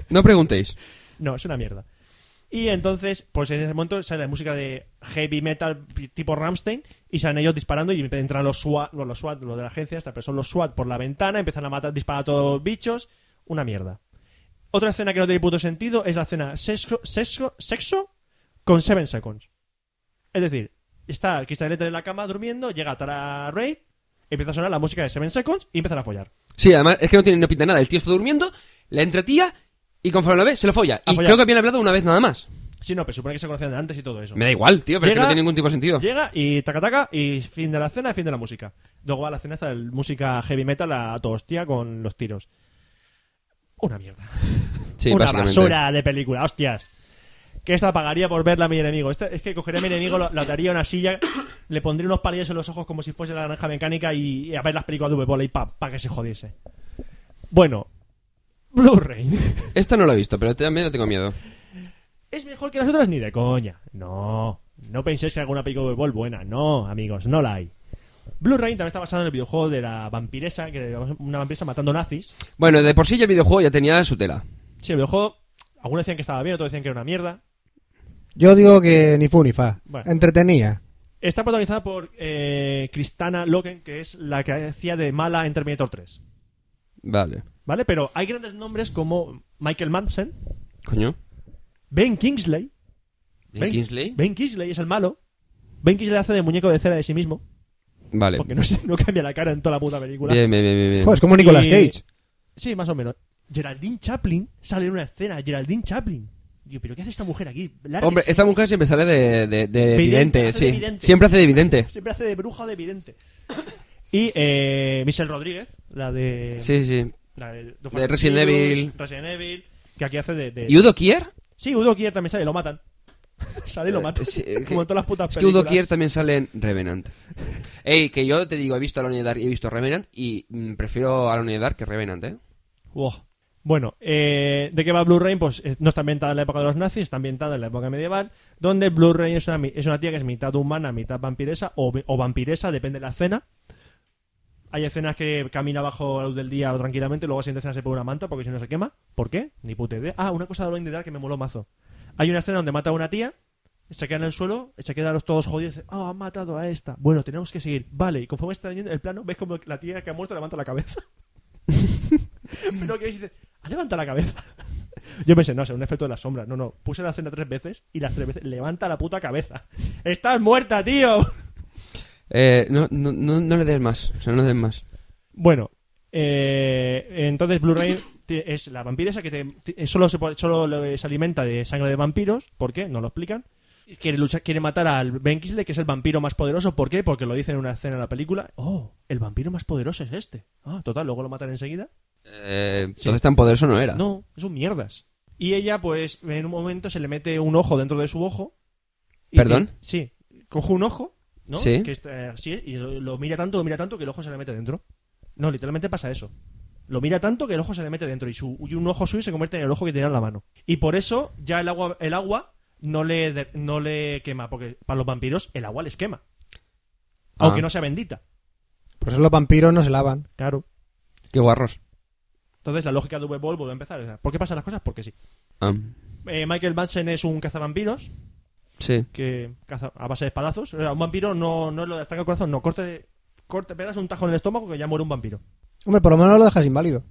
S1: No preguntéis.
S3: No, es una mierda. Y entonces, pues en ese momento sale la música de heavy metal tipo Rammstein y salen ellos disparando y entran los SWAT, no, los SWAT, los de la agencia esta, pero son los SWAT por la ventana, empiezan a matar, disparar a todos los bichos, una mierda. Otra escena que no tiene puto sentido es la escena sexo, sexo, sexo con Seven Seconds. Es decir, está el cristalete en la cama durmiendo, llega Tara Raid, empieza a sonar la música de Seven Seconds y empiezan a follar.
S1: Sí, además es que no tiene no pinta nada. El tío está durmiendo, la entretía y conforme lo ve, se lo folla.
S3: A
S1: y
S3: follar.
S1: creo que habían hablado una vez nada más.
S3: Sí, no, pero supone que se conocían de antes y todo eso.
S1: Me da igual, tío, pero es que
S3: Llega-
S1: no tiene ningún tipo de sentido.
S3: Llega y taca taca y fin de la cena, fin de la música. Luego a la cena está el música heavy metal a toda hostia con los tiros. Una mierda.
S1: Sí,
S3: Una
S1: básicamente.
S3: basura de película, hostias. Que esta pagaría por verla a mi enemigo. Esta- es que cogería a mi enemigo, lo, lo ataría a una silla, le pondría unos palillos en los ojos como si fuese la naranja mecánica y, y a ver las películas de V-Bola y pa, pa que se jodiese. Bueno, Blu-ray.
S1: Esta no la he visto, pero también le tengo miedo.
S3: es mejor que las otras ni de coña. No, no penséis que alguna película de Ball buena. No, amigos, no la hay. Blue Rain también está basado en el videojuego de la vampiresa, que era una vampiresa matando nazis.
S1: Bueno, de por sí ya el videojuego ya tenía su tela.
S3: Sí, el videojuego, algunos decían que estaba bien, otros decían que era una mierda.
S11: Yo digo que ni fu ni fa.
S3: Bueno.
S11: Entretenía.
S3: Está protagonizada por eh, Kristana Loken, que es la que hacía de mala en Terminator 3.
S1: Vale.
S3: ¿Vale? Pero hay grandes nombres como Michael Madsen,
S1: Coño.
S3: Ben Kingsley.
S1: ¿Ben Kingsley?
S3: Ben Kingsley es el malo. Ben Kingsley hace de muñeco de cera de sí mismo,
S1: Vale.
S3: porque no, se- no cambia la cara en toda la puta película.
S1: Bien, bien, bien, bien, bien.
S11: Joder, es como Nicolas
S3: Y-
S11: Cage.
S3: Sí, más o menos. Geraldine Chaplin sale en una escena. Geraldine Chaplin. Digo, ¿pero qué hace esta mujer aquí? Lárguese.
S1: Hombre, esta mujer siempre sale de, de, de
S3: Vidente,
S1: vidente,
S3: hace
S1: sí.
S3: de vidente.
S1: Siempre hace de vidente.
S3: Siempre hace de bruja o de vidente. Y eh, Michelle Rodríguez, la de.
S1: Sí, sí, sí.
S3: La de,
S1: De Resident Evil.
S3: Resident Evil. Que aquí hace de. de-
S1: ¿Y Udo Kier?
S3: Sí, Udo Kier también sale, lo matan. sale y lo matan.
S1: Eh, sí, eh,
S3: Como en todas las putas
S1: Es que Udo
S3: películas.
S1: Kier también sale en Revenant. Ey, que yo te digo, he visto Alone in the Dark y he visto Revenant y mm, prefiero Alone in the Dark que Revenant, ¿eh?
S3: Wow. Bueno, eh, ¿de qué va Blue Rain? Pues eh, no está ambientada en la época de los nazis, está ambientada en la época medieval, donde Blue Rain es una, mi- es una tía que es mitad humana, mitad vampiresa o, vi- o vampiresa, depende de la escena. Hay escenas que camina bajo la luz del día tranquilamente, luego la siguiente escena se pone una manta porque si no se quema. ¿Por qué? Ni puta idea. Ah, una cosa de Blue Rain que me moló mazo. Hay una escena donde mata a una tía, se queda en el suelo, se quedan los todos jodidos, y dice, ah, ha matado a esta. Bueno, tenemos que seguir. Vale, y conforme está yendo el plano, ves como la tía que ha muerto levanta la cabeza. Pero que dice, ha levantado la cabeza. Yo pensé, no, es un efecto de la sombra. No, no, puse la escena tres veces y las tres veces levanta la puta cabeza. ¡Estás muerta, tío!
S1: Eh, no, no, no, no le des más, o sea, no le des más.
S3: Bueno, eh, entonces Blu-ray es la vampiresa que te- te- solo, se, puede- solo le- se alimenta de sangre de vampiros. ¿Por qué? No lo explican. Quiere, luchar- quiere matar al Ben Kingsley, que es el vampiro más poderoso. ¿Por qué? Porque lo dicen en una escena de la película. ¡Oh! El vampiro más poderoso es este. Ah, total, luego lo matan enseguida.
S1: Eh, Entonces tan poderoso no era.
S3: No, es un mierdas. Y ella, pues, en un momento se le mete un ojo dentro de su ojo. y
S1: ¿Perdón?
S3: te- sí. Coge un ojo, ¿no?
S1: Sí.
S3: Que está así, y lo, lo mira tanto, lo mira tanto que el ojo se le mete dentro. No, literalmente pasa eso. Lo mira tanto que el ojo se le mete dentro y, su, y un ojo suyo se convierte en el ojo que tenía en la mano. Y por eso ya el agua, el agua no, le, de- no le quema, porque para los vampiros el agua les quema.
S1: Ah.
S3: Aunque no sea bendita.
S11: Por eso los vampiros no se lavan.
S3: Claro.
S1: Qué guarros.
S3: Entonces la lógica de V-Ball vuelve a empezar. O sea, ¿Por qué pasan las cosas? Porque sí.
S1: Ah.
S3: Eh, Michael Madsen es un cazavampiros.
S1: Sí.
S3: que caza a base de espadazos. O sea, un vampiro no, no es lo de ataque al corazón, no, corte, corte, pegas un tajo en el estómago que ya muere un vampiro.
S2: Hombre, por lo menos lo dejas inválido.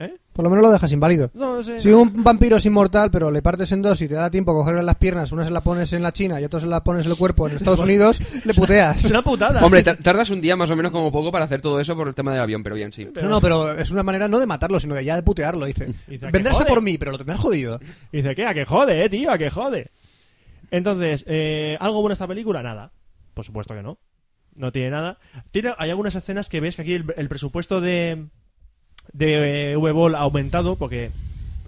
S3: ¿Eh?
S2: Por lo menos lo dejas inválido.
S3: No, sí.
S2: Si un vampiro es inmortal, pero le partes en dos y te da tiempo a cogerle las piernas, una se la pones en la China y otra se la pones en el cuerpo en Estados Unidos, le puteas.
S3: Es una putada.
S1: Hombre, tar- tardas un día más o menos como poco para hacer todo eso por el tema del avión, pero bien, sí.
S2: No, no, pero es una manera no de matarlo, sino de ya de putearlo. Dice,
S3: Dice, "¿A qué
S2: vendrás a
S3: jode?".
S2: por mí, pero lo tendrás jodido.
S3: Y dice, ¿qué? ¿A que jode, eh, tío? ¿A que jode? Entonces, eh, ¿algo bueno esta película? Nada. Por supuesto que no. No tiene nada. Tiene, hay algunas escenas que ves que aquí el, el presupuesto de, de eh, V-Ball ha aumentado porque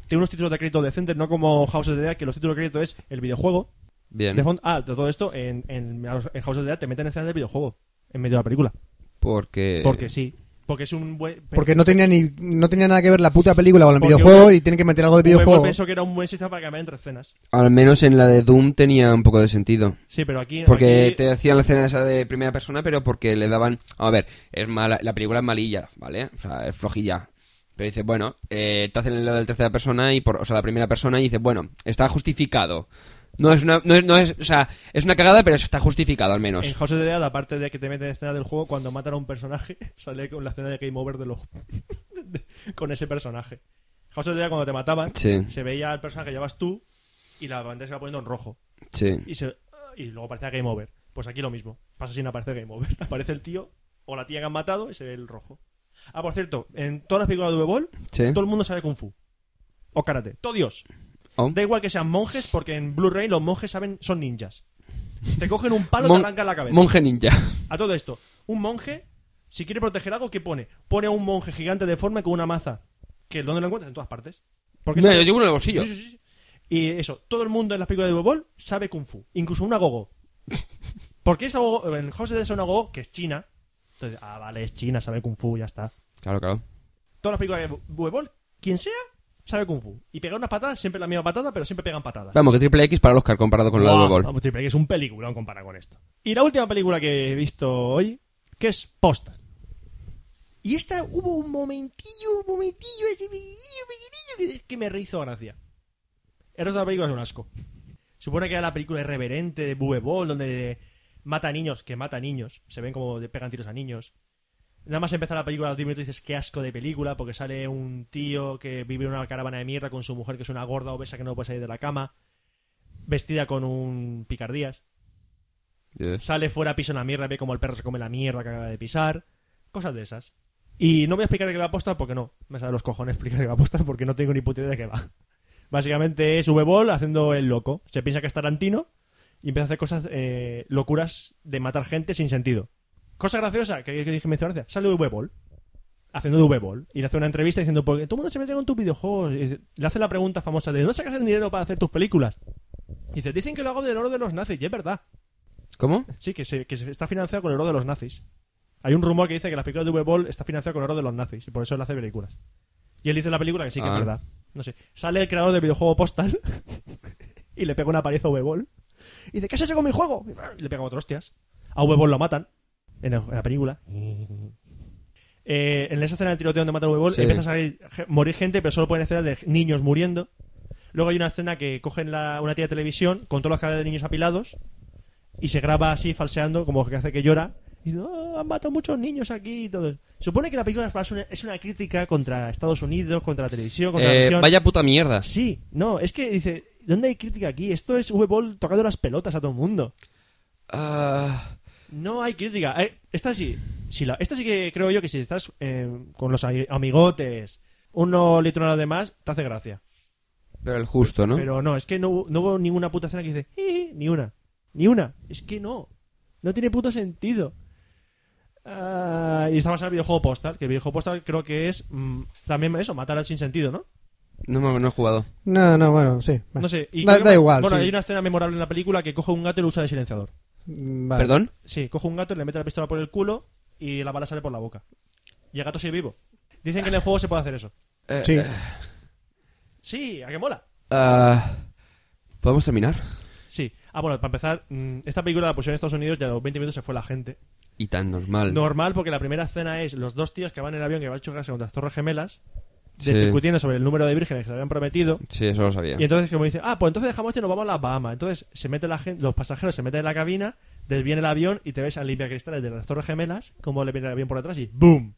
S3: tiene unos títulos de crédito decentes, no como House of the Dead, que los títulos de crédito es el videojuego.
S1: Bien.
S3: De fondo- ah, de todo esto, en, en, en House of the Dead te meten escenas del videojuego en medio de la película.
S1: Porque...
S3: Porque sí. Porque es un buen.
S2: Porque no tenía, ni, no tenía nada que ver la puta película con el
S3: Porque
S2: videojuego
S3: V-
S2: y tienen que meter algo de
S3: V-Ball
S2: videojuego.
S3: pensó que era un buen sistema para cambiar entre escenas.
S1: Al menos en la de Doom tenía un poco de sentido.
S3: Sí, pero aquí-
S1: Porque
S3: aquí-
S1: te hacían la escena esa de primera persona, pero porque le daban. A ver, es mala, la película es malilla, ¿vale? O sea, es flojilla. Pero dices, bueno, eh, te hacen el lado de la tercera persona, y por, o sea, la primera persona, y dices, bueno, está justificado. No es una. No es, no es, o sea, es una cagada, pero está justificado al menos.
S3: En House of the Dead, aparte de que te meten escenas del juego, cuando matan a un personaje, sale con la escena de Game Over de los... de- con ese personaje. House of the Dead, cuando te mataban,
S1: Sí.
S3: se veía el personaje que llevas tú y la pantalla se va poniendo en rojo.
S1: Sí.
S3: Y, se- y luego aparecía Game Over. Pues aquí lo mismo. Pasa sin aparecer Game Over. Aparece el tío o la tía que han matado y se ve el rojo. Ah, por cierto, en todas las películas de V-Ball,
S1: Sí.
S3: todo el mundo sabe Kung Fu. O Karate. Todo Dios.
S1: Oh.
S3: Da igual que sean monjes, porque en Blu-ray los monjes saben son ninjas. Te cogen un palo y
S1: Mon-
S3: te arrancan la cabeza.
S1: monje ninja.
S3: A todo esto, un monje, si quiere proteger algo, ¿qué pone? Pone a un monje gigante deforme con una maza. Que ¿dónde lo encuentras? En todas partes. Porque
S1: Mira,
S3: sabe-
S1: yo llevo uno en el bolsillo.
S3: Sí, sí, sí. Y eso, todo el mundo en las películas de Bobol sabe Kung Fu, incluso una gogo. ¿Por qué esta gogo? En House of the Dead es una gogo que es china. Entonces, ah, vale, es china, sabe Kung Fu, ya está.
S1: Claro, claro.
S3: Todas las películas de Bobol, quien sea, sabe Kung Fu. Y pegar unas patadas, siempre la misma patada, pero siempre pegan patadas.
S1: Vamos, que Triple X para el Oscar comparado con la
S3: Guau,
S1: de Ball.
S3: vamos, triple, que es un peliculón comparado con esto. Y la última película que he visto hoy, que es Postal. Y esta hubo un momentillo, un momentillo, así pequeñillo, pequeñillo, que, que me rehizo gracia. El resto de la película es un asco. Supone que era la película irreverente de Bube Ball, donde mata niños, que mata niños. Se ven como le pegan tiros a niños. Nada más empezar la película, a los 10 minutos dices, qué asco de película, porque sale un tío que vive en una caravana de mierda con su mujer, que es una gorda obesa que no puede salir de la cama, vestida con un picardías.
S1: Yes.
S3: Sale fuera, pisa una mierda, ve como el perro se come la mierda que acaba de pisar. Cosas de esas. Y no voy a explicar de qué va a postar porque no. Me sale los cojones explicar de qué va a postar porque no tengo ni puta idea de qué va. Básicamente es V-Ball haciendo el loco. Se piensa que es Tarantino y empieza a hacer cosas, eh, locuras de matar gente sin sentido. Cosa graciosa que hay que mencionar. gracia, Sale V-Ball haciendo de V-Ball y le hace una entrevista diciendo: Porque todo el mundo se mete con tus videojuegos. Y le hace la pregunta famosa: ¿De dónde sacas el dinero para hacer tus películas? Y dice: Dicen que lo hago del oro de los nazis. Y es verdad.
S1: ¿Cómo?
S3: Sí, que, se, que se está financiado con el oro de los nazis. Hay un rumor que dice que las películas de V-Ball está financiado con el oro de los nazis y por eso él hace películas. Y él dice en la película que sí que
S1: Ah.
S3: es verdad. No sé. Sale el creador del videojuego Postal y le pega una paliza a V-Ball. Y dice, ¿qué has hecho con mi juego? Y le pega cuatro hostias. A V-Ball lo matan en, el- en la película. Eh, en esa escena del tiroteo donde matan a V-Ball
S1: Sí.
S3: empieza a salir- ge- morir gente, pero solo pueden escenas de niños muriendo. Luego hay una escena que cogen la- una tía de televisión con todos los cabezas de niños apilados y se graba así falseando, como que hace que llora. Y dice, "Oh, han matado muchos niños aquí y todo. Supone que la película es una, es una crítica contra Estados Unidos, contra la televisión, contra la
S1: Eh,
S3: religión.
S1: vaya puta mierda.
S3: Sí, no, es que dice, ¿dónde hay crítica aquí? Esto es V-Ball tocando las pelotas a todo el mundo.
S1: Ah.
S3: No hay crítica. Eh, esta sí, sí la- esta sí que creo yo que si estás eh, con los ami- amigotes, uno litrona de más, te hace gracia.
S1: Pero el justo, ¿no?
S3: Pero no, es que no, hubo- no hubo ninguna puta escena que dice, "Eh, eh", ni una, ni una. Es que no, no tiene puto sentido. Ah, y está basado en el videojuego Postal, que el videojuego Postal creo que es mm, también eso, matar al sinsentido, ¿no?
S1: No, me- no he jugado.
S2: No, no, bueno, sí. vale.
S3: No sé. y
S2: da,
S3: creo que-
S2: da igual.
S3: Bueno,
S2: sí.
S3: hay una escena memorable en la película que coge un gato y lo usa de silenciador.
S2: Mm, vale.
S1: ¿Perdón?
S3: Sí, coge un gato, le mete la pistola por el culo y la bala sale por la boca. Y el gato sigue vivo. Dicen que en el juego se puede hacer eso.
S1: Eh,
S2: Sí.
S1: eh,
S3: Sí, ¿a qué mola?
S1: ah, ¿Podemos terminar?
S3: Sí. Ah, bueno, para empezar, mm, esta película la pusieron en Estados Unidos y a los 20 minutos se fue la gente.
S1: Y tan normal.
S3: Normal, porque la primera escena es los dos tíos que van en el avión que va a chocarse contra las Torres Gemelas.
S1: Sí.
S3: discutiendo sobre el número de vírgenes que se habían prometido.
S1: Sí, eso lo sabía.
S3: Y entonces como dice, ah, pues entonces dejamos esto y nos vamos a las Bahamas. Entonces se mete la gente, los pasajeros se meten en la cabina, desviene el avión y te ves al limpiacristales de las Torres Gemelas, como le viene el avión por atrás y ¡boom!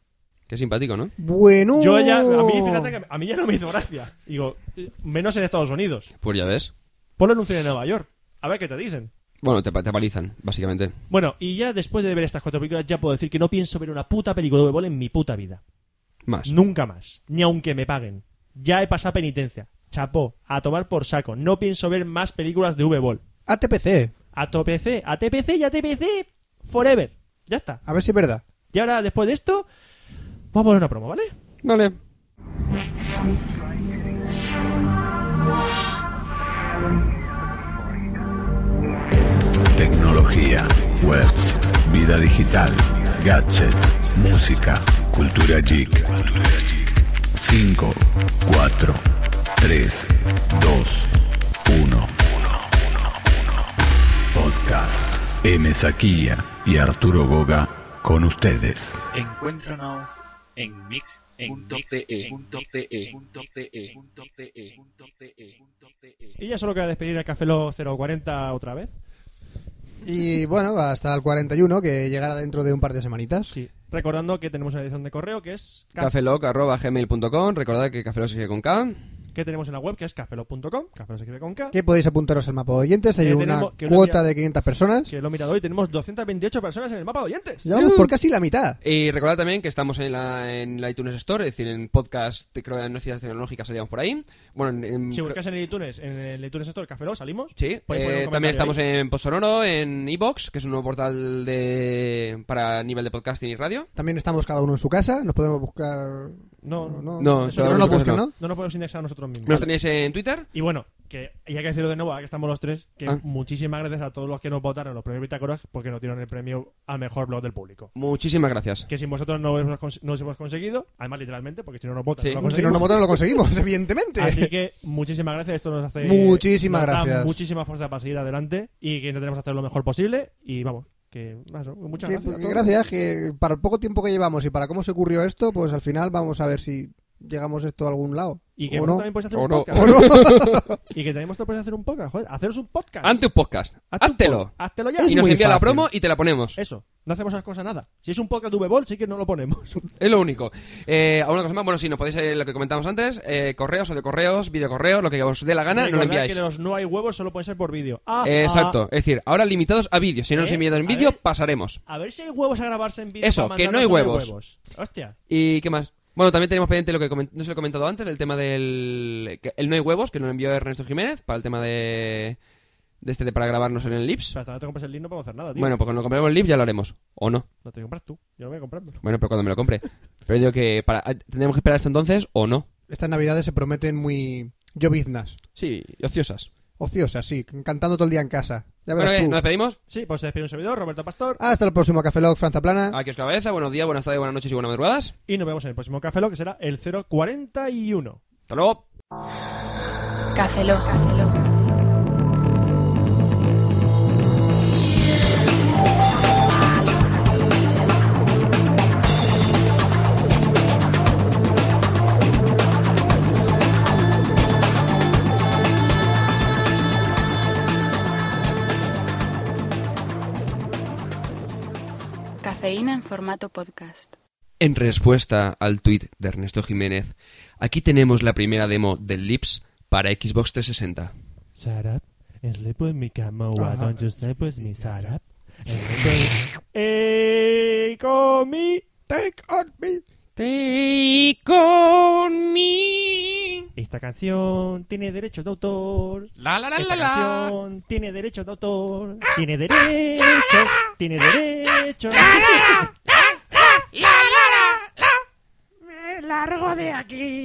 S1: Qué simpático, ¿no?
S2: Bueno.
S3: Yo ya, a mí, fíjate que a mí ya no me hizo gracia. Digo, eh, menos en Estados Unidos.
S1: Pues ya ves.
S3: Ponlo en un cine de Nueva York. A ver qué te dicen.
S1: Bueno, te, pa- te palizan, básicamente.
S3: Bueno, y ya después de ver estas cuatro películas, ya puedo decir que no pienso ver una puta película de béisbol en mi puta vida.
S1: Más.
S3: Nunca más. Ni aunque me paguen. Ya he pasado penitencia. Chapó. A tomar por saco. No pienso ver más películas de V-Ball.
S2: ATPC.
S3: A TPC. A TPC y a TPC. Forever. Ya está.
S2: A ver si es verdad.
S3: Y ahora, después de esto, vamos a poner una promo, ¿vale?
S1: Vale.
S5: Tecnología, webs, vida digital, gadgets, música, cultura geek. 5, 4, 3, 2, 1. Podcast M. Saquilla y Arturo Goga con ustedes.
S12: Encuéntranos en
S5: E, E,
S12: mix.te.te.te.te.te.te.
S3: Y ya solo queda despedir a Café Lock 040 otra vez.
S2: Y bueno, hasta el 41, que llegará dentro de un par de semanitas.
S3: Sí. Recordando que tenemos una edición de correo que es ca-
S1: Cafeloc.gmail.com. Recordad que Cafeloc se escribe con K.
S3: que tenemos en la web que es cafeloc.com, cafelo se escribe con K.
S2: Que podéis apuntaros al mapa de oyentes. Hay
S3: Que
S2: una
S3: tenemos- que lo
S2: cuota
S3: mira-
S2: de 500 personas.
S3: Que lo he mirado hoy, tenemos 228 personas en el mapa de oyentes.
S2: Ya vamos por casi la mitad.
S1: Y recordad también que estamos en la, en la iTunes Store, es decir, en podcast, te- creo que en noticias tecnológicas salíamos por ahí. Bueno, en, en-
S3: Si buscas en el iTunes, en el iTunes Store Café Lock, salimos. Pues,
S1: Sí,
S3: Podéis poner un
S1: eh, también
S3: comentario
S1: estamos
S3: ahí.
S1: en Postsonoro, en Evox, que es un nuevo portal de, para nivel de podcasting y radio.
S2: También estamos cada uno en su casa. Nos podemos buscar.
S3: No,
S2: no.
S1: No,
S2: Pero no lo busquen, ¿no?
S3: No nos podemos indexar nosotros mismos.
S1: Nos tenéis en Twitter.
S3: Y bueno, que y hay que decirlo de nuevo, ahora que estamos los tres, que
S1: Ah.
S3: muchísimas gracias a todos los que nos votaron en los premios Bitácoras porque nos dieron el premio al mejor blog del público.
S1: Muchísimas gracias.
S3: Que sin vosotros no hemos, cons- no os hemos conseguido, además literalmente, porque si no nos votan,
S1: Sí.
S3: no lo
S2: Si no nos
S3: conseguimos. Ah,
S2: votan, lo conseguimos, evidentemente.
S3: Así que muchísimas gracias, esto nos hace
S2: Muchísimas
S3: nos da
S2: gracias.
S3: muchísima fuerza para seguir adelante y que intentaremos hacer lo mejor posible y vamos, que eso, muchas
S2: Que-
S3: gracias. a
S2: que
S3: todos.
S2: gracias, que para el poco tiempo que llevamos y para cómo se ocurrió esto, pues al final vamos a ver si llegamos esto a algún lado.
S3: Y que
S2: o
S3: vosotros
S2: no.
S3: también podéis hacer
S2: O
S3: un
S2: no.
S3: podcast.
S2: O no.
S3: y que también vosotros podéis hacer un podcast, joder, haceros un podcast.
S1: Ante un podcast.
S3: Hazte un
S1: Háztelo.
S3: podcast, háztelo ya.
S1: Y
S3: Es
S1: nos
S3: muy
S1: envía la
S3: fácil.
S1: promo y te la ponemos.
S3: Eso, no hacemos esas cosas nada. Si es un podcast de V-Ball, sí que no lo ponemos.
S1: Es lo único. Eh, ¿Alguna cosa más? Bueno, sí, nos podéis eh, lo que comentamos antes, eh, correos o de correos, videocorreos, lo que os dé la gana, nos lo
S3: Recordad
S1: enviáis.
S3: que los no hay huevos solo pueden ser por vídeo. Ah,
S1: Eh,
S3: ah,
S1: Exacto. Es decir, ahora limitados a vídeo. Si no nos
S3: ¿Eh?
S1: enviáis en
S3: A
S1: vídeo,
S3: ver.
S1: pasaremos.
S3: A ver si hay huevos a grabarse en vídeo.
S1: Eso,
S3: para
S1: que no
S3: mandarnos
S1: hay
S3: a
S1: huevos.
S3: Hostia.
S1: ¿Y qué más? Bueno, también tenemos pendiente lo que comen- no se lo he comentado antes, el tema del que- el no hay huevos que nos envió Ernesto Jiménez para el tema de de este de para grabarnos en el Lips.
S3: Pero hasta no te compras el link no podemos hacer nada, tío.
S1: Bueno, pues cuando compremos el Lips ya lo haremos o no.
S3: No te compras tú. Yo no voy a comprarlo.
S1: Bueno, pero cuando me lo compre. Pero digo que para ah, tendremos que esperar hasta entonces o no.
S2: Estas navidades se prometen muy lloviznas,
S1: Sí, ociosas.
S2: ociosas, sí, cantando todo el día en casa. Ya
S1: Bueno,
S2: verás
S1: ¿qué?
S2: tú.
S1: nos despedimos.
S3: Sí, pues se despide un servidor, Roberto Pastor.
S1: Ah.
S2: Hasta el próximo Café Log, Franza Plana.
S1: Aquí os cabeza, buenos días, buenas tardes, buenas noches y buenas madrugadas.
S3: Y nos vemos en el próximo Café Lock, que será el 041.
S1: Hasta luego.
S4: Café Lock. Café Lock. Cafeína en formato podcast.
S1: En respuesta al tuit de Ernesto Jiménez, aquí tenemos la primera demo del Lips para Xbox 360.
S3: Shut up and sleep with me, come on.
S2: Ajá.
S3: don't you sleep with me, shut up. and sleep with- Eh, pues, con mi-
S2: Take on me.
S1: Take on me.
S3: Esta canción tiene derechos de autor.
S1: La la la la
S3: Esta
S1: Ah. la.
S3: canción tiene derechos de autor. Tiene derechos. Tiene derechos. Me largo de aquí.